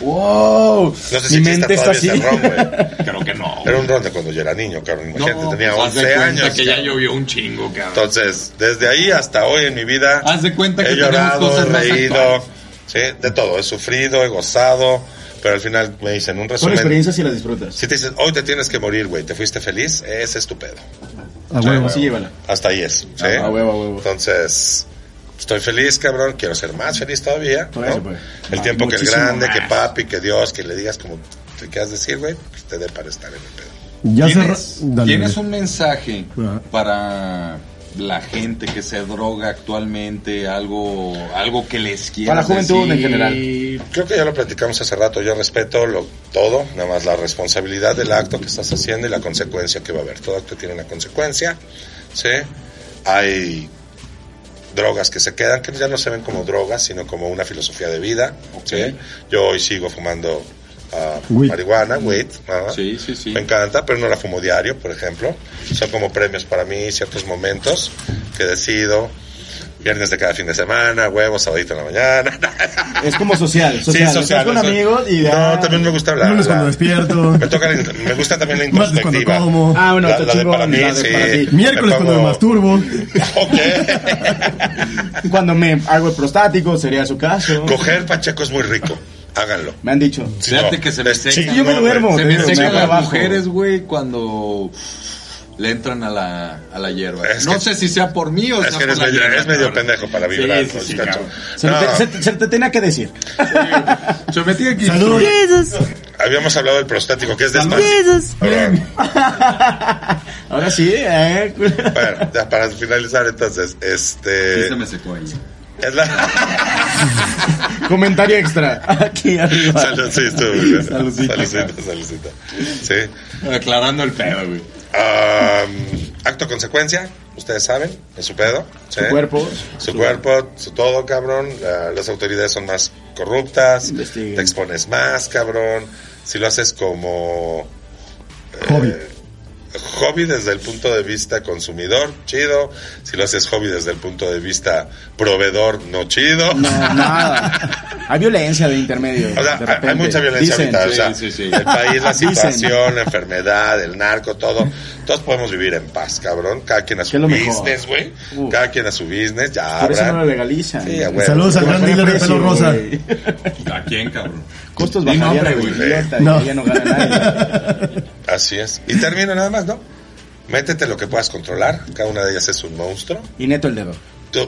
Speaker 5: ¡Wow!
Speaker 4: No sé si exista todavía ese ron, güey.
Speaker 5: [LAUGHS]
Speaker 1: Creo que no. güey.
Speaker 4: Era un ron de cuando yo era niño, cabrón.
Speaker 1: No,
Speaker 4: Imagínate, tenía
Speaker 1: pues, haz de
Speaker 4: 11
Speaker 1: cuenta
Speaker 4: años.
Speaker 1: que ya
Speaker 4: cabrón.
Speaker 1: llovió un chingo, cabrón.
Speaker 4: Entonces, desde ahí hasta hoy en mi vida
Speaker 1: Haz de cuenta que
Speaker 4: he
Speaker 1: tenemos
Speaker 4: llorado, he
Speaker 1: cosas más
Speaker 4: reído,
Speaker 1: actuales.
Speaker 4: ¿sí? de todo, he sufrido, he gozado, pero al final me dicen un
Speaker 5: Son
Speaker 4: resumen.
Speaker 5: experiencias y las disfrutas.
Speaker 4: Si te dicen, hoy te tienes que morir, güey, te fuiste feliz, ese es tu pedo.
Speaker 2: A huevo.
Speaker 5: Así llévala.
Speaker 4: Hasta ahí es. ¿sí?
Speaker 5: a Ah, huevo, a huevo.
Speaker 4: Entonces, estoy feliz, cabrón. Quiero ser más feliz todavía. ¿no?
Speaker 5: Todavía se puede.
Speaker 4: El
Speaker 5: Ah,
Speaker 4: tiempo que el
Speaker 5: muchísimo
Speaker 4: grande,
Speaker 5: más.
Speaker 4: que papi, que Dios, que le digas como te quieras decir, güey, pues te dé para estar en el pedo.
Speaker 2: Ya cerra-
Speaker 1: ¿Tienes,
Speaker 2: Dale,
Speaker 1: tienes
Speaker 2: güey.
Speaker 1: un mensaje
Speaker 2: Ajá.
Speaker 1: para la gente que se droga actualmente? Algo, algo que les quiera.
Speaker 5: Para la juventud en general.
Speaker 4: Creo que ya lo platicamos hace rato. Yo respeto lo, todo, nada más la responsabilidad del acto que estás haciendo y la consecuencia que va a haber. Todo acto tiene una consecuencia. ¿sí? Hay drogas que se quedan, que ya no se ven como drogas, sino como una filosofía de vida. ¿sí? Yo hoy sigo fumando ah,
Speaker 2: Weed.
Speaker 4: marihuana, weed. ajá.
Speaker 1: Mm. Sí, sí, sí.
Speaker 4: Me encanta, pero no la fumo diario, por ejemplo. Son como premios para mí, ciertos momentos que decido. Viernes de cada fin de semana, huevos, sabadito en la mañana.
Speaker 5: Es como social. social.
Speaker 4: Sí, social.
Speaker 5: Estás con
Speaker 4: eso.
Speaker 5: amigos y ya.
Speaker 4: No, también me gusta hablar.
Speaker 2: Lunes
Speaker 4: la-
Speaker 2: cuando despierto.
Speaker 5: [LAUGHS]
Speaker 4: me, toca la- me gusta también la
Speaker 2: Martes cuando
Speaker 4: introspectiva.
Speaker 2: como.
Speaker 5: Ah, bueno,
Speaker 4: La-
Speaker 5: está
Speaker 4: la de
Speaker 5: chingón,
Speaker 4: para mí,
Speaker 5: la de
Speaker 4: sí.
Speaker 5: para ti.
Speaker 2: Miércoles
Speaker 4: me
Speaker 2: cuando me
Speaker 4: pongo- [LAUGHS]
Speaker 5: [LAUGHS]
Speaker 2: masturbo.
Speaker 5: Cuando me hago el prostático, sería su caso.
Speaker 4: Ok. Coger pacheco es muy rico. Háganlo.
Speaker 5: Me han dicho.
Speaker 4: Si
Speaker 1: Fíjate
Speaker 4: no,
Speaker 1: que se me
Speaker 4: es
Speaker 1: seca.
Speaker 4: chingón,
Speaker 5: Yo me
Speaker 4: güey.
Speaker 5: duermo.
Speaker 1: Se me
Speaker 5: Me
Speaker 1: secan las
Speaker 5: abajo.
Speaker 1: mujeres, güey, cuando le entran a la, a la hierba.
Speaker 4: Es
Speaker 1: no
Speaker 4: que-
Speaker 1: sé si sea por mí o sea
Speaker 4: Es que
Speaker 1: por
Speaker 4: eres
Speaker 1: la
Speaker 4: medio,
Speaker 1: hierba,
Speaker 4: eres medio
Speaker 1: cabrón.
Speaker 4: pendejo para vibrar.
Speaker 1: Sí, sí,
Speaker 4: ¿no?
Speaker 1: sí,
Speaker 4: Cacho.
Speaker 1: cabrón.
Speaker 5: Se, lo
Speaker 4: No,
Speaker 5: te, se te- se te tenía que decir.
Speaker 1: Se me tiene que
Speaker 2: Salud.
Speaker 4: habíamos hablado del prostático, que es despacio. Cabrón.
Speaker 5: Ahora sí, ¿eh?
Speaker 4: Bueno, ya para finalizar, entonces,
Speaker 1: Sí,
Speaker 4: este.
Speaker 1: se me secó ahí.
Speaker 4: Es la.
Speaker 5: [LAUGHS]
Speaker 4: [LAUGHS]
Speaker 5: Comentario extra. Aquí arriba.
Speaker 4: Salud, sí, estuvo muy bien.
Speaker 5: Saludcita.
Speaker 4: Saludcita, saludcita. Sí.
Speaker 1: Aclarando el pedo, güey.
Speaker 4: Um, acto consecuencia, ustedes saben, es su pedo. ¿sí?
Speaker 5: Su cuerpo.
Speaker 4: ¿eh? Su cuerpo, su todo, cabrón. La- las autoridades son más corruptas.
Speaker 5: Investiguen.
Speaker 4: Te expones más, cabrón. Si lo haces como
Speaker 2: Hobby.
Speaker 4: hobby desde el punto de vista consumidor, chido. Si lo haces hobby desde el punto de vista proveedor, no chido.
Speaker 5: No, nada. Hay violencia de intermedio.
Speaker 4: O sea,
Speaker 5: de
Speaker 4: hay-
Speaker 5: repente.
Speaker 4: hay mucha violencia
Speaker 5: Dicen,
Speaker 4: ahorita. o
Speaker 1: sí,
Speaker 4: sea,
Speaker 1: sí, sí.
Speaker 4: El país, la
Speaker 5: [LAUGHS] Dicen.
Speaker 4: situación, la enfermedad, el narco, todo. Todos podemos vivir en paz, cabrón. Cada quien a
Speaker 5: Que
Speaker 4: su
Speaker 5: es lo mejor.
Speaker 4: business, güey.
Speaker 5: Uf.
Speaker 4: Cada quien a su business. Ya
Speaker 5: Por eso no lo
Speaker 4: habrá.
Speaker 5: legalizan.
Speaker 4: Sí, a huevo.
Speaker 2: Saludos al
Speaker 5: Por
Speaker 2: gran
Speaker 5: el
Speaker 2: dealer de
Speaker 5: precio,
Speaker 2: pelo rosa.
Speaker 5: güey.
Speaker 1: ¿A quién, cabrón?
Speaker 5: Costos
Speaker 1: Di
Speaker 5: bajarían
Speaker 1: nombre,
Speaker 5: a
Speaker 1: güey.
Speaker 5: la idiota,
Speaker 2: No.
Speaker 5: y ya no gana nadie.
Speaker 4: Así es. Y termino nada más, ¿no? Métete lo que puedas controlar. Cada una de ellas es un monstruo.
Speaker 5: Y neto el dedo.
Speaker 4: Tú-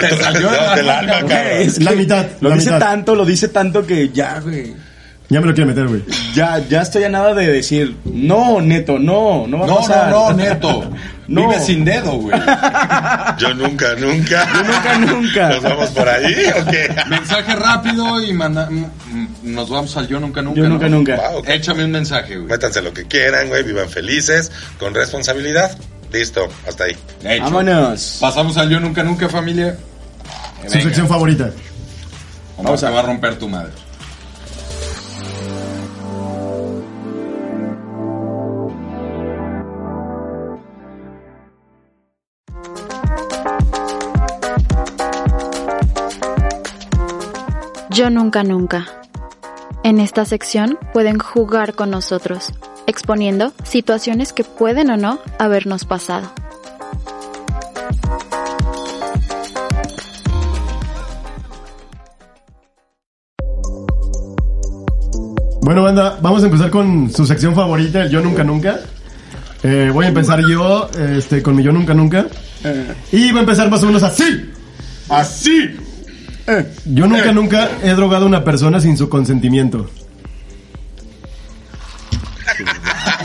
Speaker 4: Te salió
Speaker 1: el
Speaker 4: del
Speaker 1: alma,
Speaker 4: alma, cabrón.
Speaker 5: Es
Speaker 2: La
Speaker 5: que
Speaker 2: mitad,
Speaker 5: Lo
Speaker 2: la
Speaker 5: dice
Speaker 2: mitad.
Speaker 5: tanto, lo dice tanto que ya, güey.
Speaker 2: Ya me lo quiero meter, güey.
Speaker 5: Ya, ya estoy a nada de decir, no, neto, no, no va a
Speaker 1: No,
Speaker 5: pasar.
Speaker 1: no, no, neto.
Speaker 5: No.
Speaker 1: Vive sin dedo, güey.
Speaker 4: Yo nunca, nunca.
Speaker 5: Yo nunca, nunca.
Speaker 4: ¿Nos vamos por ahí o
Speaker 5: [LAUGHS]
Speaker 4: qué?
Speaker 1: Mensaje rápido y manda- mm, mm, nos vamos al yo nunca nunca.
Speaker 5: Yo nunca,
Speaker 1: ¿no?
Speaker 5: nunca.
Speaker 4: Wow,
Speaker 1: Échame un mensaje, güey.
Speaker 4: Métanse lo que quieran, güey. Vivan felices, con responsabilidad. Listo, hasta ahí.
Speaker 1: Hecho.
Speaker 5: Vámonos.
Speaker 1: Pasamos al yo nunca nunca, familia.
Speaker 2: Su sección favorita.
Speaker 1: Vamos a va a romper tu madre.
Speaker 6: Yo nunca nunca. En esta sección pueden jugar con nosotros, exponiendo situaciones que pueden o no habernos pasado.
Speaker 2: Bueno, banda, vamos a empezar con su sección favorita, el Yo Nunca Nunca. Eh, voy a empezar yo este, con mi Yo Nunca Nunca.
Speaker 1: Eh.
Speaker 2: Y va a empezar más o menos así.
Speaker 1: ¡Así!
Speaker 2: Yo
Speaker 1: Eh.
Speaker 2: nunca nunca he drogado a una persona sin su consentimiento.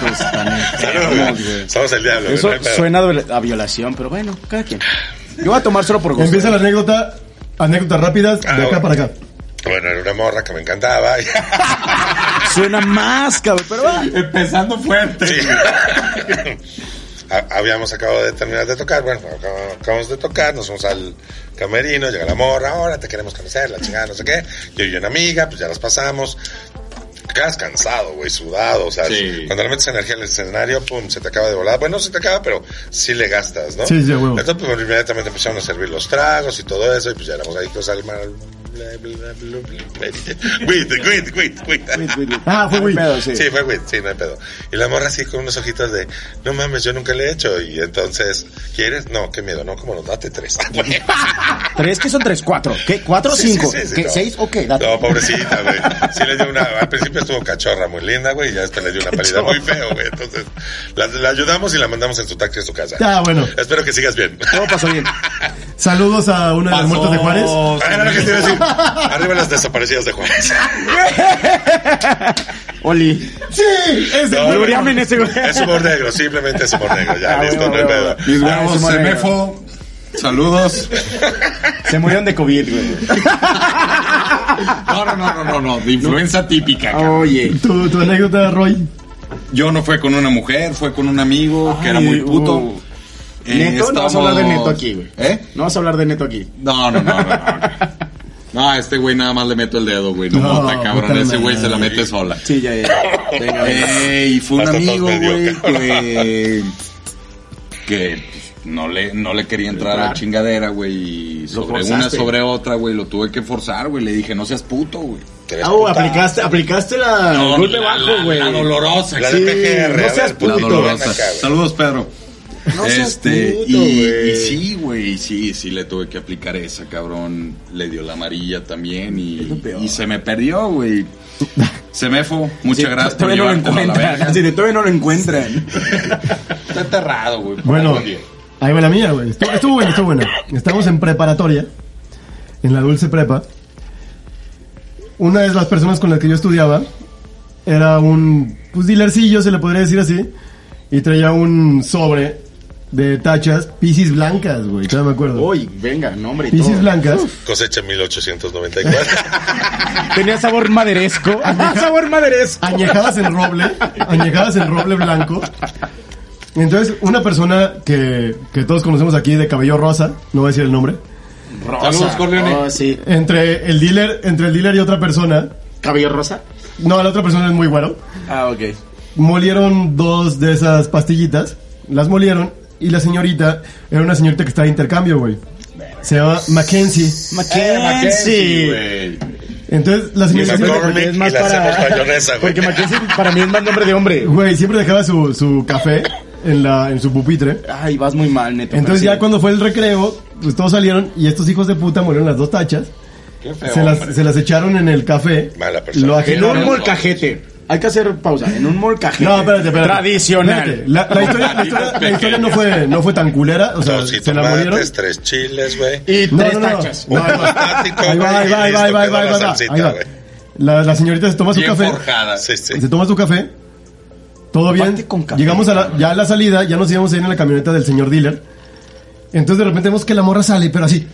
Speaker 5: Pues,
Speaker 4: Saludos, Somos el diablo. güey,
Speaker 5: Eso
Speaker 4: no hay pedo.
Speaker 5: suena a violación, pero bueno, cada quien. Yo voy a tomar solo por gusto.
Speaker 2: Empieza la anécdota, anécdotas rápidas, de acá para acá.
Speaker 4: Bueno, era una morra que me encantaba. y-
Speaker 5: Suena más, cabrón, pero va.
Speaker 1: Empezando fuerte.
Speaker 4: Sí. Ha- Habíamos acabado de terminar de tocar, bueno, acab- acabamos de tocar, nos fuimos al camerino, llega la morra, ahora te queremos conocer, la chingada, no sé qué. Yo y una amiga, pues ya las pasamos. Te Quedas cansado, güey, sudado, o sea,
Speaker 1: Sí.
Speaker 4: cuando le metes energía al escenario, pum, se te acaba de volar. Bueno, no se te acaba, pero sí le gastas, ¿no?
Speaker 2: Sí, sí, a huevo.
Speaker 4: Entonces, pues inmediatamente empezaron a servir los tragos y todo eso, y pues ya éramos ahí, cosas al mar. bla, bla, bla, bla, bla. Wait, wait, wait, wait.
Speaker 2: Ah, fue güey.
Speaker 5: Pedo, sí.
Speaker 4: Sí, fue güey, sí, no hay pedo. Y la morra así con unos ojitos de, no mames, yo nunca le he hecho. Y entonces, ¿quieres? No, qué miedo, no, como no, date
Speaker 5: [LAUGHS]
Speaker 4: tres. Güey.
Speaker 5: Tres, ¿qué son tres? Cuatro. ¿Qué? ¿Cuatro o
Speaker 4: Sí,
Speaker 5: cinco?
Speaker 4: sí, sí, sí,
Speaker 5: ¿Qué?
Speaker 4: no.
Speaker 5: ¿Seis o qué? Date.
Speaker 4: No, pues. pobrecita, güey. Sí le dio una, al principio estuvo cachorra, muy linda, güey, y ya después le dio una pálida muy feo, güey. Entonces, la, la ayudamos y la mandamos en su taxi a su casa.
Speaker 2: Ah, bueno.
Speaker 4: Espero que sigas bien.
Speaker 5: Todo pasó bien.
Speaker 2: Saludos a una de las muertas de Juárez.
Speaker 4: [LAUGHS] Ah, Era lo que te iba a decir. Arriba las desaparecidas de Juárez.
Speaker 5: Oli.
Speaker 2: Sí, ese
Speaker 4: No,
Speaker 2: fue.
Speaker 4: güey.
Speaker 5: Llame en ese güey.
Speaker 4: Es humor negro, simplemente es humor negro. Ya,
Speaker 5: Ah,
Speaker 4: listo,
Speaker 5: huevo,
Speaker 4: no hay
Speaker 5: huevo.
Speaker 4: pedo.
Speaker 1: Mis
Speaker 5: Ah,
Speaker 1: huevos,
Speaker 5: ese moreno.
Speaker 1: semefo. Saludos.
Speaker 5: Se murieron de COVID, güey.
Speaker 1: No, no, no, no, no, no. De influenza típica. cabrón.
Speaker 5: Oye.
Speaker 2: Tu, tu anécdota, Roy.
Speaker 1: Yo no fue con una mujer, fue con un amigo que era muy puto.
Speaker 5: uh.
Speaker 1: Eh,
Speaker 5: Neto, no vas a hablar de
Speaker 1: estábamos-
Speaker 5: neto aquí, güey.
Speaker 1: ¿Eh?
Speaker 5: No vas a hablar de neto aquí.
Speaker 1: No, no, no, no. No, no a este güey nada más le meto el dedo, güey. No,
Speaker 2: No,
Speaker 1: mota, cabrón.
Speaker 2: puta
Speaker 1: Ese güey se la
Speaker 2: madre.
Speaker 1: mete sola.
Speaker 5: Sí, ya, ya. Venga, venga.
Speaker 1: Eh, y fue un
Speaker 4: Hasta tos
Speaker 1: amigo,
Speaker 4: me dio,
Speaker 1: güey,
Speaker 4: cabrón.
Speaker 1: que, que pues, no, le, no le quería entrar a la
Speaker 5: Entrar.
Speaker 1: chingadera, güey. Y sobre
Speaker 5: forzaste.
Speaker 1: una, sobre otra, güey, lo tuve que forzar, güey. Le dije, no seas puto, güey.
Speaker 4: Tres
Speaker 5: Ah, oh,
Speaker 4: putas.
Speaker 5: aplicaste, aplicaste la
Speaker 1: No,
Speaker 5: golpe
Speaker 1: la-
Speaker 5: bajo,
Speaker 1: la-
Speaker 5: güey.
Speaker 1: la dolorosa,
Speaker 4: La de
Speaker 5: Sí,
Speaker 4: PGR, a
Speaker 5: no seas
Speaker 4: ver, puto,
Speaker 1: La
Speaker 5: Pito,
Speaker 1: dolorosa.
Speaker 4: ven acá, güey.
Speaker 1: Saludos, Pedro. Este,
Speaker 5: No seas puto,
Speaker 1: y,
Speaker 5: güey.
Speaker 1: y sí, güey, sí, sí le tuve que aplicar esa, cabrón. Le dio la amarilla también y,
Speaker 5: lo peor.
Speaker 1: y se me perdió, güey. Se me fue. Muchas gracias por
Speaker 5: Todavía no lo
Speaker 1: llevártelo a la
Speaker 5: encuentran.
Speaker 1: verga.
Speaker 5: Así de todavía no lo encuentran.
Speaker 1: Está aterrado, güey.
Speaker 2: Bueno,
Speaker 1: Oye.
Speaker 2: ahí va la mía, güey. Estuvo, estuvo buena, estuvo buena. Estamos en preparatoria, en la dulce prepa. Una de las personas con las que yo estudiaba era un pues, dealercillo, se le podría decir así, y traía un sobre de tachas, piscis blancas, güey, todavía me acuerdo.
Speaker 5: Uy, venga, nombre. y
Speaker 2: Piscis
Speaker 5: todo.
Speaker 2: blancas.
Speaker 4: Cosecha
Speaker 5: [LAUGHS]
Speaker 4: 1894.
Speaker 5: Tenía sabor [LAUGHS] maderesco. sabor maderesco.
Speaker 2: añejadas en roble, añejadas en roble blanco. Entonces, una persona que, que todos conocemos aquí de cabello rosa, no voy a decir el nombre,
Speaker 5: Rosa.
Speaker 1: Saludos, Corleone.
Speaker 5: Oh, sí.
Speaker 2: entre el dealer, entre el dealer y otra persona,
Speaker 5: ¿Cabello rosa?
Speaker 2: no, la otra persona es muy bueno,
Speaker 5: Ah, ok.
Speaker 2: molieron dos de esas pastillitas, las molieron y la señorita era una señorita que estaba de intercambio, güey. Se llama Mackenzie.
Speaker 1: Mackenzie,
Speaker 7: Mackenzie.
Speaker 2: eh,
Speaker 1: güey.
Speaker 2: Entonces la
Speaker 4: Y
Speaker 2: señorita...
Speaker 4: McCormick
Speaker 7: porque es más
Speaker 4: y la
Speaker 7: para-
Speaker 4: hacemos mayonesa, güey.
Speaker 7: Porque Mackenzie para mí es más nombre de hombre.
Speaker 2: Güey, siempre dejaba su, su café en, la, en su pupitre.
Speaker 5: Ay, vas muy mal, neto.
Speaker 2: Entonces
Speaker 5: pero
Speaker 2: ya
Speaker 5: sí.
Speaker 2: cuando fue el recreo, pues todos salieron y estos hijos de puta molieron las dos tachas.
Speaker 4: Qué feo,
Speaker 2: Se las,
Speaker 4: Eh, hombre.
Speaker 2: se las echaron en el café.
Speaker 4: Mala persona.
Speaker 7: En
Speaker 2: Lo
Speaker 7: un
Speaker 2: agitaron.
Speaker 7: molcajete.
Speaker 5: Hay que hacer pausa. En un molcajete.
Speaker 2: No, espérate, espérate.
Speaker 7: Tradicional.
Speaker 2: Espérate, La, la historia, la historia- la historia no, fue, no fue tan culera. O sea,
Speaker 4: Dos
Speaker 2: se la molieron.
Speaker 4: jitomates, tres chiles, güey.
Speaker 7: Y
Speaker 2: No,
Speaker 7: tres
Speaker 2: no, no.
Speaker 7: tachas.
Speaker 2: No, ahí va.
Speaker 4: Tático,
Speaker 2: Ahí va, ahí va, ahí va, ahí va, ahí va, ahí va,
Speaker 4: Listo, quedó la
Speaker 2: ahí va.
Speaker 4: salsita,
Speaker 2: La, la señorita se toma su
Speaker 1: Bien
Speaker 2: café.
Speaker 1: forjada.
Speaker 4: Sí, sí.
Speaker 2: Se toma su café. Todo bien.
Speaker 5: Aparte con café.
Speaker 2: Llegamos a la, ya a la salida, ya nos íbamos a ir en la camioneta del señor dealer. Entonces de repente vemos que la morra sale, pero así.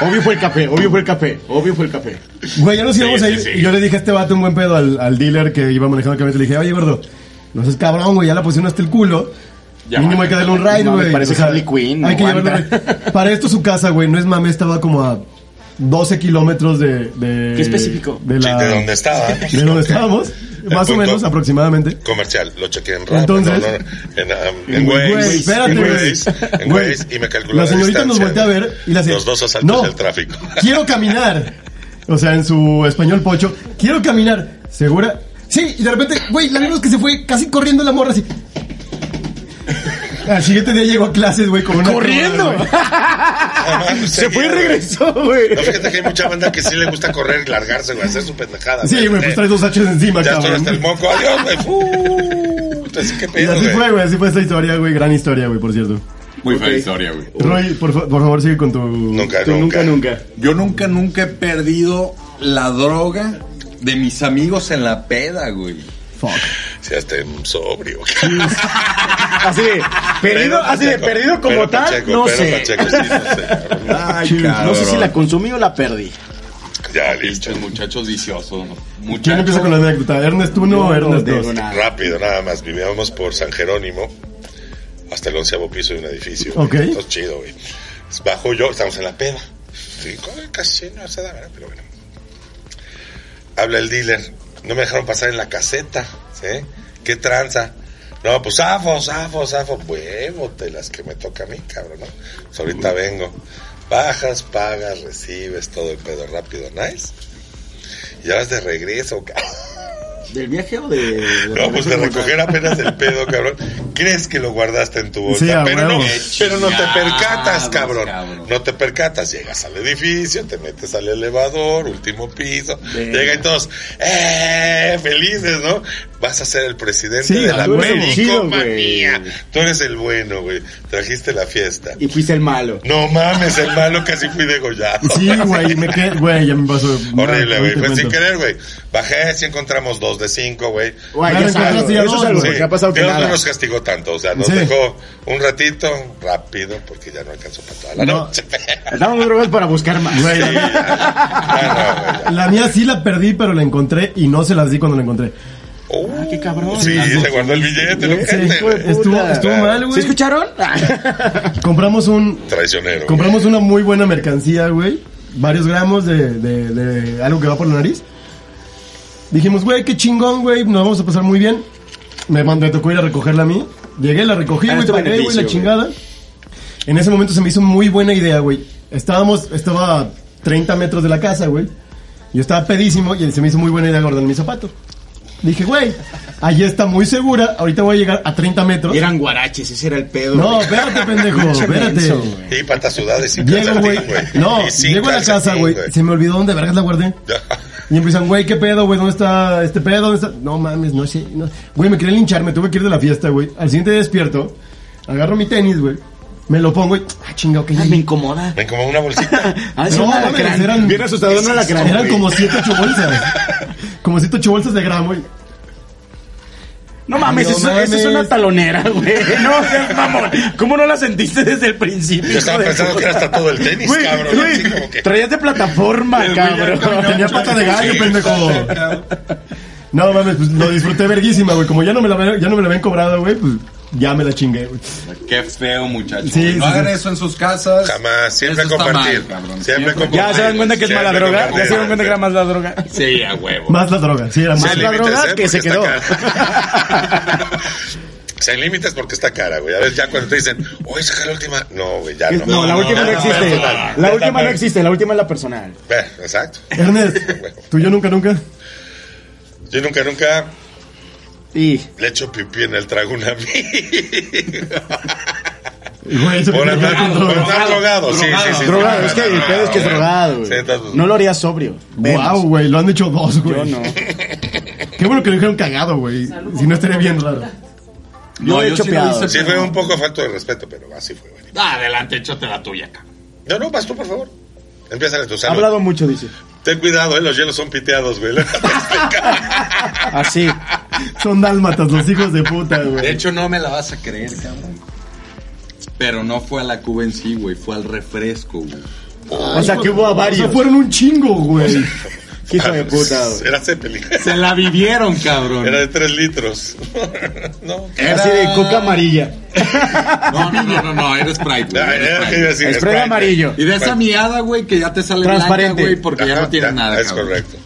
Speaker 7: Obvio fue el café, obvio fue el café, obio fue el café.
Speaker 2: Güey, ya nos íbamos
Speaker 4: Sí,
Speaker 2: a ir.
Speaker 4: sí, sí.
Speaker 2: Y yo le dije a este vato un buen pedo al, al dealer que iba manejando el camioneta. Le dije, oye, gordo, no seas cabrón, güey, ya la pusieron hasta el culo.
Speaker 7: Ya,
Speaker 2: Mínimo hay que darle un ride,
Speaker 5: no, me
Speaker 2: güey.
Speaker 5: parece Harley Quinn,
Speaker 2: Hay que
Speaker 5: aguanta.
Speaker 2: llevarlo.
Speaker 5: [LAUGHS]
Speaker 2: güey. Para esto su casa, güey, no es mame, estaba como a 12 kilómetros de, de-
Speaker 5: Qué específico.
Speaker 2: De,
Speaker 4: Sí,
Speaker 2: la,
Speaker 4: de donde estaba.
Speaker 2: [LAUGHS] de donde
Speaker 4: [LAUGHS]
Speaker 2: estábamos, más o
Speaker 4: punto.
Speaker 2: menos aproximadamente.
Speaker 4: Comercial, lo chequé en Rappi,
Speaker 2: Entonces-
Speaker 4: no, no, en, um, en,
Speaker 2: Güey,
Speaker 4: Waze,
Speaker 2: espérate,
Speaker 4: en
Speaker 2: güey.
Speaker 4: Waze, en
Speaker 2: Güey,
Speaker 4: Waze, y me calculó
Speaker 2: La señorita nos voltea a
Speaker 4: distancia
Speaker 2: ver y la
Speaker 4: de
Speaker 2: hace,
Speaker 4: Los dos asaltos
Speaker 2: "No, [LAUGHS]
Speaker 4: del tráfico. [LAUGHS]
Speaker 2: Quiero caminar. O sea, en su español pocho, quiero caminar. ¿Segura? Sí, y de repente, güey, la vimos que se fue casi corriendo la morra así. Al siguiente día llegó a clases, güey, con una.
Speaker 7: ¡Corriendo!
Speaker 2: cámara, güey.
Speaker 7: Se fue y regresó, güey.
Speaker 4: No, fíjate que hay mucha banda que sí le gusta correr y largarse, güey, hacer su pendejada.
Speaker 2: Sí, güey, pues traes dos H's encima,
Speaker 4: Ya estoy
Speaker 2: cabrón.
Speaker 4: hasta el moco, adiós, güey. Uh, Entonces, qué
Speaker 2: Y
Speaker 4: pedo,
Speaker 2: así fue,
Speaker 4: güey.
Speaker 2: güey, así fue esta historia, güey. Gran historia, güey, por cierto.
Speaker 1: Muy fea historia, güey.
Speaker 2: Roy, por, fa- por favor, sigue con tu.
Speaker 4: Nunca,
Speaker 7: Tú
Speaker 4: nunca,
Speaker 7: nunca, nunca.
Speaker 1: Yo nunca, nunca he perdido la droga de mis amigos en la peda, güey.
Speaker 4: Si hasta en sobrio.
Speaker 7: Así de, perdido, así de,
Speaker 4: Pacheco,
Speaker 7: perdido como
Speaker 4: pero
Speaker 7: tal,
Speaker 4: Pacheco,
Speaker 7: no
Speaker 4: pero
Speaker 7: sé.
Speaker 4: Pacheco, sí, no sé, cabrón.
Speaker 2: Ah,
Speaker 1: Ay,
Speaker 7: No sé si la consumí o la perdí.
Speaker 4: Ya, listo.
Speaker 1: Pinches muchachos viciosos. Muchachos.
Speaker 2: ¿Quién empieza con la anécdota? ¿Ernest 1 o Ernest
Speaker 7: digo
Speaker 2: 2?
Speaker 7: nada.
Speaker 4: Rápido, nada más. Vivíamos por San Jerónimo hasta el onceavo piso de un edificio.
Speaker 2: Ok.
Speaker 4: güey. Entonces, chido, güey. Bajo yo, estamos en la peda. Sí, casi no se da, ¿verdad? Pero bueno. Habla el dealer. No me dejaron pasar en la caseta, ¿sí? ¿Qué tranza? No, pues zafo, zafo, zafo. Huevote las que me toca a mí, cabrón, ¿no? Pues, ahorita vengo. Bajas, pagas, recibes, todo el pedo rápido, nice. Y ahora vas de regreso, cabrón.
Speaker 5: ¿Del viaje o de.?
Speaker 4: No, pues de recoger apenas el pedo, cabrón. ¿Crees que lo guardaste en tu bolsa?
Speaker 2: Sí, a
Speaker 4: pero, no,
Speaker 2: huevo.
Speaker 4: pero no te percatas,
Speaker 1: Chingados,
Speaker 4: cabrón.
Speaker 1: cabrón.
Speaker 4: No te percatas. Llegas al edificio, te metes al elevador, último piso. Llega y todos, ¡eh! Felices, ¿no? Vas a ser el presidente
Speaker 2: Sí,
Speaker 4: de
Speaker 2: a
Speaker 4: la
Speaker 2: huevo.
Speaker 4: pericomanía. Tú eres el bueno, güey. Trajiste la fiesta.
Speaker 5: Y fuiste el malo.
Speaker 4: No mames, el malo casi fui degollado.
Speaker 2: Sí, güey, me quedé, güey, ya me pasó.
Speaker 4: [LAUGHS] Horrible, güey.
Speaker 2: Ahorita
Speaker 4: Fue sin
Speaker 2: cuento.
Speaker 4: querer, güey. Bajé, sí encontramos dos de cinco, güey.
Speaker 7: Guay,
Speaker 2: Claro,
Speaker 7: ya es algo,
Speaker 2: encontraste ya
Speaker 7: eso es
Speaker 2: dos,
Speaker 7: algo,
Speaker 2: güey.
Speaker 7: porque ha pasado que
Speaker 4: Dios no
Speaker 7: nada.
Speaker 4: nos castigó tanto, o sea, nos
Speaker 2: Sí.
Speaker 4: dejó un ratito rápido porque ya no alcanzó para toda la
Speaker 2: No.
Speaker 4: noche. [LAUGHS]
Speaker 7: Estamos muy drogados para buscar más.
Speaker 2: Güey,
Speaker 4: Sí,
Speaker 2: la-
Speaker 4: ya. No, no, güey, ya.
Speaker 2: La mía sí la perdí, pero la encontré y no se las di cuando la encontré.
Speaker 4: Uh,
Speaker 5: qué cabrón.
Speaker 4: Sí,
Speaker 5: Las
Speaker 4: se guardó el billete, no
Speaker 2: Sí,
Speaker 4: gente, güey. Ah.
Speaker 2: estuvo, estuvo mal,
Speaker 5: ¿Se
Speaker 7: [LAUGHS]
Speaker 2: güey.
Speaker 5: escucharon?
Speaker 2: Compramos un,
Speaker 4: Traicionero.
Speaker 2: compramos una muy buena mercancía, güey. Varios gramos de, de, de algo que va por la nariz. Dijimos, güey, qué chingón, güey, nos vamos a pasar muy bien. Me mandó, me tocó ir a recogerla a mí. Llegué, la recogí,
Speaker 5: Para
Speaker 2: güey,
Speaker 5: tu
Speaker 2: pagué, güey,
Speaker 5: Ah,
Speaker 2: la
Speaker 5: beneficio, güey.
Speaker 2: chingada. En ese momento se me hizo muy buena idea, güey. Estábamos, estaba a 30 metros de la casa, güey. Yo estaba pedísimo y se me hizo muy buena idea guardar mi zapato. Dije, güey, allí está muy segura, ahorita voy a llegar a 30 metros.
Speaker 5: Y eran guaraches, ese era el pedo.
Speaker 2: No,
Speaker 5: güey.
Speaker 2: espérate,
Speaker 7: [LAUGHS]
Speaker 2: pendejo,
Speaker 5: Pinche
Speaker 2: espérate.
Speaker 5: menso, güey.
Speaker 4: Y patas sudadas y sin
Speaker 2: Llego, güey.
Speaker 4: calcetín, güey.
Speaker 2: No,
Speaker 4: Y sin
Speaker 2: llego a la casa,
Speaker 4: calcetín,
Speaker 2: güey. Se me olvidó dónde vergas la guardé. Y empiezan, güey, ¿qué pedo, güey? ¿Dónde está este pedo? ¿Dónde está? No mames, no sé. no- Güey, me quería linchar, me tuve que ir de la fiesta, güey. Al siguiente día despierto, agarro mi tenis, güey. Me lo pongo y. Ah, chinga, ok.
Speaker 5: Ay, me incomoda.
Speaker 4: [LAUGHS] Ven como una
Speaker 2: [LAUGHS]
Speaker 4: bolsita.
Speaker 5: Ah, es
Speaker 2: No,
Speaker 5: un
Speaker 2: mames,
Speaker 5: alacrán.
Speaker 2: eran-
Speaker 7: Bien asustado, no la crean.
Speaker 2: Eran
Speaker 7: güey.
Speaker 2: como 7, 8 bolsas. Como 7, 8 bolsas de gramo, güey.
Speaker 7: No mames,
Speaker 2: No
Speaker 7: eso, eso
Speaker 2: mames.
Speaker 7: es una talonera, güey. [LAUGHS] No, seas mamón. ¿Cómo no la sentiste desde el principio?
Speaker 4: Yo estaba
Speaker 7: hijo de
Speaker 4: pensando que
Speaker 7: puta?
Speaker 4: era hasta todo el tenis,
Speaker 7: Güey,
Speaker 4: cabrón.
Speaker 7: güey,
Speaker 4: así como que-
Speaker 7: Traías de plataforma, cabrón.
Speaker 2: Tenía pata de gallo,
Speaker 4: Sí.
Speaker 2: pendejo. No mames, pues lo disfruté verguísima, güey. Como ya no me la, ya no me la habían cobrado, güey, pues ya me la chingué, güey.
Speaker 1: Qué feo, muchachos.
Speaker 2: Sí, sí,
Speaker 1: no hagan
Speaker 2: sí.
Speaker 1: eso en sus casas.
Speaker 4: Jamás, siempre
Speaker 1: Eso está
Speaker 4: compartir.
Speaker 1: mal, cabrón.
Speaker 4: siempre, compartir.
Speaker 7: Ya se dan cuenta que es mala
Speaker 4: Siempre
Speaker 7: droga.
Speaker 4: compartir.
Speaker 7: Ya se dan cuenta que era más la droga.
Speaker 1: Sí, a huevo.
Speaker 2: Más la droga, sí, era
Speaker 4: Sin
Speaker 2: más.
Speaker 7: la
Speaker 4: límites,
Speaker 7: droga
Speaker 4: ¿eh?
Speaker 7: que se
Speaker 4: Porque
Speaker 7: quedó.
Speaker 4: está
Speaker 7: [LAUGHS]
Speaker 4: cara. Sin límites porque está cara, güey. A ver, ya cuando te dicen, oye, saca la última. No, güey, ya no.
Speaker 7: No, la última no
Speaker 4: ya
Speaker 7: existe.
Speaker 4: personal.
Speaker 7: La última no existe, la última es la personal.
Speaker 4: Ve, exacto.
Speaker 2: [LAUGHS] Ernest, tú y yo nunca, nunca.
Speaker 4: Yo nunca, nunca
Speaker 5: Y
Speaker 4: le echo pipí en el trago a una
Speaker 7: [LAUGHS]
Speaker 4: amiga.
Speaker 2: Güey, eso
Speaker 4: Por
Speaker 2: que
Speaker 4: andar,
Speaker 2: con
Speaker 4: por
Speaker 2: droga.
Speaker 4: andar drogado. Sí, sí, sí.
Speaker 7: Drogado,
Speaker 4: sí,
Speaker 7: es que el
Speaker 4: drogado,
Speaker 7: pedo es que es
Speaker 4: güey.
Speaker 7: drogado, güey.
Speaker 4: Sí, estás-
Speaker 7: No lo harías sobrio.
Speaker 2: Wow, güey, lo han hecho dos, güey.
Speaker 5: yo no.
Speaker 7: [LAUGHS]
Speaker 2: Qué bueno que lo dijeron cagado, güey. Si no estaría bien raro.
Speaker 5: Yo he hecho
Speaker 1: sí lo
Speaker 5: peado.
Speaker 1: hice,
Speaker 4: Sí,
Speaker 1: pero-
Speaker 4: fue un poco falto de respeto, pero así fue, güey.
Speaker 1: Ah, adelante, échate la tuya, cabrón.
Speaker 4: No, no, vas tú, por favor. Empieza en tu
Speaker 7: Ha
Speaker 4: salud.
Speaker 7: hablado mucho, dice.
Speaker 4: Ten cuidado, eh, los hielos son piteados, güey.
Speaker 5: Así.
Speaker 2: [LAUGHS] Son dálmatas los hijos de puta,
Speaker 1: De
Speaker 2: güey.
Speaker 1: hecho, no me la vas a creer, cabrón. Pero no fue a la cuba en sí, güey. Fue al refresco, güey.
Speaker 7: O sea, que hubo a
Speaker 2: Se
Speaker 7: varios.
Speaker 2: fueron un
Speaker 7: [LAUGHS]
Speaker 2: chingo, güey.
Speaker 7: [LAUGHS] Hijo de puta, güey.
Speaker 4: Era Zeppelin.
Speaker 1: Se la vivieron, cabrón.
Speaker 4: Era de 3 litros. no.
Speaker 1: Era-
Speaker 7: Así de coca amarilla.
Speaker 1: No, no, no, no, no, era Sprite, güey.
Speaker 4: Ah,
Speaker 1: era
Speaker 4: era lo que
Speaker 1: Sprite.
Speaker 4: iba a decir,
Speaker 7: Spray
Speaker 4: Sprite.
Speaker 7: amarillo.
Speaker 1: Y de esa miada, güey, que ya te sale blanca,
Speaker 7: Transparente.
Speaker 1: güey, porque ya
Speaker 4: Ajá,
Speaker 1: no tiene nada,
Speaker 4: Es
Speaker 1: cabrón.
Speaker 4: correcto.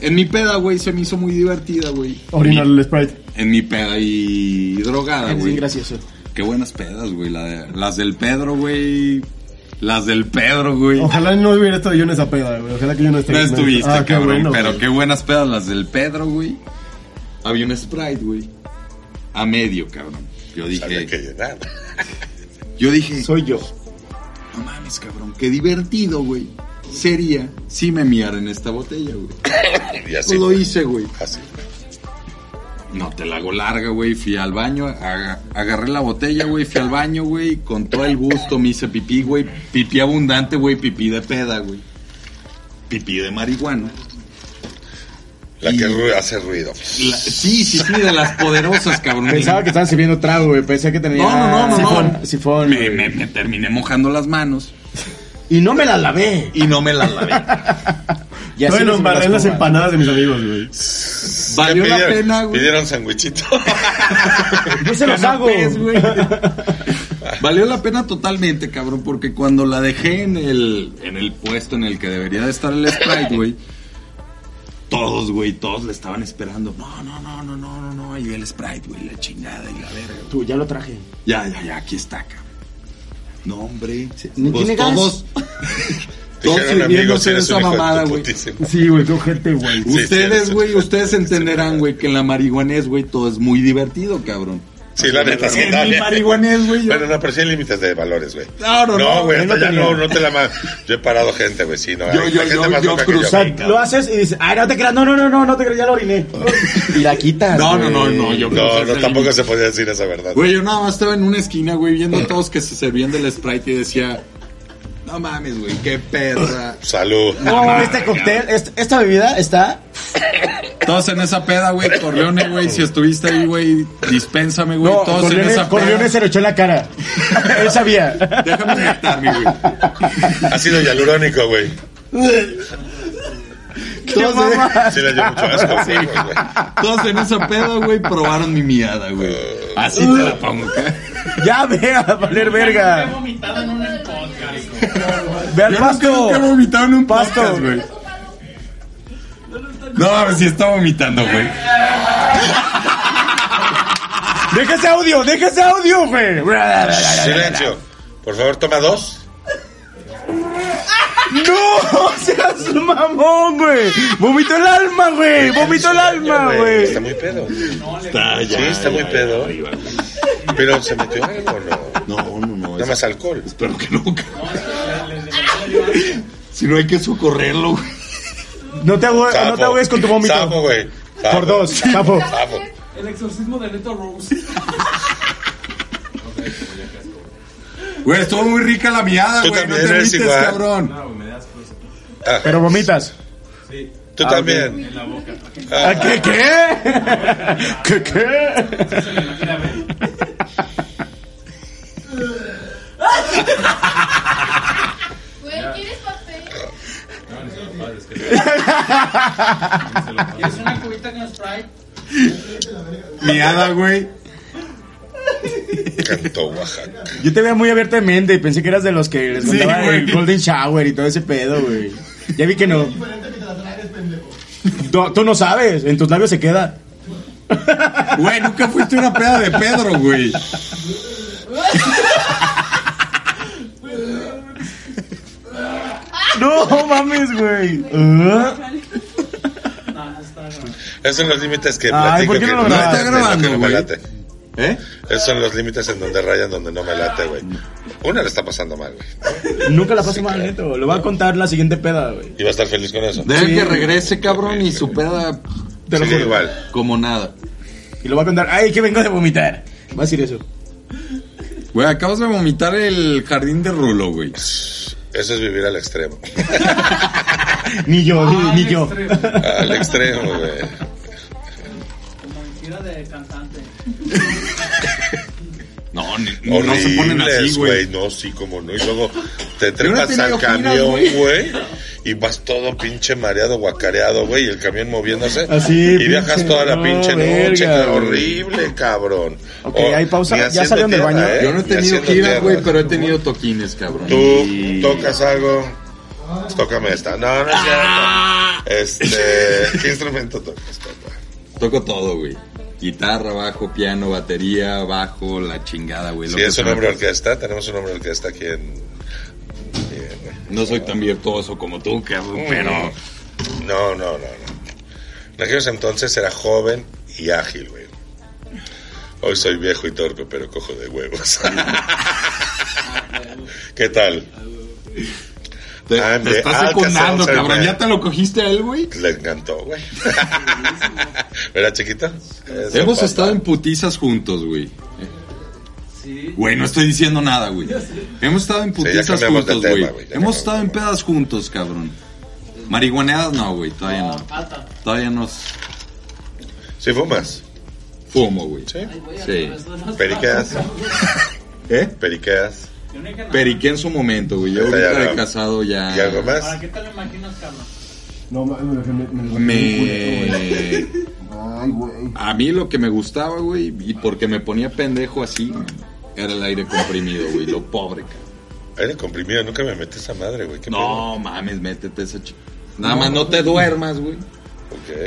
Speaker 1: En mi peda, güey, se me hizo muy divertida, güey.
Speaker 2: Orinar el Sprite.
Speaker 1: En mi peda y drogada,
Speaker 7: Es bien
Speaker 1: güey.
Speaker 7: gracioso.
Speaker 1: Qué buenas pedas, güey. la de- las del Pedro, güey. Las del Pedro, güey. [LAUGHS]
Speaker 2: Ojalá no hubiera estado yo en esa peda, güey. Ojalá que yo no
Speaker 1: No
Speaker 2: estuviera. en esa-
Speaker 1: estuviste,
Speaker 2: Ah, qué
Speaker 1: cabrón.
Speaker 2: bueno,
Speaker 1: pero
Speaker 2: Oh, güey.
Speaker 1: qué buenas pedas las del Pedro, güey. Había un Sprite, güey. A medio, cabrón. Yo
Speaker 4: Había que
Speaker 1: dije,
Speaker 4: llenar.
Speaker 1: yo dije,
Speaker 7: Soy yo.
Speaker 1: no mames, cabrón, qué divertido, güey. Sería si me miara en esta botella, güey.
Speaker 4: Y así.
Speaker 1: Pues lo
Speaker 4: fue.
Speaker 1: hice, güey.
Speaker 4: Así. fue.
Speaker 1: No, te la hago larga, güey. Fui al baño, aga- agarré la botella, güey. Fui al baño, güey. Con todo el gusto me hice pipí, güey. Pipí abundante, güey. Pipí de peda, güey. Pipí de marihuana.
Speaker 4: La
Speaker 1: Y-
Speaker 4: que ru- hace ruido.
Speaker 1: La- sí, sí, sí, de las poderosas, cabrón.
Speaker 7: Pensaba que estaban sirviendo trago, güey. Pensé que tenía.
Speaker 1: No, no, no, no,
Speaker 7: sifón.
Speaker 1: no.
Speaker 7: Sifón.
Speaker 1: me,
Speaker 7: güey.
Speaker 1: me- me terminé mojando las manos
Speaker 7: Y no me la lavé.
Speaker 1: y no me las
Speaker 7: [LAUGHS]
Speaker 1: lavé.
Speaker 7: Y así no se
Speaker 2: Todavía no
Speaker 7: me
Speaker 2: embarré en las
Speaker 7: cobraron.
Speaker 2: empanadas de mis amigos, güey.
Speaker 1: Valió
Speaker 4: Ya
Speaker 1: la
Speaker 4: pidieron-
Speaker 1: pena, güey. [LAUGHS]
Speaker 4: Pidieron sandwichito.
Speaker 7: Yo se los hago.
Speaker 1: Canapés, güey. Valió la pena totalmente, cabrón, porque cuando la dejé en el, en el puesto en el que debería de estar el Sprite, güey, todos, güey, todos le estaban esperando. No, no, no, no, no, no, no. Y el Sprite, güey, la chingada y la verga.
Speaker 7: [LAUGHS]
Speaker 1: güey.
Speaker 7: Tú, ya lo traje.
Speaker 1: Ya, ya, ya, aquí está, cabrón. No, hombre.
Speaker 7: ¿no
Speaker 1: Pues
Speaker 7: tiene gas?
Speaker 1: todos. todos
Speaker 4: Dijeron amigos,
Speaker 1: sirviéndose de
Speaker 4: eres
Speaker 1: esa
Speaker 4: un hijo
Speaker 1: mamada,
Speaker 4: de tu
Speaker 1: güey.
Speaker 4: putísima.
Speaker 2: Sí, güey, qué gente, güey.
Speaker 4: Sí,
Speaker 1: Ustedes,
Speaker 4: sí,
Speaker 1: güey,
Speaker 4: sí,
Speaker 1: ustedes
Speaker 4: sí,
Speaker 1: entenderán,
Speaker 4: sí.
Speaker 1: güey, que en la marihuanés, güey, todo es muy divertido, cabrón.
Speaker 4: Sí, la neta, sí.
Speaker 1: En
Speaker 4: no,
Speaker 1: mi
Speaker 4: bien.
Speaker 1: marihuanés, güey, yo-
Speaker 4: Bueno, no, pero sí hay límites de valores, güey.
Speaker 1: No, no, no,
Speaker 4: No, güey,
Speaker 1: yo
Speaker 4: hasta
Speaker 1: no
Speaker 4: ya
Speaker 1: tenía.
Speaker 4: no, no te la ma- Yo he parado gente, güey, sí, no.
Speaker 1: Yo-
Speaker 4: hay-
Speaker 1: yo-
Speaker 4: hay gente
Speaker 1: yo-
Speaker 4: más
Speaker 1: yo
Speaker 4: loca que
Speaker 7: O sea,
Speaker 1: cruzar-
Speaker 4: güey.
Speaker 7: lo haces y dices, ay, no te creas, no, no, no, no, no te creas, ya lo oriné.
Speaker 5: Y la quitas.
Speaker 1: No, no,
Speaker 5: güey.
Speaker 1: no, no, yo creo
Speaker 4: No,
Speaker 1: que es
Speaker 4: no,
Speaker 1: el
Speaker 4: tampoco
Speaker 1: límite.
Speaker 4: se podía decir esa verdad.
Speaker 1: Güey, yo nada más estaba en una esquina, güey, viendo a todos que se servían del Sprite y decía, no mames, güey, qué perra.
Speaker 4: Salud.
Speaker 7: No, este cóctel, este- esta bebida está.
Speaker 1: Todos en esa peda, güey, Corleone, güey, si estuviste ahí, güey, dispénsame, güey,
Speaker 7: No,
Speaker 1: todos en
Speaker 7: Corleone,
Speaker 1: esa
Speaker 7: Corleone
Speaker 1: peda.
Speaker 7: se lo echó en la cara. [LAUGHS] Él sabía.
Speaker 1: Déjame inyectarme, güey.
Speaker 4: Ha sido hialurónico, güey.
Speaker 7: Todos-
Speaker 4: Sí le dio
Speaker 1: [LAUGHS]
Speaker 4: mucho asco. güey, güey.
Speaker 1: Todos en esa peda, güey, probaron mi miada, güey. Así te la pongo, ¿qué?
Speaker 7: Ya ve a valer verga. Ve al
Speaker 1: Yo nunca,
Speaker 7: pasto.
Speaker 1: nunca he vomitado en un
Speaker 7: Pasto.
Speaker 1: pasto, güey. No, si está vomitando, güey.
Speaker 7: Deja ese audio, deja ese audio, güey.
Speaker 4: Silencio. Por favor, toma dos.
Speaker 7: No, [LAUGHS] seas mamón, güey. Vomitó el alma, güey. Vomitó el alma, güey.
Speaker 4: Está muy pedo.
Speaker 1: Está
Speaker 4: Sí, está muy pedo. Pero se metió algo, o ¿no?
Speaker 1: No, no, no.
Speaker 4: Nada más alcohol.
Speaker 1: Espero que nunca. si no hay que socorrerlo, güey.
Speaker 7: No te ahogues,
Speaker 4: Sapo.
Speaker 7: no te ahogues con tu
Speaker 4: Sapo,
Speaker 7: vómito.
Speaker 4: güey. Sapo.
Speaker 7: Por
Speaker 4: [LAUGHS]
Speaker 7: dos, sapo.
Speaker 4: Sapo.
Speaker 8: El exorcismo de Neto Rose.
Speaker 1: Güey, estuvo muy rica la miada,
Speaker 4: Tú
Speaker 1: güey. No
Speaker 4: también
Speaker 1: te
Speaker 4: eres
Speaker 1: grites,
Speaker 4: igual.
Speaker 1: cabrón.
Speaker 4: Ah,
Speaker 7: Pero vomitas.
Speaker 4: tú
Speaker 1: Ah,
Speaker 4: también.
Speaker 7: ¿A ¿Qué qué? ¿Qué qué?
Speaker 9: Güey, ¿quieres papel?
Speaker 8: ¿Quieres una cubita con Sprite?
Speaker 1: Miada, güey.
Speaker 4: Cantó Oaxaca.
Speaker 5: Yo te veía muy abiertamente y pensé que eras de los que les
Speaker 10: Sí,
Speaker 5: contaba
Speaker 10: güey.
Speaker 5: el Golden Shower y todo ese pedo, güey. Ya vi que no. Tú, tú no sabes, en tus labios se queda.
Speaker 10: Güey, nunca fuiste una peda de Pedro, güey.
Speaker 5: No mames, güey. ¿Ah?
Speaker 4: Esos son los límites que
Speaker 5: Ay,
Speaker 4: platico
Speaker 5: ¿por qué
Speaker 4: que
Speaker 5: no lo
Speaker 4: me
Speaker 5: grabas?
Speaker 4: late,
Speaker 10: Está
Speaker 4: de lo
Speaker 10: grabando,
Speaker 4: que no me
Speaker 10: güey.
Speaker 4: late.
Speaker 5: ¿Eh?
Speaker 4: Esos son los límites en donde rayan, donde no me late, güey. Una le está pasando mal, güey.
Speaker 5: Nunca la paso mal, neto. Lo va a contar la siguiente peda, güey.
Speaker 4: Y va a estar feliz con eso.
Speaker 1: Dejen que regrese, cabrón, y su peda
Speaker 5: Te lo
Speaker 4: Sigue
Speaker 5: juro.
Speaker 4: igual.
Speaker 1: como nada.
Speaker 5: Y lo va a contar. Ay, que vengo de vomitar. Va a decir eso.
Speaker 10: Güey, acabas de vomitar el jardín de Rulo, güey.
Speaker 4: Eso es vivir al extremo. [LAUGHS]
Speaker 5: Ni yo, ni- ni yo.
Speaker 4: al extremo, güey.
Speaker 11: Como mentira de cantante.
Speaker 10: No, ni- no se ponen así,
Speaker 4: Horribles,
Speaker 10: güey.
Speaker 4: güey. No, sí, como no. Y luego te
Speaker 10: no
Speaker 4: trepas
Speaker 10: tenía
Speaker 4: al
Speaker 10: giras,
Speaker 4: camión,
Speaker 10: güey.
Speaker 4: güey. Y vas todo pinche mareado, guacareado, güey. Y el camión moviéndose.
Speaker 5: Así,
Speaker 4: y viajas
Speaker 5: pinche,
Speaker 4: toda la
Speaker 5: no,
Speaker 4: pinche noche.
Speaker 5: verga,
Speaker 4: qué
Speaker 5: güey.
Speaker 4: horrible, cabrón.
Speaker 5: Ok, hay pausa.
Speaker 4: ni
Speaker 5: ¿Ya
Speaker 4: haciendo
Speaker 5: salieron del
Speaker 4: tierra,
Speaker 5: baño?
Speaker 4: ¿eh?
Speaker 1: Yo no he
Speaker 4: Ni
Speaker 1: tenido
Speaker 4: haciendo
Speaker 1: giras, güey,
Speaker 4: tierra.
Speaker 1: pero he tenido toquines, cabrón.
Speaker 4: Tú tocas algo. Tócame esta. No, no es
Speaker 1: Ah.
Speaker 4: cierto. Este. ¿Qué instrumento tocas, papá?
Speaker 1: Toco todo, güey. Guitarra, bajo, piano, batería, bajo, la chingada, güey. lo
Speaker 4: Sí,
Speaker 1: que
Speaker 4: es un
Speaker 1: sea.
Speaker 4: hombre orquesta. Tenemos un hombre orquesta aquí en.
Speaker 1: No soy tan virtuoso como tú, cabrón,
Speaker 4: Mm.
Speaker 1: pero...
Speaker 4: Ah, No, no, no, no. En aquellos entonces era joven y ágil, güey. Hoy soy viejo y torpe, pero cojo
Speaker 1: [LAUGHS]
Speaker 4: de huevos. ¿Qué tal?
Speaker 1: Te,
Speaker 4: Ah,
Speaker 1: te
Speaker 4: me-
Speaker 1: estás
Speaker 4: ah,
Speaker 1: secundando,
Speaker 4: casarse,
Speaker 1: cabrón.
Speaker 4: güey.
Speaker 1: ¿Ya te lo cogiste a él, güey?
Speaker 4: Le
Speaker 1: [LAUGHS]
Speaker 4: encantó, güey. ¿Verdad, chiquita? Eso
Speaker 1: Hemos
Speaker 4: pasa.
Speaker 1: estado en putizas juntos, güey.
Speaker 11: Sí.
Speaker 1: Güey, no estoy diciendo nada, güey. Hemos estado en putizas
Speaker 4: cambiamos de
Speaker 1: juntos,
Speaker 4: tema,
Speaker 1: güey.
Speaker 4: güey, ya
Speaker 1: Hemos
Speaker 4: cambiamos
Speaker 1: estado
Speaker 4: de
Speaker 1: en
Speaker 4: tema.
Speaker 1: pedas juntos, cabrón. Marihuaneadas, no, güey, todavía no.
Speaker 11: Alta.
Speaker 1: Todavía nos
Speaker 4: ¿Sí fumas?
Speaker 1: fumo, güey.
Speaker 4: Sí.
Speaker 11: Voy a
Speaker 1: Sí.
Speaker 11: hacer eso, ¿no?
Speaker 4: Periqueas.
Speaker 1: ¿Eh?
Speaker 4: Periqueas.
Speaker 11: Yo no dije nada.
Speaker 1: Periqué en su momento, güey. Yo
Speaker 4: Está ya
Speaker 1: ahorita de
Speaker 4: grave.
Speaker 1: casado ya.
Speaker 4: ¿Y algo
Speaker 11: ¿Para
Speaker 4: más?
Speaker 11: qué te lo imaginas, Carlos?
Speaker 2: No, mames, me, me, me,
Speaker 1: Me.
Speaker 2: Ay, güey.
Speaker 1: A mí lo que me gustaba, güey, y porque me ponía pendejo así, era el aire comprimido, güey. Lo pobre, cabrón.
Speaker 4: Aire comprimido, nunca me metes esa madre, güey. ¿Qué
Speaker 1: No mames, métete esa chica. Nada más no te duermas, güey.
Speaker 4: pedo?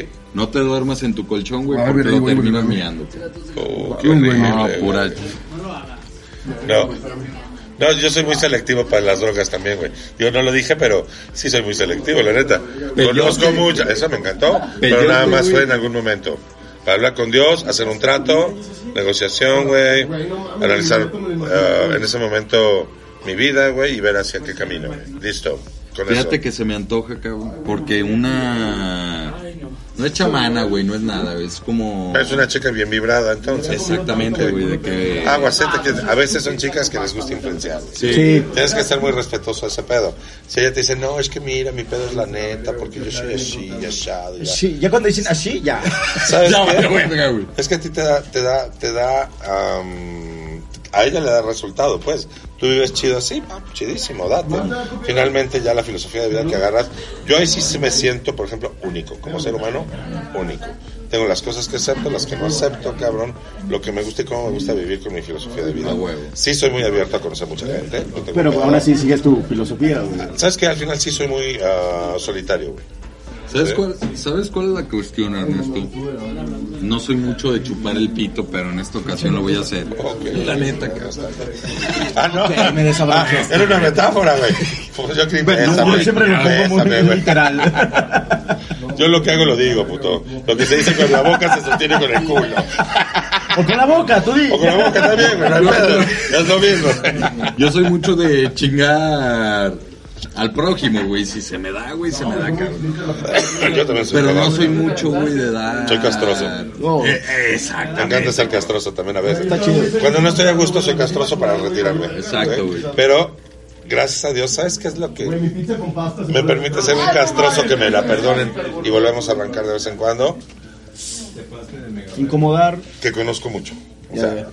Speaker 4: Ok.
Speaker 1: No te duermas en tu colchón, güey,
Speaker 2: A ver,
Speaker 1: porque
Speaker 2: Ah, ahí
Speaker 1: lo
Speaker 2: voy,
Speaker 1: terminas
Speaker 2: güey.
Speaker 1: miando. cabrón.
Speaker 4: Oh, qué
Speaker 2: Güey,
Speaker 4: horrible,
Speaker 1: No,
Speaker 4: güey.
Speaker 1: pura.
Speaker 4: No. No, yo soy muy selectivo para las drogas también, güey. Yo no lo dije, pero sí soy muy selectivo, la neta. Conozco muchas, esa me encantó, pero
Speaker 1: Peyote,
Speaker 4: nada más fue
Speaker 1: güey.
Speaker 4: en algún momento. Para hablar con Dios, hacer un trato, negociación, güey, analizar ah, en ese momento mi vida, güey, y ver hacia qué camino, güey. Listo, con eso.
Speaker 1: Fíjate que se me antoja, cabrón. Porque una. No es chamana, güey, no es nada, güey, es como.
Speaker 4: Es una chica bien vibrada, entonces.
Speaker 1: Exactamente, güey, de que.
Speaker 4: Aguacete, que a veces son chicas que les gusta influenciar.
Speaker 5: Sí.
Speaker 4: Tienes que ser muy respetuoso a ese pedo. Si ella te dice, no, es que mira, mi pedo es la neta, porque yo soy así, y asado, y así.
Speaker 5: Sí, ya cuando dicen así, ya.
Speaker 4: ¿Sabes
Speaker 1: Ya,
Speaker 4: qué?
Speaker 1: vale, verga, güey.
Speaker 4: Es que a ti te da, te da, te da, am, a ella le da resultado, pues. Tú vives chido así, pa, chidísimo, date. Finalmente ya la filosofía de vida que agarras, yo ahí sí se me siento, por ejemplo, único, como ser humano, único. Tengo las cosas que acepto, las que no acepto, cabrón, lo que me gusta y cómo me gusta vivir con mi filosofía de vida.
Speaker 1: A huevo.
Speaker 4: Sí soy muy abierto a conocer mucha gente. no tengo
Speaker 5: Pero
Speaker 4: pedo.
Speaker 5: aún así sigues tu filosofía, güey.
Speaker 4: ¿Sabes que Al final sí soy muy ah, solitario, güey.
Speaker 1: ¿Sabes cuál, ¿Sabes cuál es la cuestión, Ernesto? No soy mucho de chupar el pito, pero en esta ocasión lo voy a hacer. La neta, cabrón.
Speaker 4: [LAUGHS] Ah, no.
Speaker 5: me desabrazaste.
Speaker 4: Ah, era una metáfora, güey. Pues yo creí
Speaker 5: Bueno,
Speaker 4: bésame,
Speaker 5: yo siempre lo pongo muy
Speaker 4: bésame, güey.
Speaker 5: [LAUGHS] literal.
Speaker 4: Yo lo que hago lo digo, puto. Lo que se dice con la boca se sostiene con el culo.
Speaker 5: O con la boca, tú di.
Speaker 4: O con la boca también, güey. no hay pedo. Es lo mismo. [LAUGHS]
Speaker 1: Yo soy mucho de chingar al prójimo, güey. Si se me da, güey, se me da, cabrón.
Speaker 4: Yo también soy
Speaker 1: Pero no
Speaker 4: cagado.
Speaker 1: soy mucho, güey, de dar.
Speaker 4: Soy castroso.
Speaker 5: No.
Speaker 1: Eh, eh,
Speaker 4: Me encanta
Speaker 1: exactamente.
Speaker 4: ser castroso también a veces.
Speaker 5: Está chido.
Speaker 4: Cuando no estoy a gusto, soy castroso para retirarme. ¿Eh?
Speaker 1: Exacto, güey.
Speaker 4: Pero, gracias a Dios, ¿sabes qué es lo que
Speaker 2: Mi pizza con pastas.
Speaker 4: me permite ser un castroso que me la perdonen y volvemos a arrancar de vez en cuando?
Speaker 5: Incomodar.
Speaker 4: Que conozco mucho. O
Speaker 5: Ya,
Speaker 4: sea,
Speaker 5: ya.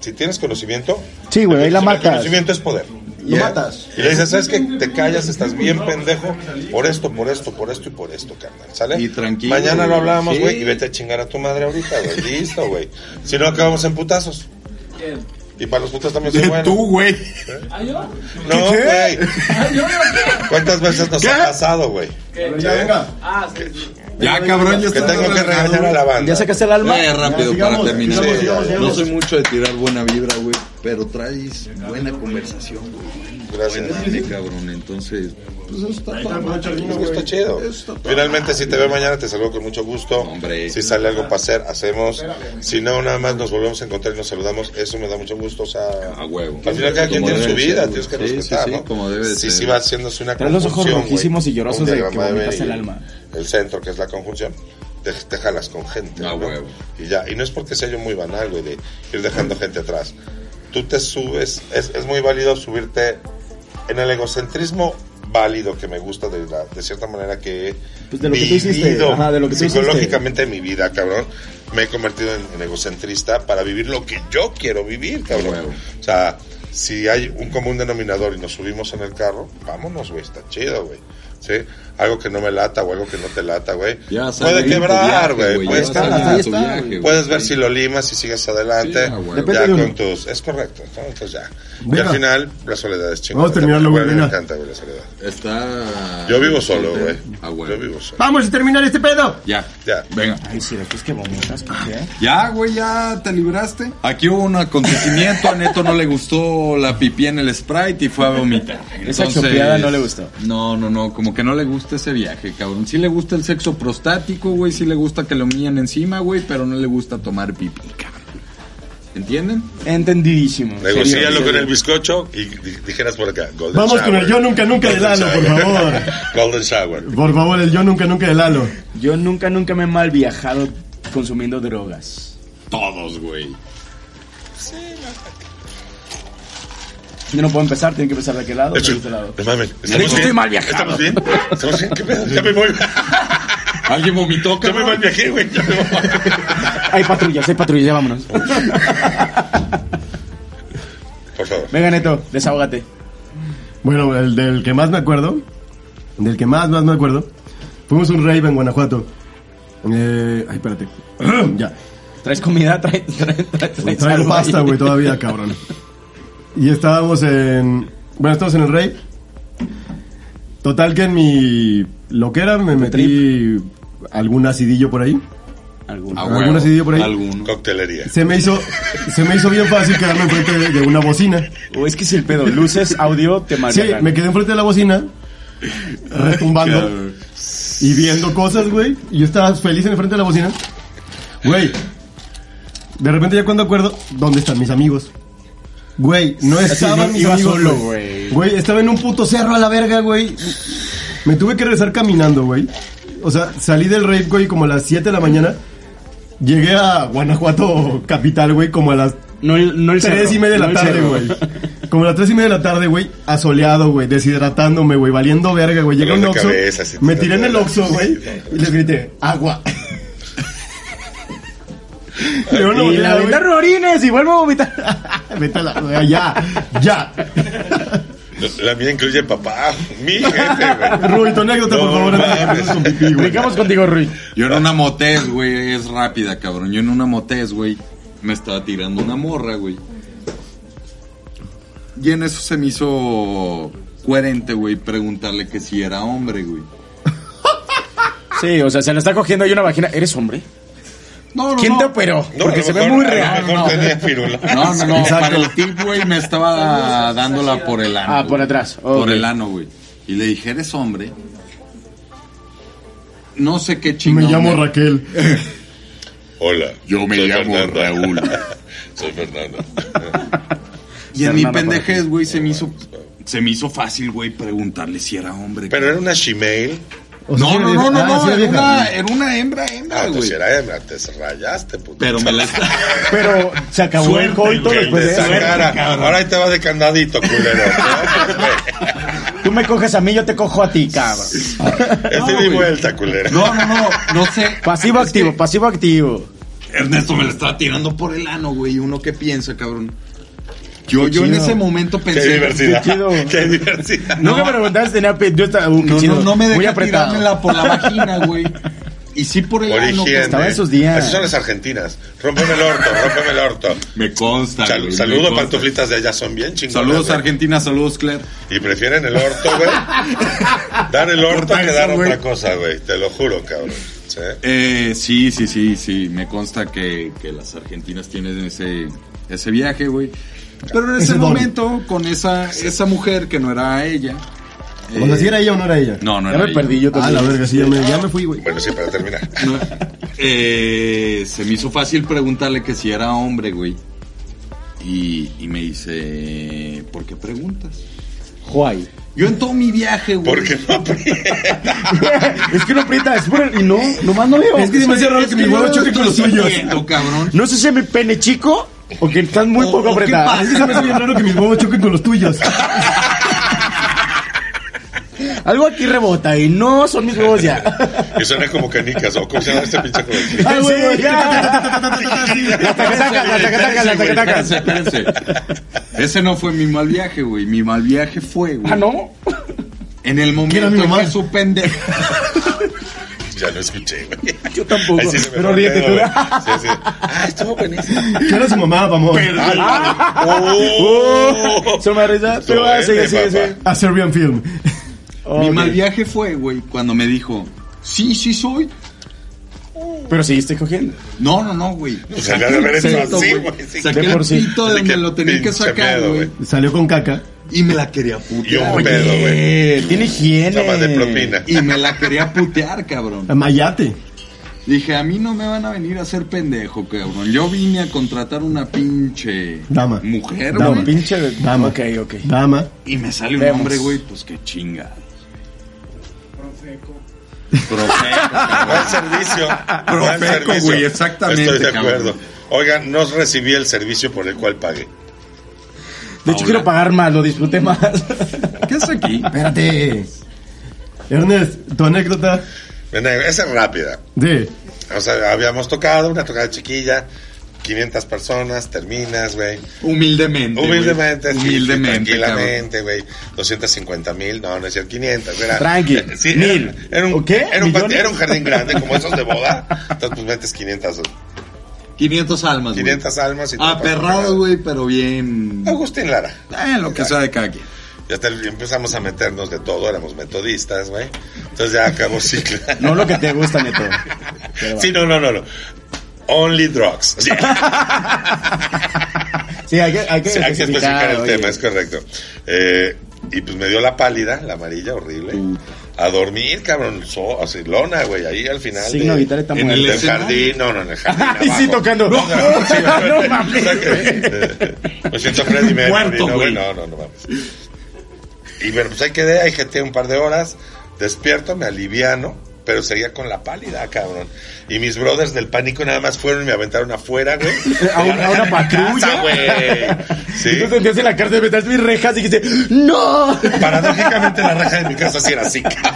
Speaker 4: si tienes conocimiento,
Speaker 5: Sí, güey, ahí la
Speaker 4: El
Speaker 5: matas.
Speaker 4: conocimiento es poder.
Speaker 5: Lo matas.
Speaker 4: Y le dices, ¿sabes qué? Te callas, estás bien pendejo por esto, por esto, por esto y por esto, carnal. ¿Sale?
Speaker 1: Y tranquilo,
Speaker 4: Mañana lo
Speaker 1: güey.
Speaker 4: hablábamos,
Speaker 1: Sí.
Speaker 4: güey, y vete a chingar a tu madre ahorita, güey. Listo, güey. Si no, acabamos en putazos.
Speaker 11: ¿Quién?
Speaker 4: Y para los putos también soy
Speaker 1: De
Speaker 4: bueno.
Speaker 1: tú, güey.
Speaker 12: ¿Ah, yo?
Speaker 4: No, güey.
Speaker 5: [LAUGHS]
Speaker 12: ¿Ah, yo?
Speaker 4: ¿Cuántas veces nos
Speaker 1: ¿Qué?
Speaker 4: ha pasado, güey?
Speaker 12: ¿Qué?
Speaker 2: Ya venga.
Speaker 12: Ah, sí, sí.
Speaker 1: Ya, cabrón, ya
Speaker 4: Que
Speaker 1: está.
Speaker 4: tengo que regañar a la banda.
Speaker 5: ¿Ya sacaste el alma?
Speaker 1: Eh, rápido,
Speaker 2: Ya, sigamos,
Speaker 1: para terminar.
Speaker 2: sigamos,
Speaker 1: Sí,
Speaker 2: sigamos,
Speaker 1: no
Speaker 2: sigamos.
Speaker 1: soy mucho de tirar buena vibra, güey, pero traes buena conversación, güey.
Speaker 4: Gracias.
Speaker 1: Buena mame, cabrón, entonces, pues eso está todo.
Speaker 4: Pues que está chido. Finalmente, si te veo mañana, te saludo con mucho gusto.
Speaker 1: Hombre.
Speaker 4: Si sale algo para hacer, hacemos. Si no, nada más nos volvemos a encontrar y nos saludamos. Eso me da mucho gusto. O sea,
Speaker 1: A huevo.
Speaker 4: Al final, cada quien
Speaker 1: Como
Speaker 4: tiene su
Speaker 1: debe
Speaker 4: vida.
Speaker 1: ser,
Speaker 4: Tienes que
Speaker 1: güey. Sí,
Speaker 4: respetar,
Speaker 1: sí, sí,
Speaker 4: ¿no?
Speaker 1: como debe
Speaker 4: Sí,
Speaker 1: ser.
Speaker 4: sí, va haciéndose una
Speaker 5: Traes los ojos
Speaker 4: conjunción, güey.
Speaker 5: rojísimos y llorosos
Speaker 4: Un
Speaker 5: de que
Speaker 4: diagrama Venn
Speaker 5: vomitas
Speaker 4: y
Speaker 5: el alma.
Speaker 4: El centro, que es la conjunción. Te, te jalas con gente.
Speaker 1: A
Speaker 4: ¿no?
Speaker 1: Ah, huevo.
Speaker 4: Y ya. Y no es porque sea yo muy banal, güey, de ir dejando gente atrás. Tú te subes. Es, es muy válido subirte en el egocentrismo válido que me gusta de, la- de cierta manera que he
Speaker 5: Pues de lo que tú hiciste,
Speaker 4: vivido
Speaker 5: ajá, de lo que tú hiciste.
Speaker 4: psicológicamente mi vida, cabrón. Me he convertido en, en egocentrista para vivir lo que yo quiero vivir, cabrón.
Speaker 1: Huevo.
Speaker 4: O sea, si hay un común denominador y nos subimos en el carro, vámonos, güey, está chido, güey. ¿Sí? Algo que no me lata o algo que no te lata, güey.
Speaker 1: Ya
Speaker 4: Puede
Speaker 1: salí en tu
Speaker 4: quebrar,
Speaker 1: viaje,
Speaker 4: güey.
Speaker 1: ya
Speaker 4: Puedes,
Speaker 1: salí en
Speaker 5: estar, ahí
Speaker 1: tu
Speaker 5: está,
Speaker 1: viaje,
Speaker 5: güey.
Speaker 1: güey.
Speaker 4: puedes ver si lo limas y sigues adelante.
Speaker 1: Sí, ah, güey.
Speaker 5: Depende
Speaker 4: ya
Speaker 5: de uno.
Speaker 4: con tus. Es correcto. ¿no? Entonces ya. Y
Speaker 2: Venga.
Speaker 4: al final, la soledad es chingona.
Speaker 2: Vamos a terminarlo,
Speaker 4: También,
Speaker 2: güey,
Speaker 4: Me
Speaker 2: venga.
Speaker 4: encanta, güey, la soledad.
Speaker 1: Está.
Speaker 4: Yo vivo solo, güey.
Speaker 1: A huevo.
Speaker 4: Yo vivo solo.
Speaker 2: Vamos a terminar este pedo.
Speaker 1: Ya.
Speaker 4: Ya.
Speaker 1: Venga.
Speaker 5: Ay, sí, después que vomitas, ¿por qué?
Speaker 13: Ya, güey, ya te libraste.
Speaker 1: Aquí hubo un acontecimiento, a Neto no le gustó la pipí en el Sprite y fue a vomitar.
Speaker 5: Esa
Speaker 1: Entonces,
Speaker 5: chopeada no le gustó.
Speaker 1: No, no, no, como que no le gusta ese viaje, cabrón. Sí le gusta el sexo prostático, güey, sí le gusta que lo mían encima, güey, pero no le gusta tomar pipí, cabrón. ¿Entienden?
Speaker 5: Entendidísimo. Serio,
Speaker 4: Negocíalo
Speaker 5: serio.
Speaker 4: con el bizcocho y di- dijeras por acá. Golden
Speaker 2: Vamos
Speaker 4: shower.
Speaker 2: con el yo nunca, nunca de
Speaker 4: Golden
Speaker 2: Lalo, por
Speaker 4: shower.
Speaker 2: favor.
Speaker 4: [LAUGHS] Golden shower.
Speaker 2: Por favor, el yo nunca, nunca de Lalo.
Speaker 5: Yo nunca, nunca me he mal viajado consumiendo drogas.
Speaker 1: Todos, güey.
Speaker 5: Yo no puedo empezar, tiene que empezar de aquel lado.
Speaker 4: De
Speaker 5: De
Speaker 4: hecho, [LAUGHS]
Speaker 5: este lado.
Speaker 4: no mames.
Speaker 5: Estoy mal viajado.
Speaker 4: ¿Estamos bien? ¿Estamos bien? ¿Qué pedo? Ya me voy.
Speaker 1: ¿Alguien vomitó,
Speaker 4: Ya me mal
Speaker 1: cabrón?
Speaker 4: viajé, güey. Ya me voy.
Speaker 5: Hay patrullas, hay patrullas, ya vámonos.
Speaker 4: Por favor.
Speaker 5: Venga, Neto, desahógate.
Speaker 2: Bueno, el del que más me acuerdo, del que más, más me acuerdo, fuimos a un rave en Guanajuato. Eh, ay, espérate. [CLEARS THROAT] ya.
Speaker 5: ¿Traes comida? ¿Traes, traes, traes,
Speaker 2: Güey,
Speaker 5: traes
Speaker 2: Traigo
Speaker 5: algo
Speaker 2: pasta,
Speaker 5: ahí?
Speaker 2: güey, todavía, cabrón. Y estábamos en. Bueno, estamos en el rave. Total que en mi. Lo que era, me metí algún acidillo por ahí.
Speaker 5: Alguno.
Speaker 1: A
Speaker 2: Ah, ¿Algún
Speaker 1: huevo.
Speaker 2: asidio por ahí?
Speaker 1: Alguno.
Speaker 4: Coctelería.
Speaker 2: Se me hizo, se me hizo bien fácil quedarme enfrente de, de una bocina.
Speaker 5: O es que si el pedo, luces, audio, te
Speaker 2: Sí,
Speaker 5: marean.
Speaker 2: me quedé enfrente de la bocina, retumbando y viendo cosas, güey. Y yo estaba feliz en el frente de la bocina. Güey, de repente ya cuando acuerdo, ¿dónde están mis amigos? Güey, no
Speaker 5: Así,
Speaker 2: estaban
Speaker 5: no,
Speaker 2: mis
Speaker 5: iba
Speaker 2: amigos.
Speaker 5: solo,
Speaker 2: güey.
Speaker 5: güey.
Speaker 2: Güey, estaba en un puto cerro a la verga, güey. Me tuve que regresar caminando, güey. O sea, salí del rape, güey, como a las 7 de la mañana. Llegué a Guanajuato capital, güey, como a las
Speaker 5: No, el- no el
Speaker 2: Tres
Speaker 5: cerro,
Speaker 2: y media de
Speaker 5: no
Speaker 2: la
Speaker 5: el
Speaker 2: tarde,
Speaker 5: cerro.
Speaker 2: güey. Como las tres y media de la tarde, güey, asoleado, güey, deshidratándome, güey, valiendo verga, güey. Llegué a un
Speaker 4: Dolor de
Speaker 2: Oxxo,
Speaker 4: cabeza, sí,
Speaker 2: me
Speaker 4: te
Speaker 2: tiré en el
Speaker 4: duele.
Speaker 2: Oxxo, güey, y les grité,
Speaker 4: [LAUGHS]
Speaker 2: agua. Pero no,
Speaker 5: Y la venta orines y vuelvo a vomitar.
Speaker 2: Ah, Vete a la... güey, Ya, ya.
Speaker 4: La mía incluye papá. Mi jefe, güey.
Speaker 2: Rubito, tu anécdota, por
Speaker 4: No
Speaker 2: favor. antes de que
Speaker 4: mames.
Speaker 2: con pipí, güey.
Speaker 5: Brincamos contigo, Rui.
Speaker 1: Yo en una motés, güey, es rápida, cabrón. Yo en una motés, güey, me estaba tirando una morra, güey. Y en eso se me hizo coherente, güey, preguntarle que si era hombre, güey.
Speaker 5: Sí, o sea, se la está cogiendo ahí una vagina. ¿Eres hombre?
Speaker 1: No, no,
Speaker 5: ¿Quién
Speaker 1: no.
Speaker 5: te operó?
Speaker 4: No, a
Speaker 5: Porque
Speaker 4: lo
Speaker 5: se ve
Speaker 4: mejor-
Speaker 5: muy
Speaker 4: a lo
Speaker 5: real.
Speaker 4: mejor
Speaker 5: No.
Speaker 4: tenía pirula.
Speaker 1: No, no, no.
Speaker 2: Exacto.
Speaker 1: Para el tip, güey, me estaba dándola por el ano.
Speaker 5: Ah, por
Speaker 1: güey.
Speaker 5: atrás,
Speaker 1: Por
Speaker 5: ok.
Speaker 1: el ano, güey. Y le dije, eres hombre. No sé qué
Speaker 2: Me
Speaker 1: chingón.
Speaker 2: llamo
Speaker 1: güey.
Speaker 2: Raquel.
Speaker 4: Hola.
Speaker 1: Yo me
Speaker 4: soy
Speaker 1: llamo
Speaker 4: Fernando.
Speaker 1: Raúl.
Speaker 4: [LAUGHS] Soy Fernando.
Speaker 1: Y en mi
Speaker 5: Hermano,
Speaker 1: pendejez, güey, se me hizo. Se me hizo fácil, güey, preguntarle si era hombre.
Speaker 4: Pero era una shemale.
Speaker 2: O sea,
Speaker 1: No, no, no, no,
Speaker 2: ah, sí,
Speaker 1: no, era,
Speaker 2: vieja.
Speaker 1: una, eh, era una hembra, hembra,
Speaker 4: Ah, tú
Speaker 1: güey.
Speaker 4: si era hembra. Te rayaste, puto.
Speaker 1: Pero me
Speaker 4: [LAUGHS]
Speaker 1: la
Speaker 5: Pero se acabó el coito
Speaker 4: Que
Speaker 5: después
Speaker 4: te
Speaker 5: de eso.
Speaker 4: sacara. Ahora ahí te vas de candadito,
Speaker 5: [LAUGHS]
Speaker 4: culero.
Speaker 5: Tú me coges a mí, yo te cojo a ti, cabrón.
Speaker 4: Es
Speaker 1: No,
Speaker 4: ida y
Speaker 1: güey.
Speaker 4: vuelta, culero.
Speaker 1: No, no, no, no sé.
Speaker 5: Pasivo activo, pasivo activo.
Speaker 1: Ernesto me la estaba tirando por el ano, güey. ¿Uno qué piensa, cabrón? Yo,
Speaker 5: Qué
Speaker 1: yo en
Speaker 5: chido.
Speaker 1: ese momento
Speaker 4: [LAUGHS] Qué
Speaker 1: pensé.
Speaker 4: diversidad.
Speaker 5: qué chido.
Speaker 4: Qué diversidad.
Speaker 5: Nunca me preguntaste si tenía pe- yo estaba, uh, qué
Speaker 1: No,
Speaker 5: chido.
Speaker 1: no, no me
Speaker 5: Muy
Speaker 1: deja
Speaker 5: apretado.
Speaker 1: tirármela por pues, la vagina, güey.
Speaker 9: Y sí por el ano,
Speaker 4: Origen.
Speaker 5: pues,
Speaker 4: eh.
Speaker 5: estaba en sus días.
Speaker 4: Esas son las argentinas. Rómpeme el orto, rómpeme el orto.
Speaker 1: Me consta.
Speaker 4: Sal-
Speaker 1: güey, me
Speaker 4: saludo,
Speaker 1: consta.
Speaker 4: pantuflitas de allá son bien chingonas.
Speaker 1: Saludos
Speaker 4: güey.
Speaker 1: Argentina, saludos Claire.
Speaker 4: Y prefieren el orto,
Speaker 5: [LAUGHS]
Speaker 4: güey. dar el orto
Speaker 1: Corta
Speaker 4: que
Speaker 1: eso,
Speaker 4: dar
Speaker 1: güey.
Speaker 4: otra cosa, güey. Te lo juro, cabrón. ¿Sí?
Speaker 1: Eh, sí, sí, sí, sí. Me consta que, que las argentinas tienen ese, ese viaje, güey. Pero en ese
Speaker 2: Ese doble.
Speaker 1: momento, con esa, esa mujer que no era ella.
Speaker 2: O sea, si era ella o no era ella.
Speaker 1: No, no
Speaker 5: Ya
Speaker 1: era
Speaker 5: me
Speaker 1: ella.
Speaker 5: perdí yo
Speaker 2: Ah,
Speaker 5: también.
Speaker 2: la verga, sí, ya me, ya me fui, güey.
Speaker 4: Bueno, sí, para terminar.
Speaker 1: No. Eh, se me hizo fácil preguntarle que si era hombre, güey. Y, y me dice, ¿por qué preguntas?
Speaker 5: Juay.
Speaker 1: Yo en todo mi viaje, güey.
Speaker 4: Porque no aprieta.
Speaker 5: Es que no aprieta, es por el- Y no, nomás no veo.
Speaker 2: Es que es demasiado raro que mi huevo choque con los suyos.
Speaker 1: Quieto, cabrón.
Speaker 5: No sé si es mi pene chico o que estás muy
Speaker 1: O-
Speaker 5: poco
Speaker 1: o qué
Speaker 2: [LAUGHS]
Speaker 5: apretado.
Speaker 2: Es que se me hace bien raro que mis huevos choquen con los tuyos.
Speaker 5: [LAUGHS] Algo aquí rebota y no son mis huevos ya.
Speaker 4: Y suena como canicas. O como se llama este pinche colectivo.
Speaker 5: Ay, güey,
Speaker 2: Sí.
Speaker 5: ya.
Speaker 1: Espérense, güey, espérense, espérense. Ese no fue mi mal viaje, güey. Mi mal viaje fue, güey.
Speaker 5: Ah, no.
Speaker 1: En el momento
Speaker 2: era mi
Speaker 1: en
Speaker 2: mamá?
Speaker 1: que su
Speaker 5: [LAUGHS]
Speaker 1: pendejo.
Speaker 4: Ya lo escuché, güey.
Speaker 5: Yo tampoco.
Speaker 4: Ay, sí, se me
Speaker 5: Pues, Pero
Speaker 4: fue el
Speaker 5: ríete tú.
Speaker 4: pedo, güey. Sí, sí. Ah, estuvo buenísimo.
Speaker 2: ¿Qué era su mamá, vamos?
Speaker 4: [LAUGHS] Oh.
Speaker 5: Se me risa.
Speaker 4: Tú
Speaker 5: Pero va, sigue,
Speaker 4: vete,
Speaker 5: sigue,
Speaker 4: papá.
Speaker 5: sigue.
Speaker 2: A Serbian Film.
Speaker 1: Mi
Speaker 5: Ok.
Speaker 1: mal viaje fue, güey, cuando me dijo, sí, sí soy.
Speaker 5: Pero seguiste cogiendo.
Speaker 1: No, no, no, güey.
Speaker 4: Pues había de haber hecho así, güey. sí.
Speaker 1: Saqué
Speaker 5: De
Speaker 1: el
Speaker 5: por sí.
Speaker 1: pito de
Speaker 4: Así
Speaker 1: donde
Speaker 4: que
Speaker 1: lo tenía que
Speaker 4: pinche
Speaker 1: sacar,
Speaker 4: miedo,
Speaker 1: güey.
Speaker 2: Salió con caca.
Speaker 1: Y me la quería putear.
Speaker 4: Y un pedo, güey.
Speaker 5: Eh, tiene higiene.
Speaker 4: Nada más de propina.
Speaker 1: Y me la quería putear, cabrón.
Speaker 2: A Mayate.
Speaker 1: Dije, a mí no me van a venir a hacer pendejo, cabrón. Yo vine a contratar una pinche
Speaker 2: Dama.
Speaker 1: mujer,
Speaker 2: Dama.
Speaker 1: güey.
Speaker 5: Pinche. de-
Speaker 2: Dama.
Speaker 5: Ok, ok.
Speaker 2: Dama.
Speaker 1: Y me sale un
Speaker 5: Vemos.
Speaker 1: hombre, güey, pues qué chinga.
Speaker 5: [LAUGHS]
Speaker 1: Profeco.
Speaker 4: Buen servicio. Buen
Speaker 1: Profeco,
Speaker 4: servicio.
Speaker 1: güey, exactamente,
Speaker 4: Estoy de
Speaker 1: cabrón.
Speaker 4: acuerdo. Oigan, no recibí el servicio por el cual pagué.
Speaker 5: De hecho,
Speaker 1: Paula.
Speaker 5: quiero pagar más, lo
Speaker 4: [LAUGHS]
Speaker 5: disfruté más.
Speaker 1: ¿Qué es aquí?
Speaker 2: Espérate. Ernest, tu anécdota
Speaker 4: Venga, eh, Esa es rápida.
Speaker 2: de.
Speaker 4: O sea, habíamos tocado, una tocada chiquilla, 500 personas, terminas, güey.
Speaker 1: Humildemente. güey.
Speaker 4: Humildemente, sí,
Speaker 1: Humildemente, cabrón.
Speaker 4: tranquilamente, güey. 250 mil, no, no es cierto, 500. Era,
Speaker 5: Tranqui,
Speaker 4: [LAUGHS] sí,
Speaker 5: mil.
Speaker 4: Era, era un,
Speaker 5: ¿O qué?
Speaker 4: Era, un patio-
Speaker 5: ¿Millones?
Speaker 4: era un jardín grande, como esos de
Speaker 5: [LAUGHS]
Speaker 4: boda. Entonces, pues metes 500,
Speaker 1: 500 almas, güey.
Speaker 4: 500 almas. y te la
Speaker 5: Ah,
Speaker 4: pasas
Speaker 1: Aperrado,
Speaker 4: cagado.
Speaker 1: güey, pero bien.
Speaker 4: Agustín Lara.
Speaker 1: Eh, lo que sea de cada quien.
Speaker 4: Ya te- empezamos a meternos de todo, éramos metodistas, güey. Entonces ya acabó ciclo.
Speaker 5: No lo que te gusta, Neto.
Speaker 4: sí, no, no, no, no. Only drugs. Sí,
Speaker 5: Sí, hay que, hay que,
Speaker 4: sí, hay que especificar el
Speaker 5: oye.
Speaker 4: tema, es correcto. Eh, y pues me dio la pálida, la amarilla, horrible. A dormir, cabrón, so- así, lona, güey, ahí al final.
Speaker 5: Signo
Speaker 4: de-
Speaker 5: vital está
Speaker 1: en
Speaker 5: muerto.
Speaker 4: del
Speaker 1: escenario.
Speaker 4: jardín, no, no, en el jardín.
Speaker 5: Y sí,
Speaker 4: abajo.
Speaker 5: tocando.
Speaker 4: No, no, sí,
Speaker 5: No
Speaker 4: o
Speaker 5: mames.
Speaker 4: sea que, eh, Me siento Freddy Mercury,
Speaker 1: Muerto,
Speaker 4: ¿no,
Speaker 1: güey.
Speaker 4: No, no, no mames. Y bueno, pues ahí quedé, ahí jeteé un par de horas, despierto, me aliviano, pero seguía con la pálida, cabrón. Y mis brothers del pánico nada más fueron y me aventaron afuera, güey.
Speaker 5: A una- a una
Speaker 4: Me mandaron mi
Speaker 5: patrulla.
Speaker 4: casa, güey.
Speaker 5: Y
Speaker 4: Sí.
Speaker 5: tú sentías en la cárcel, metías mis rejas y dijiste, ¡No!
Speaker 4: Paradójicamente la raja de mi casa sí era así. cabrón.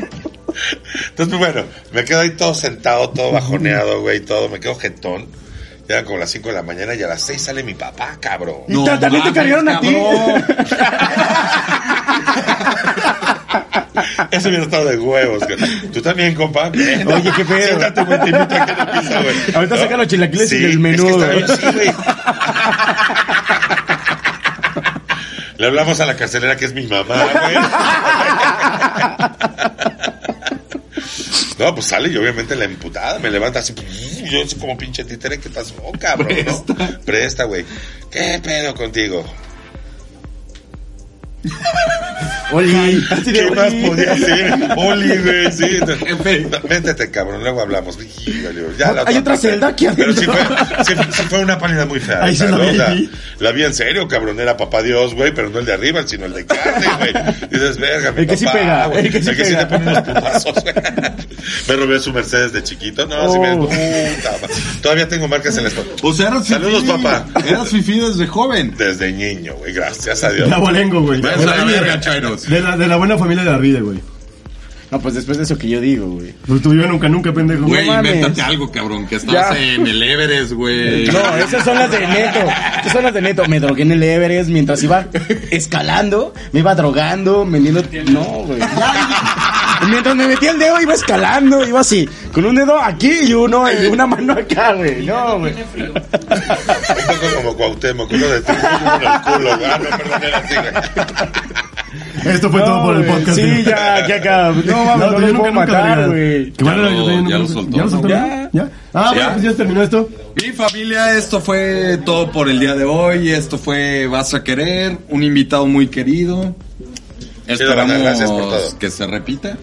Speaker 4: Entonces, pues bueno, me quedo ahí todo sentado, todo bajoneado, güey, todo, me quedo jetón. Ya eran como las 5 de la mañana y a las 6 sale mi papá, cabrón.
Speaker 5: Y ta- también te
Speaker 1: mames,
Speaker 5: cargaron a ti.
Speaker 1: cabrón.
Speaker 4: Eso hubiera estado de huevos, güey. Tú también, compa. Oye,
Speaker 5: qué pedo.
Speaker 4: Siéntate un momentito aquí en el piso, güey.
Speaker 5: Ahorita saca los chilaquiles y el menú,
Speaker 4: es que
Speaker 5: güey.
Speaker 4: estaba yo así, güey. Le hablamos a la carcelera que es mi mamá, güey. No, pues sale y obviamente la emputada me levanta así. y Yo soy como pinche títere, ¿qué pasó, cabrón? Presta. ¿no? Presta, güey. ¿Qué pedo contigo?
Speaker 5: Oli. [LAUGHS] Así de,
Speaker 4: ¿Qué más
Speaker 5: "Oli".
Speaker 4: podía hacer? Oli, güey,
Speaker 5: [LAUGHS]
Speaker 4: sí. Entonces,
Speaker 1: Jefe.
Speaker 4: no, métete, cabrón, luego hablamos. Híjole, ya la
Speaker 5: Ah, Hay otra
Speaker 4: parte.
Speaker 5: celda aquí
Speaker 4: Pero sí
Speaker 5: adentro.
Speaker 4: fue, sí fue- sí fue una pálida muy fea.
Speaker 2: Ahí sí
Speaker 4: ¿no?
Speaker 2: la vi.
Speaker 4: O sea, la vi en serio, cabrón. Era papá Dios, güey, pero no el de arriba, sino el de carne, güey. Dices, verga, mi
Speaker 5: El que sí
Speaker 4: papá,
Speaker 5: pega,
Speaker 4: güey.
Speaker 5: el que sí
Speaker 4: te
Speaker 5: pega.
Speaker 4: pone unos putazos, güey. [LAUGHS] Me robé su Mercedes de chiquito. No, sí me.
Speaker 5: Oh.
Speaker 4: Puta, ma- Todavía tengo marcas en la espalda.
Speaker 1: O sea, eras
Speaker 4: Saludos,
Speaker 1: fifí.
Speaker 4: papá.
Speaker 1: Eras fifí desde joven.
Speaker 4: Desde niño, güey. Gracias a Dios.
Speaker 2: La Bolengo, güey.
Speaker 1: Ves a la verga, chairos.
Speaker 2: De la, de la buena familia de la vida, güey.
Speaker 5: No, pues después de eso que yo digo, güey.
Speaker 2: Pues tú yo nunca, nunca, pendejo.
Speaker 1: Güey,
Speaker 5: No mames.
Speaker 1: invéntate algo, cabrón, que estás
Speaker 5: Ya.
Speaker 1: en el Everest, güey.
Speaker 5: No, esas son las de Neto. Esas son las de Neto. Me drogué en el Everest mientras iba escalando, me iba drogando, vendiendo. No, güey. mientras me metía el dedo iba escalando, iba así, con un dedo aquí y uno y una mano acá, güey. No, güey.
Speaker 4: Un poco como Cuauhtémoc, uno de tres uno en el culo. güey. Ah, no, perdón, era así, güey.
Speaker 2: Esto fue
Speaker 5: No,
Speaker 2: todo Pues por el
Speaker 5: güey.
Speaker 2: podcast.
Speaker 5: Sí, ya, que acá. No, mames, no,
Speaker 2: yo nunca,
Speaker 5: lo puedo
Speaker 2: nunca
Speaker 5: matar,
Speaker 2: lo
Speaker 5: güey.
Speaker 2: Qué bueno, yo
Speaker 9: Ya lo-
Speaker 2: también
Speaker 9: ya
Speaker 2: nunca-
Speaker 9: lo soltó,
Speaker 2: ¿Ya lo
Speaker 9: ¿no?
Speaker 2: soltó?
Speaker 5: Ya.
Speaker 2: ¿Ya? Ah, bueno, pues ya se terminó esto.
Speaker 1: Y familia, esto fue todo por el día de hoy. Esto fue Vas a Querer, un invitado muy querido.
Speaker 4: Lorena,
Speaker 1: Esperamos
Speaker 4: gracias por todo.
Speaker 1: que se repita.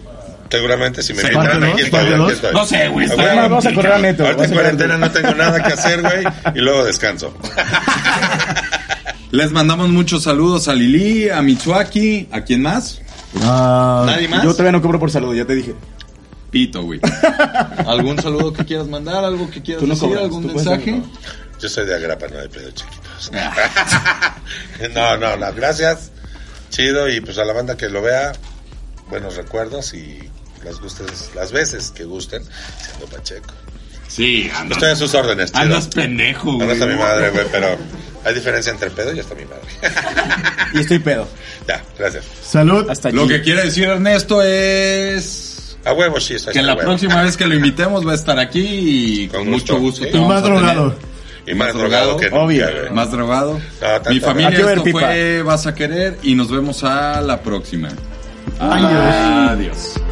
Speaker 4: Seguramente si me
Speaker 1: Se
Speaker 4: invitan
Speaker 2: parte
Speaker 4: aquí
Speaker 2: dos,
Speaker 4: estoy,
Speaker 2: parte
Speaker 4: aquí
Speaker 2: dos.
Speaker 4: estoy.
Speaker 1: No sé, güey, está
Speaker 4: Ah,
Speaker 5: Además, vamos a correr a Neto.
Speaker 4: Ahorita
Speaker 5: vamos
Speaker 4: en
Speaker 5: a correr a Neto.
Speaker 4: cuarentena no tengo nada que hacer, güey, y luego descanso.
Speaker 1: Les mandamos muchos saludos a Lili, a Mitsuaki, ¿a quién más?
Speaker 2: Ah,
Speaker 1: ¿Nadie más?
Speaker 5: Yo todavía no cobro por salud, ya te dije.
Speaker 1: Pito, [LAUGHS] güey. ¿Algún saludo que quieras mandar? ¿Algo que quieras
Speaker 5: Tú no
Speaker 1: decir?
Speaker 5: cobras,
Speaker 1: ¿Algún
Speaker 5: tú puedes
Speaker 1: mensaje?
Speaker 5: hacerlo,
Speaker 4: Yo soy de agrapa, no de pedo chiquitos.
Speaker 1: Ah.
Speaker 4: [LAUGHS] no, no, no, gracias. Chido, y pues a la banda que lo vea, buenos recuerdos y las gustes, las veces que gusten, siendo Pacheco.
Speaker 1: Sí, andas,
Speaker 4: Estoy a sus órdenes, chido.
Speaker 1: andas pendejo,
Speaker 4: No, no
Speaker 1: güey.
Speaker 4: está mi madre, güey, pero hay diferencia entre pedo y hasta mi madre. [LAUGHS]
Speaker 5: Y estoy pedo.
Speaker 4: ya, gracias.
Speaker 2: salud.
Speaker 5: Hasta aquí.
Speaker 1: Lo que quiere decir Ernesto es
Speaker 4: A huevo, sí, está
Speaker 1: que
Speaker 4: a
Speaker 1: la
Speaker 4: huevo.
Speaker 1: próxima vez que lo invitemos va a estar aquí y
Speaker 4: Con
Speaker 1: con,
Speaker 4: gusto.
Speaker 1: mucho gusto.
Speaker 4: Sí.
Speaker 1: te
Speaker 2: Y
Speaker 1: vamos
Speaker 2: más
Speaker 1: a tener.
Speaker 2: drogado.
Speaker 4: Y más drogado que
Speaker 5: Obvio.
Speaker 4: nunca, güey.
Speaker 1: Más drogado.
Speaker 4: tanto
Speaker 1: Mi familia,
Speaker 5: drogado.
Speaker 1: esto
Speaker 5: Hay que ver,
Speaker 1: fue Vas a Querer y nos vemos a la próxima.
Speaker 2: Adiós.
Speaker 1: Adiós.